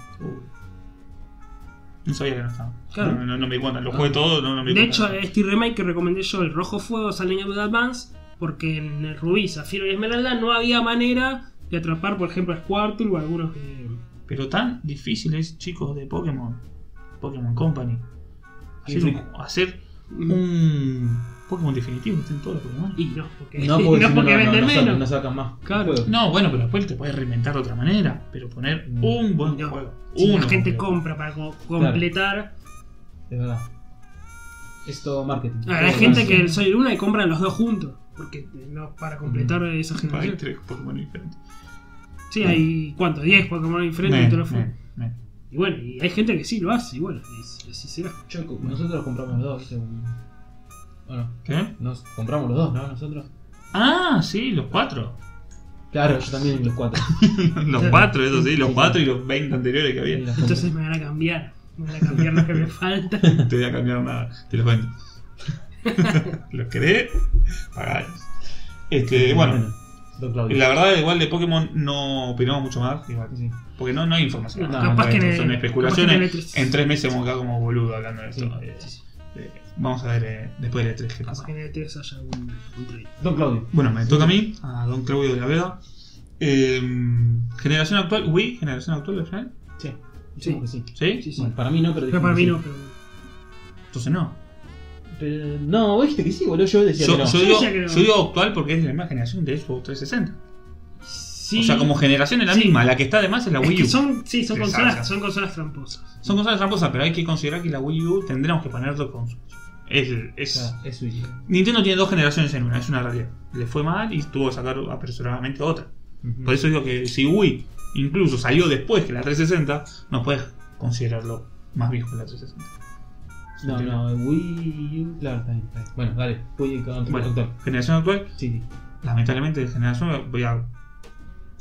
S1: No sabía que no estaban.
S3: Claro. Ah.
S1: No, no, no me di cuenta. Lo jugué todo, no, no me di
S3: De
S1: cuenta.
S3: hecho, este remake que recomendé yo, el Rojo Fuego, sale en Game Boy Advance, porque en el Rubí, Zafiro y Esmeralda no había manera de atrapar, por ejemplo, a Squirtle o algunos. eh,
S1: Pero tan difícil es, chicos, de Pokémon. Pokémon Company. Hacer
S2: Sí.
S1: un, hacer un Pokémon definitivo que estén todos los Pokémon.
S3: Y no, porque,
S2: No porque, si no, no, no,
S3: venden
S2: no sacan-
S3: menos.
S2: no sacan más.
S3: Claro.
S2: juegos.
S1: No, bueno, pero después te puedes reinventar de otra manera. Pero poner
S2: Mm.
S1: un buen
S3: No.
S1: juego.
S3: Si
S1: uno
S3: la gente
S1: completo.
S3: compra para co- completar.
S2: Es verdad. Es todo marketing.
S3: Ah, hay
S2: Todo
S3: gente que
S2: marketing.
S3: el Sol y Luna y compran los dos juntos. Porque no, para completar
S2: Mm.
S3: esa
S1: Hay
S3: generación.
S1: tres Pokémon diferentes.
S3: Sí, hay ¿cuánto? 10 Pokémon
S1: Me,
S3: diferentes y todo lo fue.
S1: me, me.
S3: Y bueno, y hay gente que sí lo hace, y bueno, y así será.
S2: Yo co- nosotros compramos los dos, ¿viste? Un- Bueno,
S1: ¿Qué?
S2: nos compramos los dos, ¿no? Nosotros.
S1: Ah, sí, los cuatro.
S2: Claro, yo también los cuatro.
S1: los cuatro, eso sí, los cuatro y los 20 anteriores que
S2: Y
S1: había.
S2: los
S3: Entonces me van a cambiar. Me van a cambiar lo que me falta.
S1: No te voy a cambiar nada, te los vendo. los querés, pagalos. Este, bueno,
S2: eh, Don Claudio.
S1: la verdad, igual de Pokémon no opinamos mucho más, igual,
S2: Sí.
S1: porque no, no hay información.
S2: No,
S3: capaz que en el-
S1: son
S3: capaz
S1: especulaciones.
S3: que en el E3.
S1: en tres meses vamos a quedar como boludo hablando de esto.
S2: Sí.
S1: Eh, eh, vamos a ver eh, después del E3 qué
S3: Capaz
S1: pasa.
S3: que en el E3 haya algún un trailer.
S2: Don Claudio.
S1: Bueno, me toca a mí, a Don Claudio de la Vega. Eh, generación actual, Wii, generación actual, ¿lo saben?
S2: Sí.
S3: Sí.
S2: que sí.
S1: ¿Sí?
S3: Sí, sí.
S2: Bueno, para mí no, pero.
S3: Pero para mí no,
S2: dijimos
S3: pero.
S1: Entonces no.
S2: sí. Pero- no, viste que sí, boludo. Yo decía
S1: Yo,
S2: que no.
S1: yo
S3: Sí,
S1: digo,
S3: sí, creo.
S1: yo digo actual porque es la misma generación de Xbox 360.
S3: Sí.
S1: O sea, como generación es la
S3: Sí.
S1: misma. La que está además es la
S3: Es
S1: Wii
S3: que
S1: U. Son...
S3: son, sí, son
S1: Sí,
S3: consolas,
S1: sabes.
S3: son consolas tramposas.
S1: cosas tramposas, pero hay que considerar que la Wii U tendríamos que poner dos consolas. Es, es-
S2: Ah, es Switch.
S1: Nintendo tiene dos generaciones en una, es una realidad. Le fue mal y tuvo que sacar apresuradamente otra. Por eso digo que si Wii incluso salió después que la 360, no puedes considerarlo más viejo que la 360.
S2: No, no, Wii U. Claro, está bien. está bien. Bueno, dale. Wii U con
S1: Bueno,
S2: doctor.
S1: generación actual,
S2: Sí, sí.
S1: lamentablemente de generación voy a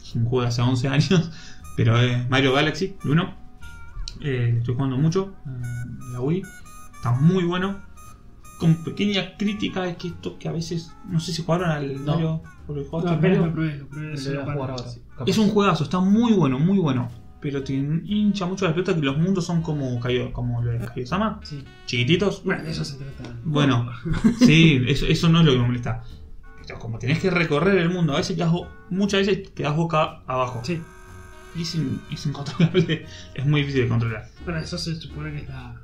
S1: es un juego de hace 11 años pero es Mario Galaxy 1 eh, estoy jugando mucho eh, la Wii está muy bueno con pequeña crítica es que esto que a veces no sé si jugaron al
S2: No.
S1: Mario o lo jugaste
S3: No,
S1: al
S3: apenas
S1: Mario.
S3: lo probé, lo probé.
S2: Lo
S3: solo
S2: voy a
S3: para-
S2: jugar ahora.
S3: sí.
S2: capaz.
S1: es un juegazo está muy bueno muy bueno pero te hincha mucho la pelota que los mundos son como Kaio- como lo de Kaiosama
S2: Sí.
S1: chiquititos
S3: Bueno, de eso se trata.
S1: Bueno, sí, eso, eso no es lo que me molesta. Pero como tenés que recorrer el mundo, a veces quedás bo- muchas veces quedás boca abajo.
S3: Sí.
S1: Y es, in- es incontrolable, es muy difícil de controlar.
S3: Bueno, eso se supone que es la.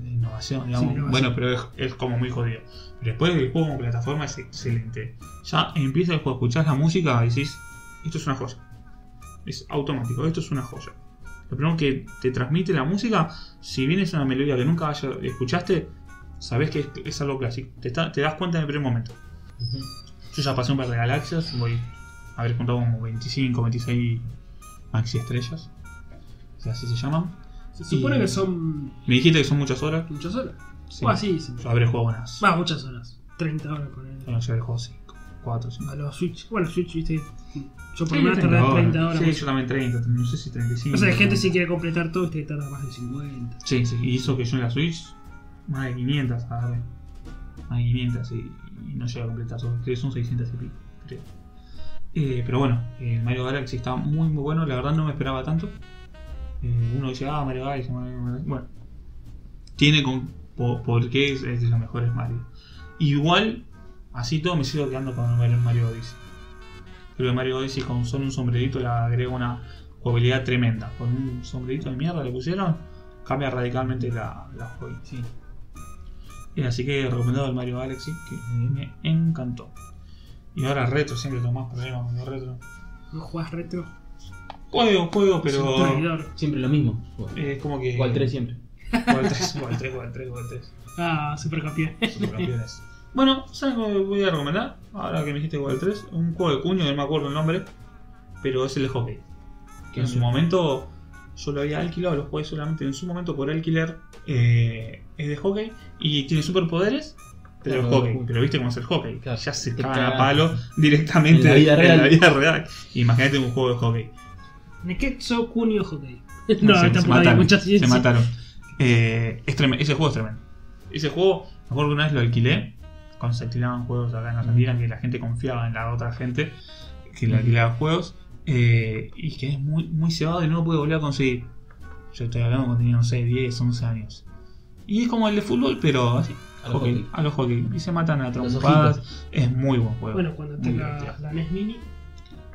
S1: La innovación, digamos.
S3: innovación.
S1: Bueno, pero es, es como muy jodido. Pero después el juego como plataforma es excelente. Ya empieza después, escuchás la música y decís, esto es una joya. Es automático, esto es una joya. Lo primero que te transmite la música, si bien es una melodía que nunca haya- escuchaste, sabes que es, es algo clásico. Te, está- te das cuenta en el primer momento.
S2: Ujú.
S1: Yo ya pasé un par de galaxias, voy a haber contado como 25, 26 maxi estrellas. O sea, así se llaman.
S3: Se supone
S1: Y-
S3: que son
S1: Me dijiste que son muchas horas.
S3: muchas horas.
S1: Sí.
S3: O así, sí.
S1: Yo habré jugado unas.
S3: Va, muchas horas. 30 horas por ahí.
S1: Bueno, yo habré jugado 5, 4, 5.
S3: A los Switch. Bueno, Switch, viste. Yo por lo menos tardé 30 horas.
S1: Sí, yo también 30, no sé si 35.
S3: o sea, hay gente
S1: pero-
S3: si quiere completar todo, viste, que tarda más de 50.
S1: Sí, sí, y eso que yo en la Switch, más de 500 agarré. Más de 500 y, y no llego a completar todo. Creo que son 600 y pico, creo. Eh, pero bueno, el Mario Galaxy está muy muy bueno, la verdad no me esperaba tanto. Eh, uno dice, ah, Mario Galaxy, Mario Galaxy. Bueno, tiene con, po- por qué es, es de los mejores Mario. Igual, así todo me sigo quedando con el Mario- Mario Odyssey. Creo que Mario Odyssey con solo un sombrerito le agrega una jugabilidad tremenda. Con un sombrerito de mierda le pusieron, cambia radicalmente la, la jugabilidad.
S2: Sí.
S1: Eh, Así que recomendado el Mario Galaxy, que
S2: Muy bien.
S1: me encantó. Y ahora retro, siempre tengo más problemas con los retro.
S3: No jugás retro.
S1: Juego, juego,
S3: Sos
S1: pero.
S3: un traidor.
S2: Siempre lo mismo. Bueno,
S1: eh, Es como que.
S2: Igual 3 siempre.
S1: Igual 3, igual 3, igual 3, igual 3.
S3: Ah, supercampeón.
S1: Supercampeones. Bueno, ¿sabes lo que voy a recomendar? Ahora que me dijiste igual 3, un juego de cuño que no me acuerdo el nombre, pero es el de hockey. Que
S2: Ah,
S1: en su momento yo lo había alquilado, lo jugué solamente en su momento por alquiler. eh, es de hockey y tiene superpoderes, pero
S2: Claro,
S1: es hockey.
S2: justo.
S1: Pero viste cómo es el hockey.
S2: Claro.
S1: Ya se
S2: Te
S1: cagan a
S2: cagan.
S1: palo directamente
S2: En la vida real.
S1: vida real. Imagínate un juego de hockey.
S3: Neketsu Kunio Hockey. No,
S1: se, se
S3: tampoco había
S1: mataron.
S3: mucha
S1: Se
S3: ciencia.
S1: mataron. Eh, es tremen- ese juego es tremendo. Ese juego, me acuerdo que una vez lo alquilé. Cuando se alquilaban juegos acá en Argentina, que la gente confiaba en la otra gente que le alquilaba juegos. eh, y que es muy, muy cebado y no lo pude volver a conseguir. Yo estoy hablando cuando tenía, no sé, 10, 11 años. Y es como el de fútbol, pero así.
S2: A los
S1: hockey,
S2: hockey.
S1: a los hockey. Y se matan a
S2: Los
S1: trompadas. Es muy buen juego.
S3: Bueno, cuando
S1: Muy
S3: tenga
S1: divertido.
S3: la NES Mini,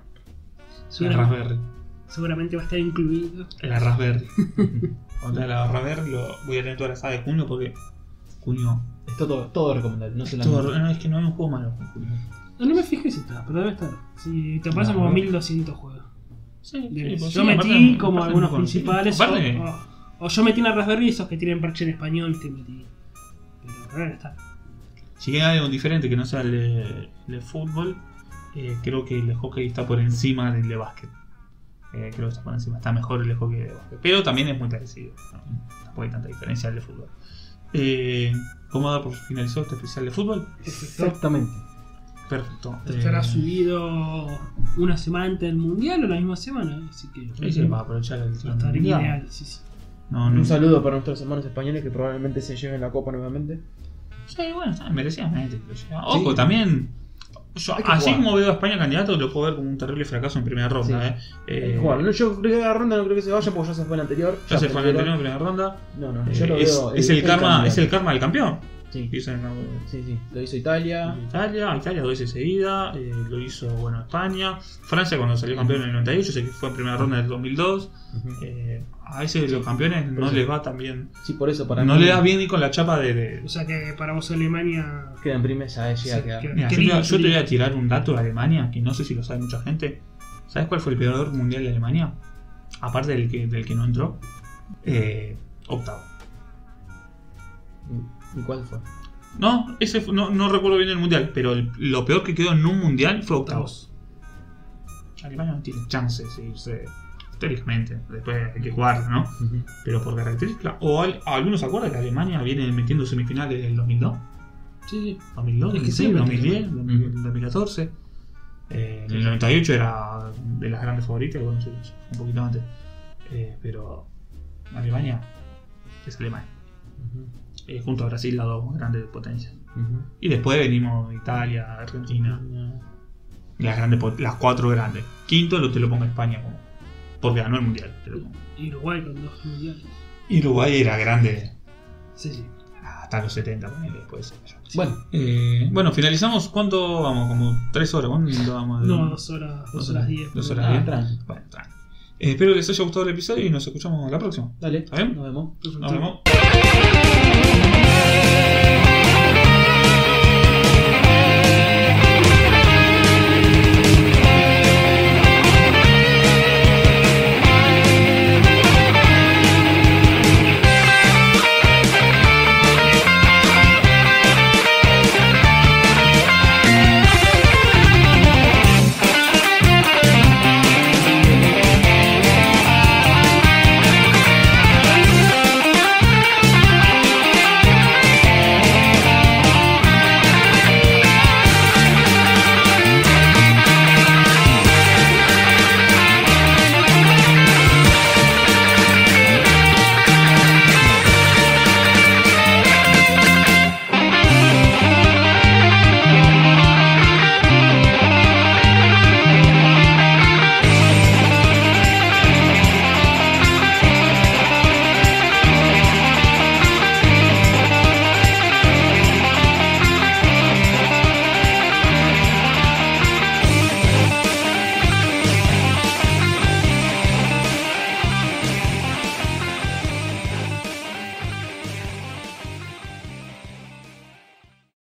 S1: la
S3: seguramente,
S1: Raspberry.
S3: seguramente va a estar incluido.
S1: La Raspberry. Cuando tenga la Raspberry lo voy a tener toda la saga de Cuño porque Cuño
S2: Es todo, todo recomendable, no se la
S1: Todo- no, es que no hay un juego malo con Cuño.
S3: No, no me fijé si está, pero debe estar. Si te pasan
S1: No,
S3: como
S1: no.
S3: 1200 juegos.
S1: Sí,
S3: Bien,
S1: pues
S3: yo
S1: sí,
S3: metí
S1: aparte-
S3: como
S1: aparte
S3: algunos
S1: no conocí.
S3: principales.
S1: Aparte,
S3: o, o- o yo metí en la Raspberry esos que tienen parche en español, viste, metí. Pero ahora está.
S1: si queda algo diferente que no sea el de, el de fútbol, eh, creo que el de hockey está por encima del de básquet. Eh, creo que está por encima, está mejor el de hockey que el de básquet. Pero también es muy parecido, ¿no? tampoco hay tanta diferencia al de fútbol. Eh, ¿Cómo dar por finalizado este especial de fútbol?
S3: Perfecto.
S2: Exactamente.
S1: Perfecto.
S3: Estará
S1: Eh,
S3: subido una semana antes del mundial o la misma semana, así que.
S1: ahí se va a aprovechar el
S3: Va a estar ideal, sí, sí.
S1: No, no.
S2: Un saludo para nuestros hermanos españoles que probablemente se lleven la copa nuevamente.
S1: Sí, bueno, está- merecidamente. lo lleva. Ojo,
S2: Sí.
S1: también. yo,
S2: Hay que
S1: así
S2: jugar.
S1: como veo a España candidato, lo puedo ver como un terrible fracaso en primera ronda. eh. Eh,
S2: Hay que jugar. No, yo creo que la ronda no creo que se vaya porque ya se fue la anterior.
S1: Ya se fue el anterior en
S2: perdieron.
S1: primera ronda.
S2: No, no,
S1: Eh,
S2: yo lo
S1: es,
S2: veo.
S1: es el, karma,
S2: campeón.
S1: es el karma del campeón.
S2: Sí,
S1: Hizo en la-
S2: sí, sí. Lo hizo Italia.
S1: Italia, Italia dos veces seguida, eh, lo hizo bueno España, Francia cuando salió campeón en el 98, sé que fue en primera ronda del 2002. eh, a veces los campeones no
S2: Sí.
S1: les va tan bien,
S2: Sí, por eso para
S1: no
S2: mí.
S1: le da bien ni con la chapa de, de-
S3: O sea que para vos Alemania.
S2: Queda en primera, ya llega
S3: Sí,
S2: a quedar.
S3: queda-
S1: Mira,
S3: Qué
S1: yo, te, yo
S3: lindo,
S1: te
S3: qué
S1: voy a
S3: lindo.
S1: tirar un dato de Alemania que no sé si lo sabe mucha gente. ¿Sabes cuál fue el peor mundial de Alemania? Aparte del que, del que no entró, eh, octavo.
S2: ¿Y cuál fue?
S1: No, ese fue- no, no recuerdo bien el mundial, pero el- lo peor que quedó en un mundial fue octavos. Alemania no tiene chances de irse históricamente, después hay que jugar, ¿no? Pero por características. O al- algunos se acuerdan que Alemania viene metiendo semifinales del 2002.
S2: Sí, sí.
S1: 2002,
S2: Es que
S1: 2006,
S2: siempre
S1: 2010,
S2: tiene-
S1: 2000, 2014. Eh, en el 98 era de las grandes favoritas, bueno, sí, un poquito antes. Eh, pero Alemania es Alemania. Eh, junto a Brasil, las dos grandes potencias. Y después venimos Italia, Argentina, las, grandes, pot- las cuatro grandes. Quinto lo te lo pongo España como. Porque ganó el mundial. te lo pongo.
S3: Y Uruguay con dos mundiales.
S1: Y Uruguay era grande
S3: Sí, sí.
S1: hasta los 70, ponele, después.
S2: Bueno,
S1: Eh, bueno, finalizamos. ¿Cuánto vamos? Como tres horas. ¿Cuánto vamos?
S3: No, dos horas, dos horas diez.
S1: Dos
S3: pero-
S1: horas diez.
S2: nada, tranqui.
S1: Bueno, tranqui. Eh, espero les haya gustado el episodio y nos escuchamos la próxima.
S2: Dale,
S1: ¿Está bien?
S2: nos vemos.
S1: Nos vemos.